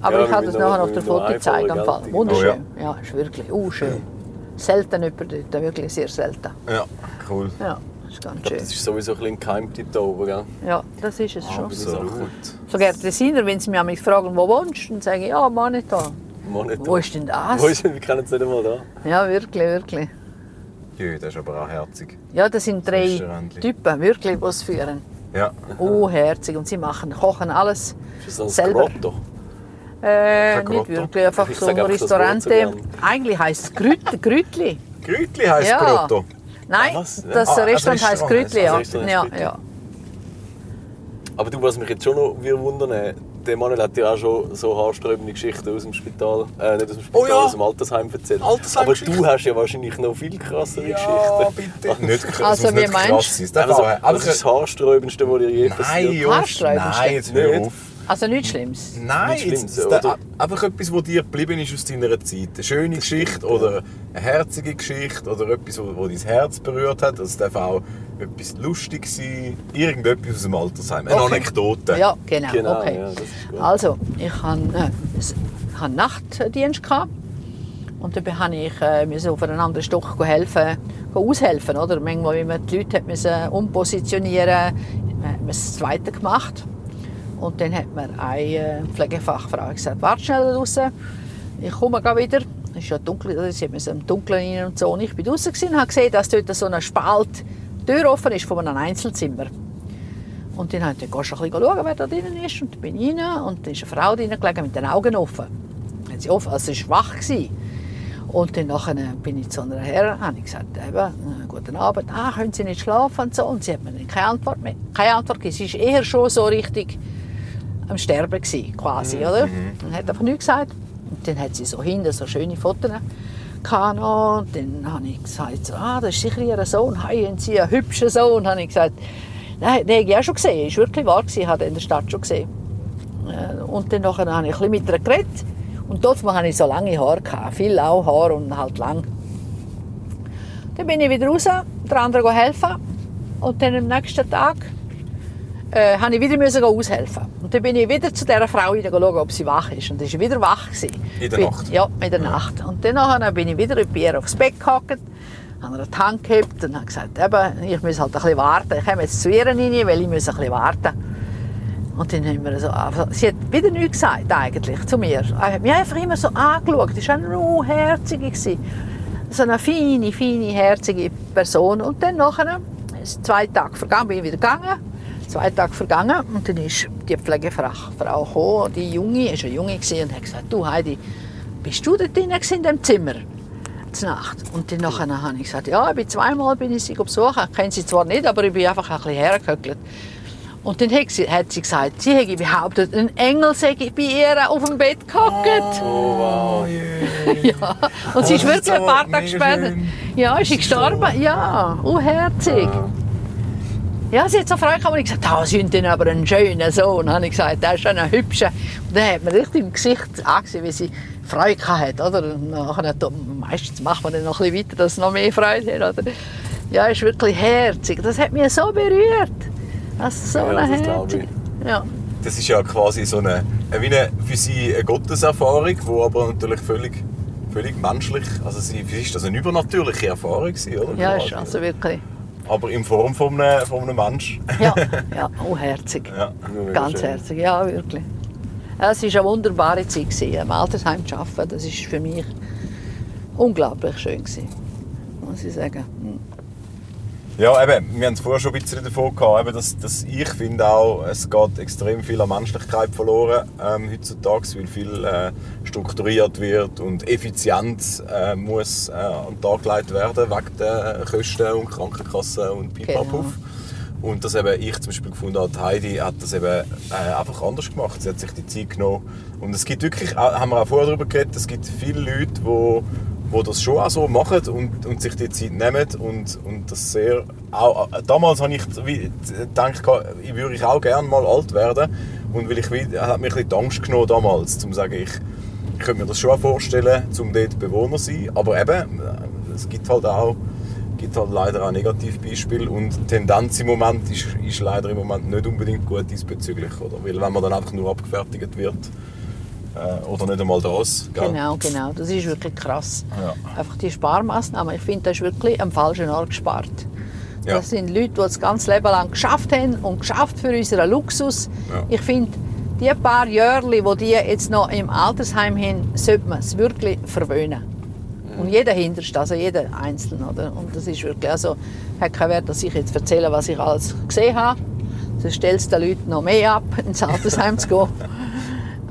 [SPEAKER 4] Aber
[SPEAKER 2] Ja,
[SPEAKER 4] ich kann
[SPEAKER 2] wir
[SPEAKER 4] das
[SPEAKER 2] müssen noch-
[SPEAKER 4] nachher auf
[SPEAKER 2] wir
[SPEAKER 4] der
[SPEAKER 2] müssen noch
[SPEAKER 4] Foto
[SPEAKER 2] einfahren,
[SPEAKER 4] zeigen. am
[SPEAKER 2] gell?
[SPEAKER 4] Fall. Wunderschön. Ja, ist wirklich uh, schön. Selten jemand dort, wirklich sehr selten.
[SPEAKER 3] Ja, cool.
[SPEAKER 4] Ja, ist ganz schön.
[SPEAKER 2] Das ist sowieso ein bisschen ein Geheimtipp da oben, gell?
[SPEAKER 4] Ja, das ist es schon.
[SPEAKER 3] Absolut.
[SPEAKER 4] So gerne Siner, wenn sie mich einmal fragen, wo wohnst du, dann sage ich, ja, Moneta.
[SPEAKER 2] Monitor.
[SPEAKER 4] Wo ist denn das?
[SPEAKER 2] Wo ist denn? Wir kennen es nicht einmal da.
[SPEAKER 4] Ja, wirklich, wirklich.
[SPEAKER 3] Ja, das ist aber auch herzig.
[SPEAKER 4] Ja, das sind drei
[SPEAKER 3] ist der Rändli.
[SPEAKER 4] Typen, wirklich, die es führen.
[SPEAKER 3] Ja.
[SPEAKER 4] Oh, herzig. Und sie machen, kochen alles
[SPEAKER 2] Ist das ein
[SPEAKER 4] selber.
[SPEAKER 2] Grotto?
[SPEAKER 4] Äh,
[SPEAKER 3] Kein
[SPEAKER 4] nicht
[SPEAKER 3] Grotto.
[SPEAKER 4] wirklich, einfach
[SPEAKER 2] Ich
[SPEAKER 4] so
[SPEAKER 2] sag
[SPEAKER 4] ein
[SPEAKER 2] einfach das Wort
[SPEAKER 4] Restaurant.
[SPEAKER 2] so gern.
[SPEAKER 4] Eigentlich heisst es Grüt, Grütli.
[SPEAKER 3] Grütli heisst
[SPEAKER 4] Ja.
[SPEAKER 3] Grotto.
[SPEAKER 4] Nein,
[SPEAKER 2] Was?
[SPEAKER 4] das
[SPEAKER 3] Ah, ein
[SPEAKER 4] also Restaurant heisst
[SPEAKER 3] Restaurant.
[SPEAKER 4] Grütli, ja.
[SPEAKER 2] Ein Restaurant
[SPEAKER 4] ja,
[SPEAKER 2] heisst Grütli.
[SPEAKER 4] ja.
[SPEAKER 2] Aber du, was mich jetzt schon noch wir wundern, äh, der Manuel hat ja auch schon so haarsträubende Geschichten aus dem Spital, äh, nicht aus dem Spital,
[SPEAKER 3] Oh ja.
[SPEAKER 2] aus dem Altersheim erzählt.
[SPEAKER 3] Altersheim
[SPEAKER 2] Aber
[SPEAKER 3] Geschichten.
[SPEAKER 2] du hast ja wahrscheinlich noch viel krassere
[SPEAKER 3] Ja,
[SPEAKER 2] Geschichten.
[SPEAKER 3] bitte. Nicht, das
[SPEAKER 4] Also,
[SPEAKER 3] muss
[SPEAKER 4] wie
[SPEAKER 3] nicht
[SPEAKER 4] meinst
[SPEAKER 3] krass sein. Das darf
[SPEAKER 2] Also,
[SPEAKER 3] auch-
[SPEAKER 2] aber das ist halt- das haarsträubendste, was dir je
[SPEAKER 3] halt Nein,
[SPEAKER 2] passiert.
[SPEAKER 3] Jost,
[SPEAKER 4] Haarsträubendste.
[SPEAKER 3] nein, jetzt hör
[SPEAKER 2] Nicht?
[SPEAKER 3] auf.
[SPEAKER 4] Also nichts Schlimmes.
[SPEAKER 3] Nein,
[SPEAKER 2] Nicht
[SPEAKER 3] jetzt,
[SPEAKER 2] schlimm,
[SPEAKER 3] jetzt,
[SPEAKER 2] oder?
[SPEAKER 3] da- einfach etwas, was dir geblieben ist aus deiner Zeit. Eine schöne Geschichte oder eine herzige Geschichte oder etwas, wo, wo dein Herz berührt hat. Also, Es darf auch etwas lustig sein, irgendetwas aus dem Altersheim, eine
[SPEAKER 4] Okay.
[SPEAKER 3] Anekdote.
[SPEAKER 4] Ja, genau.
[SPEAKER 2] Genau,
[SPEAKER 4] okay.
[SPEAKER 2] ja, das ist gut.
[SPEAKER 4] also, ich hatte äh, einen Nachtdienst gehabt. und dabei habe ich äh, musste auf einen anderen Stock go helfen, go aushelfen. Oder? Manchmal, wie man die Leute hat müssen umpositionieren musste, hat man das Zweite gemacht. Und dann hat mir eine äh, Pflegefachfrau gesagt, warte schnell da draussen, ich komme gleich wieder. Es ist ja dunkel, oder? sie musste im Dunkeln rein und so. Und ich bin draussen gewesen und habe gesehen, dass dort so eine Spalt Tür offen ist von einem Einzelzimmer. Und dann habe ich gesagt, gehst du ein bisschen schauen, wer da drinnen ist. Und dann bin ich rein und da ist eine Frau drinnen gelegen mit den Augen offen. Hat sie offen, also sie war schwach. Gewesen. Und dann nachher bin ich zu einer Herren und habe gesagt, eben, äh, guten Abend, ah, können Sie nicht schlafen und so. Und sie hat mir dann keine Antwort mehr, keine Antwort gegeben. Sie ist eher schon so richtig am Sterben gewesen, quasi, oder? Und hat einfach nichts gesagt. Und dann hat sie so hinten so schöne Fotos gehabt noch. und dann habe ich gesagt, so, ah, das ist sicher ihr Sohn, hey, haben Sie einen hübschen Sohn? Habe ich gesagt, nein, den habe ich auch schon gesehen, ist wirklich wahr gewesen, ich habe den in der Stadt schon gesehen. Äh, Und dann nachher habe ich ein bisschen mit ihr geredet. Und dort hatte ich so lange Haare, gehabt, viel auch Haar und halt lang. Dann bin ich wieder raus, der andere go helfen. Und dann am nächsten Tag äh, habe ich wieder müssen go aushelfen. Und dann bin ich wieder zu dieser Frau hinein schauen, ob sie wach ist. Und dann war sie wieder wach. Gewesen.
[SPEAKER 3] In der
[SPEAKER 4] bin,
[SPEAKER 3] Nacht?
[SPEAKER 4] Ja, in der Nacht. Und dann nachher bin ich wieder bei ihr aufs Bett gehockt, habe ihr die Hand gehabt und habe gesagt, eben, ich muss halt ein bisschen warten. Ich komme jetzt zu ihr rein, weil ich muss ein bisschen warten und dann haben wir so, angefangen- sie hat wieder nichts gesagt eigentlich zu mir. Sie hat mich einfach immer so angeschaut. Sie war eine nur herzige. gewesen. So eine feine, feine, herzige Person. Und dann nachher, es sind zwei Tage vergangen, bin ich wieder gegangen. Zwei Tage vergangen und dann ist die Pflegefrau Frau gekommen, die Junge, ist eine Junge gewesen, und hat gesagt, du Heidi, bist du dort drin gewesen in dem Zimmer? zur Nacht. Und dann nachher habe ich gesagt, ja, ich bin zweimal bin ich sie besuchen. Ich kenne sie zwar nicht, aber ich bin einfach ein bisschen hergehöckelt. Und dann hat sie, hat sie gesagt, sie hätte behauptet, ein Engel sei bei ihr auf dem Bett gehockt.
[SPEAKER 2] Oh, wow.
[SPEAKER 4] Ja. Und sie ist
[SPEAKER 3] Oh, das ist
[SPEAKER 4] wirklich ein
[SPEAKER 3] aber
[SPEAKER 4] paar
[SPEAKER 3] mega
[SPEAKER 4] Tage später.
[SPEAKER 3] schön.
[SPEAKER 4] Ja, ist sie gestorben? Ja, unherzig. Ja, sie hat so Freude gehabt und ich gesagt, da sind denn aber ein schöner Sohn. Habe ich gesagt, der ist schon ein hübscher. Und dann hat man richtig im Gesicht angesehen, wie sie Freude gehabt hat, oder? Und nachher, meistens macht man dann noch ein bisschen weiter, dass sie noch mehr Freude hat, oder? Ja, ist wirklich herzig. Das hat mich so berührt. Das ist so
[SPEAKER 2] Ja,
[SPEAKER 4] eine
[SPEAKER 2] das glaub ich.
[SPEAKER 4] herzig. Ja.
[SPEAKER 3] Das ist ja quasi so eine, wie eine, für sie eine Gotteserfahrung, die aber natürlich völlig, völlig menschlich, also sie, für sie ist das eine übernatürliche Erfahrung gewesen, oder?
[SPEAKER 4] ja, ist also wirklich.
[SPEAKER 3] Aber in Form von einem, von einem Menschen.
[SPEAKER 4] Ja, ja, unherzig.
[SPEAKER 3] Ja.
[SPEAKER 2] Mega
[SPEAKER 4] Ganz
[SPEAKER 2] schön.
[SPEAKER 4] herzig, ja, wirklich. Es war eine wunderbare Zeit, gewesen, im Altersheim zu arbeiten. Das war für mich unglaublich schön, gewesen, muss ich sagen. Hm,
[SPEAKER 3] Ja, eben, wir haben es vorher schon ein bisschen davon gehabt, eben, dass, dass ich finde auch, es geht extrem viel an Menschlichkeit verloren ähm, heutzutage, weil viel äh, strukturiert wird und effizient äh, muss äh, an den Tag gelegt werden, wegen der Kosten und Krankenkassen und Pipapuff. Und dass eben ich zum Beispiel gefunden habe, die Heidi hat das eben äh, einfach anders gemacht. Sie hat sich die Zeit genommen. Und es gibt wirklich, auch- haben wir auch vorher darüber geredet, es gibt viele Leute, die wo das schon auch so machen und, und sich die Zeit nehmen und, und das sehr... Auch, äh, damals habe ich wie gedacht, ich würde ich auch gerne mal alt werden und weil ich wie, hat mir ein bisschen die Angst genommen damals, um zu sagen, ich, ich könnte mir das schon auch vorstellen, um dort Bewohner zu sein. Aber eben, es gibt halt auch gibt halt leider auch Negativbeispiele und die Tendenz im Moment ist, ist leider im Moment nicht unbedingt gut diesbezüglich. Oder? Weil wenn man dann einfach nur abgefertigt wird äh, oder nicht einmal das. gell?
[SPEAKER 4] Genau, genau. Das ist wirklich krass.
[SPEAKER 3] Ja.
[SPEAKER 4] Einfach die Sparmaßnahmen. Ich finde, das ist wirklich am falschen Ort gespart.
[SPEAKER 3] Ja.
[SPEAKER 4] Das sind Leute, die das ganze Leben lang geschafft haben und geschafft für unseren Luxus.
[SPEAKER 3] Ja.
[SPEAKER 4] Ich finde, die paar Jahre, wo die jetzt noch im Altersheim haben, sollte man es wirklich verwöhnen. Und jeder hinterst, also jeder Einzelne. Oder? Und das ist wirklich, also hat keinen Wert, dass ich jetzt erzähle, was ich alles gesehen habe. Sonst stellt es den Leuten noch mehr ab, ins Altersheim zu gehen.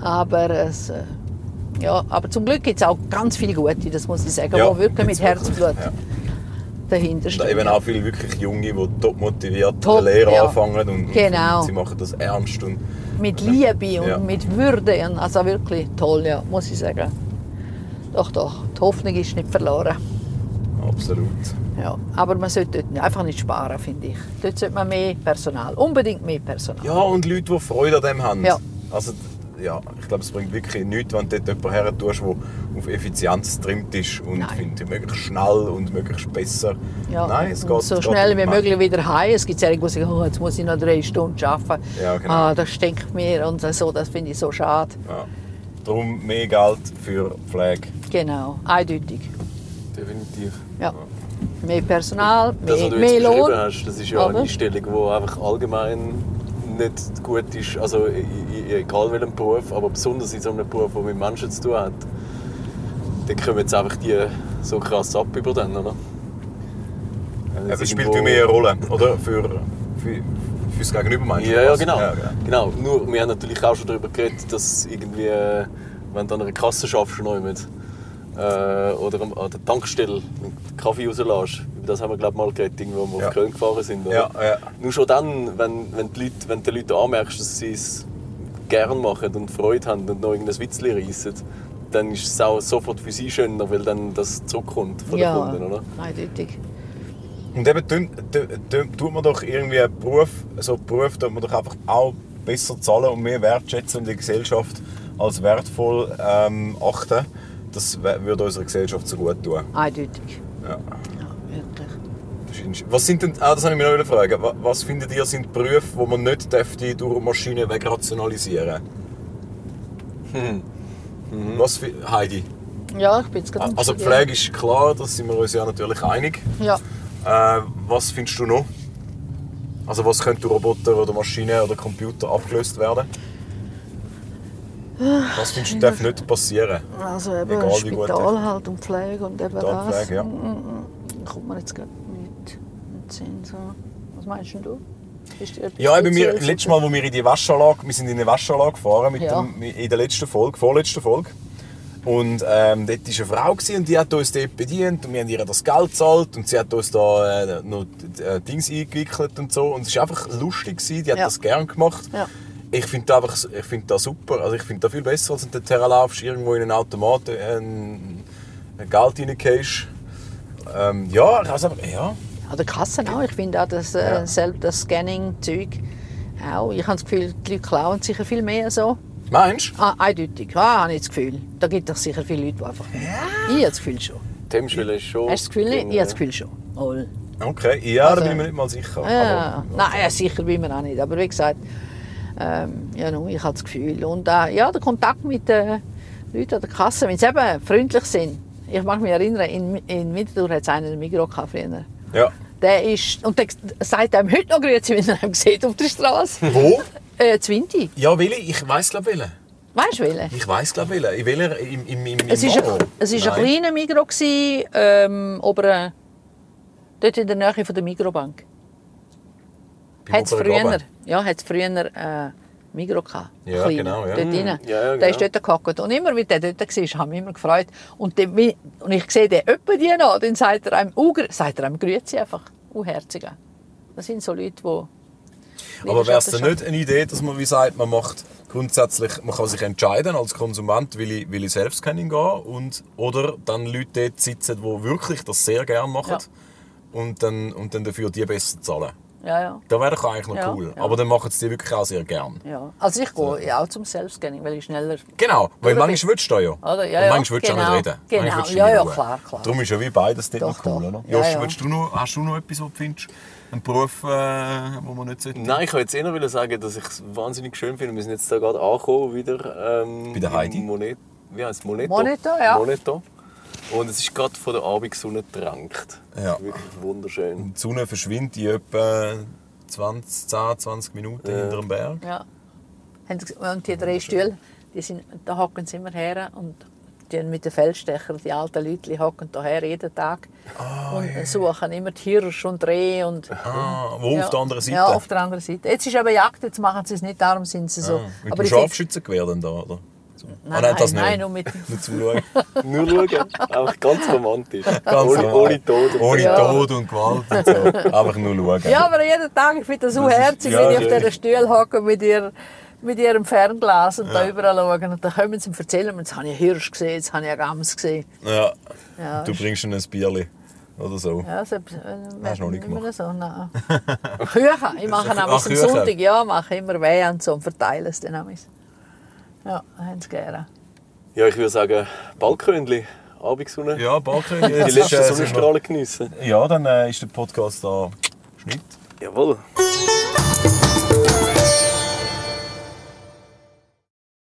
[SPEAKER 4] Aber es, äh, ja, aber zum Glück gibt es auch ganz viele Gute, das muss ich sagen,
[SPEAKER 3] Ja,
[SPEAKER 4] die wirklich mit
[SPEAKER 3] gibt's wirklich,
[SPEAKER 4] Herzblut
[SPEAKER 3] ja.
[SPEAKER 4] dahinter
[SPEAKER 3] Und
[SPEAKER 4] stehen.
[SPEAKER 3] eben auch viele wirklich Junge, die top motiviert
[SPEAKER 4] Top,
[SPEAKER 3] eine Lehre
[SPEAKER 4] ja.
[SPEAKER 3] anfangen und,
[SPEAKER 4] Genau.
[SPEAKER 3] und sie machen das ernst. Und,
[SPEAKER 4] Mit Liebe und
[SPEAKER 3] Ja.
[SPEAKER 4] mit Würde. und Also wirklich toll, ja, muss ich sagen. Doch, doch, die Hoffnung ist nicht verloren.
[SPEAKER 3] absolut.
[SPEAKER 4] Ja, aber man sollte dort einfach nicht sparen, finde ich. Dort sollte man mehr Personal, unbedingt mehr Personal.
[SPEAKER 3] Ja, und Leute, die Freude an dem haben.
[SPEAKER 4] Ja.
[SPEAKER 3] Also, ja, ich glaube, es bringt wirklich nichts, wenn du dort jemanden her tust, der auf Effizienz trimmt ist und
[SPEAKER 4] Nein.
[SPEAKER 3] findet, möglichst schnell und möglichst besser.
[SPEAKER 4] Ja,
[SPEAKER 3] Nein, es
[SPEAKER 4] und
[SPEAKER 3] geht
[SPEAKER 4] so
[SPEAKER 3] es
[SPEAKER 4] schnell
[SPEAKER 3] geht
[SPEAKER 4] wie
[SPEAKER 3] um-
[SPEAKER 4] möglich wieder heim. Es gibt einige, die sagen, oh, jetzt muss ich noch drei Stunden arbeiten.
[SPEAKER 3] Ja, genau.
[SPEAKER 4] ah, das stinkt mir und so, das finde ich so schade.
[SPEAKER 3] Ja. Darum mehr Geld für Pflege.
[SPEAKER 4] Genau, eindeutig.
[SPEAKER 2] Definitiv.
[SPEAKER 4] Ja. Mehr Personal,
[SPEAKER 2] Das,
[SPEAKER 4] mehr,
[SPEAKER 2] was Also du jetzt
[SPEAKER 4] mehr
[SPEAKER 2] beschrieben
[SPEAKER 4] Lohn.
[SPEAKER 2] hast, das ist ja
[SPEAKER 4] Aber-
[SPEAKER 2] eine Einstellung, die einfach allgemein nicht gut ist. Also i- i- egal welchem Beruf, aber besonders in so einem Beruf, der mit Menschen zu tun hat. Dann kommen jetzt einfach die so krass ab über den, oder? Wenn jetzt
[SPEAKER 3] Eben, Es spielt
[SPEAKER 2] irgendwo-
[SPEAKER 3] viel mehr eine Rolle, oder? Für, für, fürs Gegenüber, meinst du?
[SPEAKER 2] Ja, ja,
[SPEAKER 3] Also,
[SPEAKER 2] genau. genau. Nur, wir haben natürlich auch schon darüber geredet, dass irgendwie, äh, wenn du an einer Kasse arbeitest, noch jemand, äh, oder am- an der Tankstelle einen Kaffee rauslässt, über das haben wir, glaube ich, mal geredet, irgendwo, wo wir
[SPEAKER 3] Ja.
[SPEAKER 2] auf Köln gefahren sind. Oder?
[SPEAKER 3] Ja, ja.
[SPEAKER 2] Nur schon dann, wenn, wenn, die Leute, wenn du den Leuten anmerkst, dass sie es gern machen und Freude haben und noch irgendein Witzchen reissen, dann ist es auch sofort für sie schöner, weil dann das zurückkommt von
[SPEAKER 4] ja,
[SPEAKER 2] den Kunden, oder?
[SPEAKER 4] eindeutig.
[SPEAKER 3] Und eben tun- tun- tun- tut man doch irgendwie einen Beruf, so einen Beruf tut man doch einfach auch besser zahlen und mehr wertschätzen und die Gesellschaft als wertvoll ähm, achten. Das wär- würde unserer Gesellschaft so gut tun.
[SPEAKER 4] Eindeutig.
[SPEAKER 3] Ja.
[SPEAKER 4] Ja, wirklich.
[SPEAKER 3] Verschiedenste- Was sind denn, ah, das habe ich mich noch fragen. Wa- Was findet ihr sind Berufe, wo man nicht dürfte durch Maschinen wegrationalisieren? Was für, Heidi?
[SPEAKER 4] Ja, ich bin jetzt gerade. am
[SPEAKER 3] Also die
[SPEAKER 4] Studieren.
[SPEAKER 3] Pflege ist klar, da sind wir uns ja natürlich einig.
[SPEAKER 4] Ja.
[SPEAKER 3] Äh, was findest du noch? Also was könnte durch Roboter oder Maschinen oder Computer abgelöst werden? Was findest du darf nicht passieren?
[SPEAKER 4] Also eben
[SPEAKER 3] Egal, wie gut
[SPEAKER 4] Spital halt und Pflege und eben
[SPEAKER 3] Spitalpflege,
[SPEAKER 4] das.
[SPEAKER 3] ja.
[SPEAKER 4] Mm, mm. Kommt man jetzt gerade nicht in den Sinn. So. Was meinst denn du? Ist dir etwas
[SPEAKER 3] Ja, eben wir,
[SPEAKER 4] spezielles?
[SPEAKER 3] letztes Mal, wo wir in die Waschanlage, wir sind in die Waschanlage gefahren mit
[SPEAKER 4] Ja.
[SPEAKER 3] dem, in der letzten Folge, vorletzten Folge. Und ähm, dort war eine Frau gewesen, und die hat uns dort bedient und wir haben ihr das Geld gezahlt und sie hat uns da äh, noch äh, Dings eingewickelt und so. Und es war einfach lustig, gewesen, die hat
[SPEAKER 4] Ja.
[SPEAKER 3] das gern gemacht.
[SPEAKER 4] Ja.
[SPEAKER 3] Ich finde das, einfach- ich find das super, also ich finde das viel besser, als wenn du dort laufst, irgendwo in einen Automaten äh, ein, ein Geld reingehst. Ähm, ja, ich weiß aber, ja.
[SPEAKER 4] An der Kasse auch. Ich finde auch das, äh,
[SPEAKER 3] Ja.
[SPEAKER 4] selbst das Scanning-Zeug auch. Ich habe das Gefühl, die Leute klauen sicher viel mehr so.
[SPEAKER 3] Meinst
[SPEAKER 4] Ah, eindeutig. Ah, habe ich das Gefühl. Da gibt es sicher viele Leute, die einfach... Ich habe das Gefühl schon.
[SPEAKER 2] Die Hemmschwelle ist schon...
[SPEAKER 4] Hast du das Gefühl nicht? Ich
[SPEAKER 2] gering,
[SPEAKER 4] habe das
[SPEAKER 2] ja.
[SPEAKER 4] Gefühl schon. All.
[SPEAKER 3] du? Okay, ja,
[SPEAKER 4] Also-
[SPEAKER 3] da bin ich mir nicht mal sicher.
[SPEAKER 4] Ah, Ja,
[SPEAKER 3] Aber-
[SPEAKER 4] Nein, ja, sicher bin ich auch nicht. Aber wie gesagt, ähm, ja, nur, ich habe das Gefühl. Und äh, ja, der Kontakt mit den Leuten an der Kasse, wenn sie eben freundlich sind. Ich mag mich erinnern, in, in Winterthur hat es einen Migros gehabt früher.
[SPEAKER 3] Ja.
[SPEAKER 4] Der ist, und der sagt einem heute noch Grüezi, wenn er ihn sieht auf der Straße.
[SPEAKER 3] Wo?
[SPEAKER 4] äh, Zwinti,
[SPEAKER 3] Ja, Willi, ich weiß glaube welche.
[SPEAKER 4] weißt du welchen?
[SPEAKER 3] Ich weiß glaube welche. In welcher im im im im
[SPEAKER 4] Es war
[SPEAKER 3] Maro?
[SPEAKER 4] ein, es ist
[SPEAKER 3] Nein.
[SPEAKER 4] ein kleiner Migros, gewesen, ähm, aber dort in der Nähe von der Migrobank.
[SPEAKER 3] Beim
[SPEAKER 4] Hat es
[SPEAKER 3] Obergraben.
[SPEAKER 4] früher, ja, hat's früher äh, Migros gehabt.
[SPEAKER 3] Ja, genau, ja.
[SPEAKER 4] Dort
[SPEAKER 3] Mhm.
[SPEAKER 4] rein.
[SPEAKER 2] Ja, ja,
[SPEAKER 4] der ist
[SPEAKER 2] genau.
[SPEAKER 4] dort gehockt. Und immer, wie der dort war, haben mich immer gefreut. Und, dann, wie- und ich sehe den öppe die noch, dann sagt er einem, uh, sagt er einem Grüezi einfach. Unherziger. Das sind so Leute, die...
[SPEAKER 3] Aber wäre es denn nicht eine Idee, dass man wie sagt, man macht grundsätzlich, man kann sich entscheiden als Konsument, will ich, will ich selbst gehen und oder dann Leute dort sitzen, die wirklich das sehr gerne machen
[SPEAKER 4] Ja.
[SPEAKER 3] und, dann, und dann dafür die besser zahlen.
[SPEAKER 4] Ja, ja.
[SPEAKER 3] Das wäre doch eigentlich noch
[SPEAKER 4] Ja,
[SPEAKER 3] cool.
[SPEAKER 4] ja.
[SPEAKER 3] Aber dann machen sie die wirklich auch sehr gern.
[SPEAKER 4] ja. Also ich gehe ja auch zum Selbstscanning, weil ich schneller...
[SPEAKER 3] Genau, weil
[SPEAKER 4] Oder
[SPEAKER 3] manchmal willst du da ja.
[SPEAKER 4] Oder? Ja,
[SPEAKER 3] und
[SPEAKER 4] ja,
[SPEAKER 3] manchmal willst du auch
[SPEAKER 4] genau,
[SPEAKER 3] nicht reden.
[SPEAKER 4] genau.
[SPEAKER 3] Manchmal willst du
[SPEAKER 4] Ja,
[SPEAKER 3] nicht
[SPEAKER 4] ja,
[SPEAKER 3] Ruhe.
[SPEAKER 4] klar, klar.
[SPEAKER 3] Darum ist ja wie beides dort noch
[SPEAKER 4] Doch,
[SPEAKER 3] cool,
[SPEAKER 4] doch.
[SPEAKER 3] oder?
[SPEAKER 4] Ja,
[SPEAKER 3] Josch,
[SPEAKER 4] ja.
[SPEAKER 3] willst du noch, hast du noch etwas, was du findest? Einen Beruf, äh, wo man nicht sollte?
[SPEAKER 2] Nein, ich wollte jetzt eher wollen sagen, dass ich es wahnsinnig schön finde. Wir sind jetzt da gerade angekommen, wieder. Ähm,
[SPEAKER 3] Bei der Heidi?
[SPEAKER 2] im Monet, wie heißt es? Moneto.
[SPEAKER 4] Moneto, ja.
[SPEAKER 2] Moneto. Und es ist gerade von der Abendsonne getränkt.
[SPEAKER 3] Ja.
[SPEAKER 2] Wirklich wunderschön.
[SPEAKER 3] Die Sonne verschwindet in etwa 20, 10, 20 Minuten hinter dem Berg.
[SPEAKER 4] Ja. Haben sie- Und die drei Stühle, die sind, da hocken sie immer her und die mit den Feldstechern, die alten Leute, die hocken da her jeden Tag und suchen immer die Hirsche und Rehe und...
[SPEAKER 3] Ah, wo Ah, auf der anderen Seite?
[SPEAKER 4] Ja, auf der anderen Seite. Jetzt ist aber Jagd, jetzt machen sie es nicht, darum sind sie so.
[SPEAKER 3] Ah, Mit dem Ah,
[SPEAKER 4] aber ich find-
[SPEAKER 3] Scharfschützengewehr dann da, oder? So.
[SPEAKER 4] Nein, nein, nein, um- nur mit-
[SPEAKER 3] Nur zum Schauen.
[SPEAKER 2] Nur schauen, einfach ganz romantisch.
[SPEAKER 3] Ganz
[SPEAKER 2] ohne,
[SPEAKER 3] normal.
[SPEAKER 2] ohne Tod. und
[SPEAKER 3] Ohne
[SPEAKER 4] Ja.
[SPEAKER 3] Tod und Gewalt und so. Einfach nur schauen.
[SPEAKER 4] Ja, aber jeden Tag, ich finde das so
[SPEAKER 3] Das ist-
[SPEAKER 4] herzig,
[SPEAKER 3] ja,
[SPEAKER 4] wenn ich auf
[SPEAKER 3] ja.
[SPEAKER 4] diesen Stuhl hocke mit, ihr, mit ihrem Fernglas und da überall schauen. Und dann kommen sie und erzählen mir, jetzt habe ich einen Hirsch gesehen, jetzt habe ich eine Gams gesehen.
[SPEAKER 3] Ja.
[SPEAKER 4] Ja,
[SPEAKER 3] Du bringst ihnen ein Bierli oder so.
[SPEAKER 4] Ja, so, äh,
[SPEAKER 3] Hast du noch nicht
[SPEAKER 4] mehr so, nein. Küche, ich mache
[SPEAKER 3] Ach,
[SPEAKER 4] am
[SPEAKER 3] Küche.
[SPEAKER 4] Sonntag, ja, mache immer weh und so und verteile es dann am Ja, haben sie gerne.
[SPEAKER 2] Ja, ich würde sagen, Balkönli, Abendsonne.
[SPEAKER 3] Ja, äh, Balken. Die
[SPEAKER 2] Die letzten Sonnenstrahlen geniessen.
[SPEAKER 3] Ja, dann äh, ist der Podcast da Schnitt.
[SPEAKER 2] Jawohl.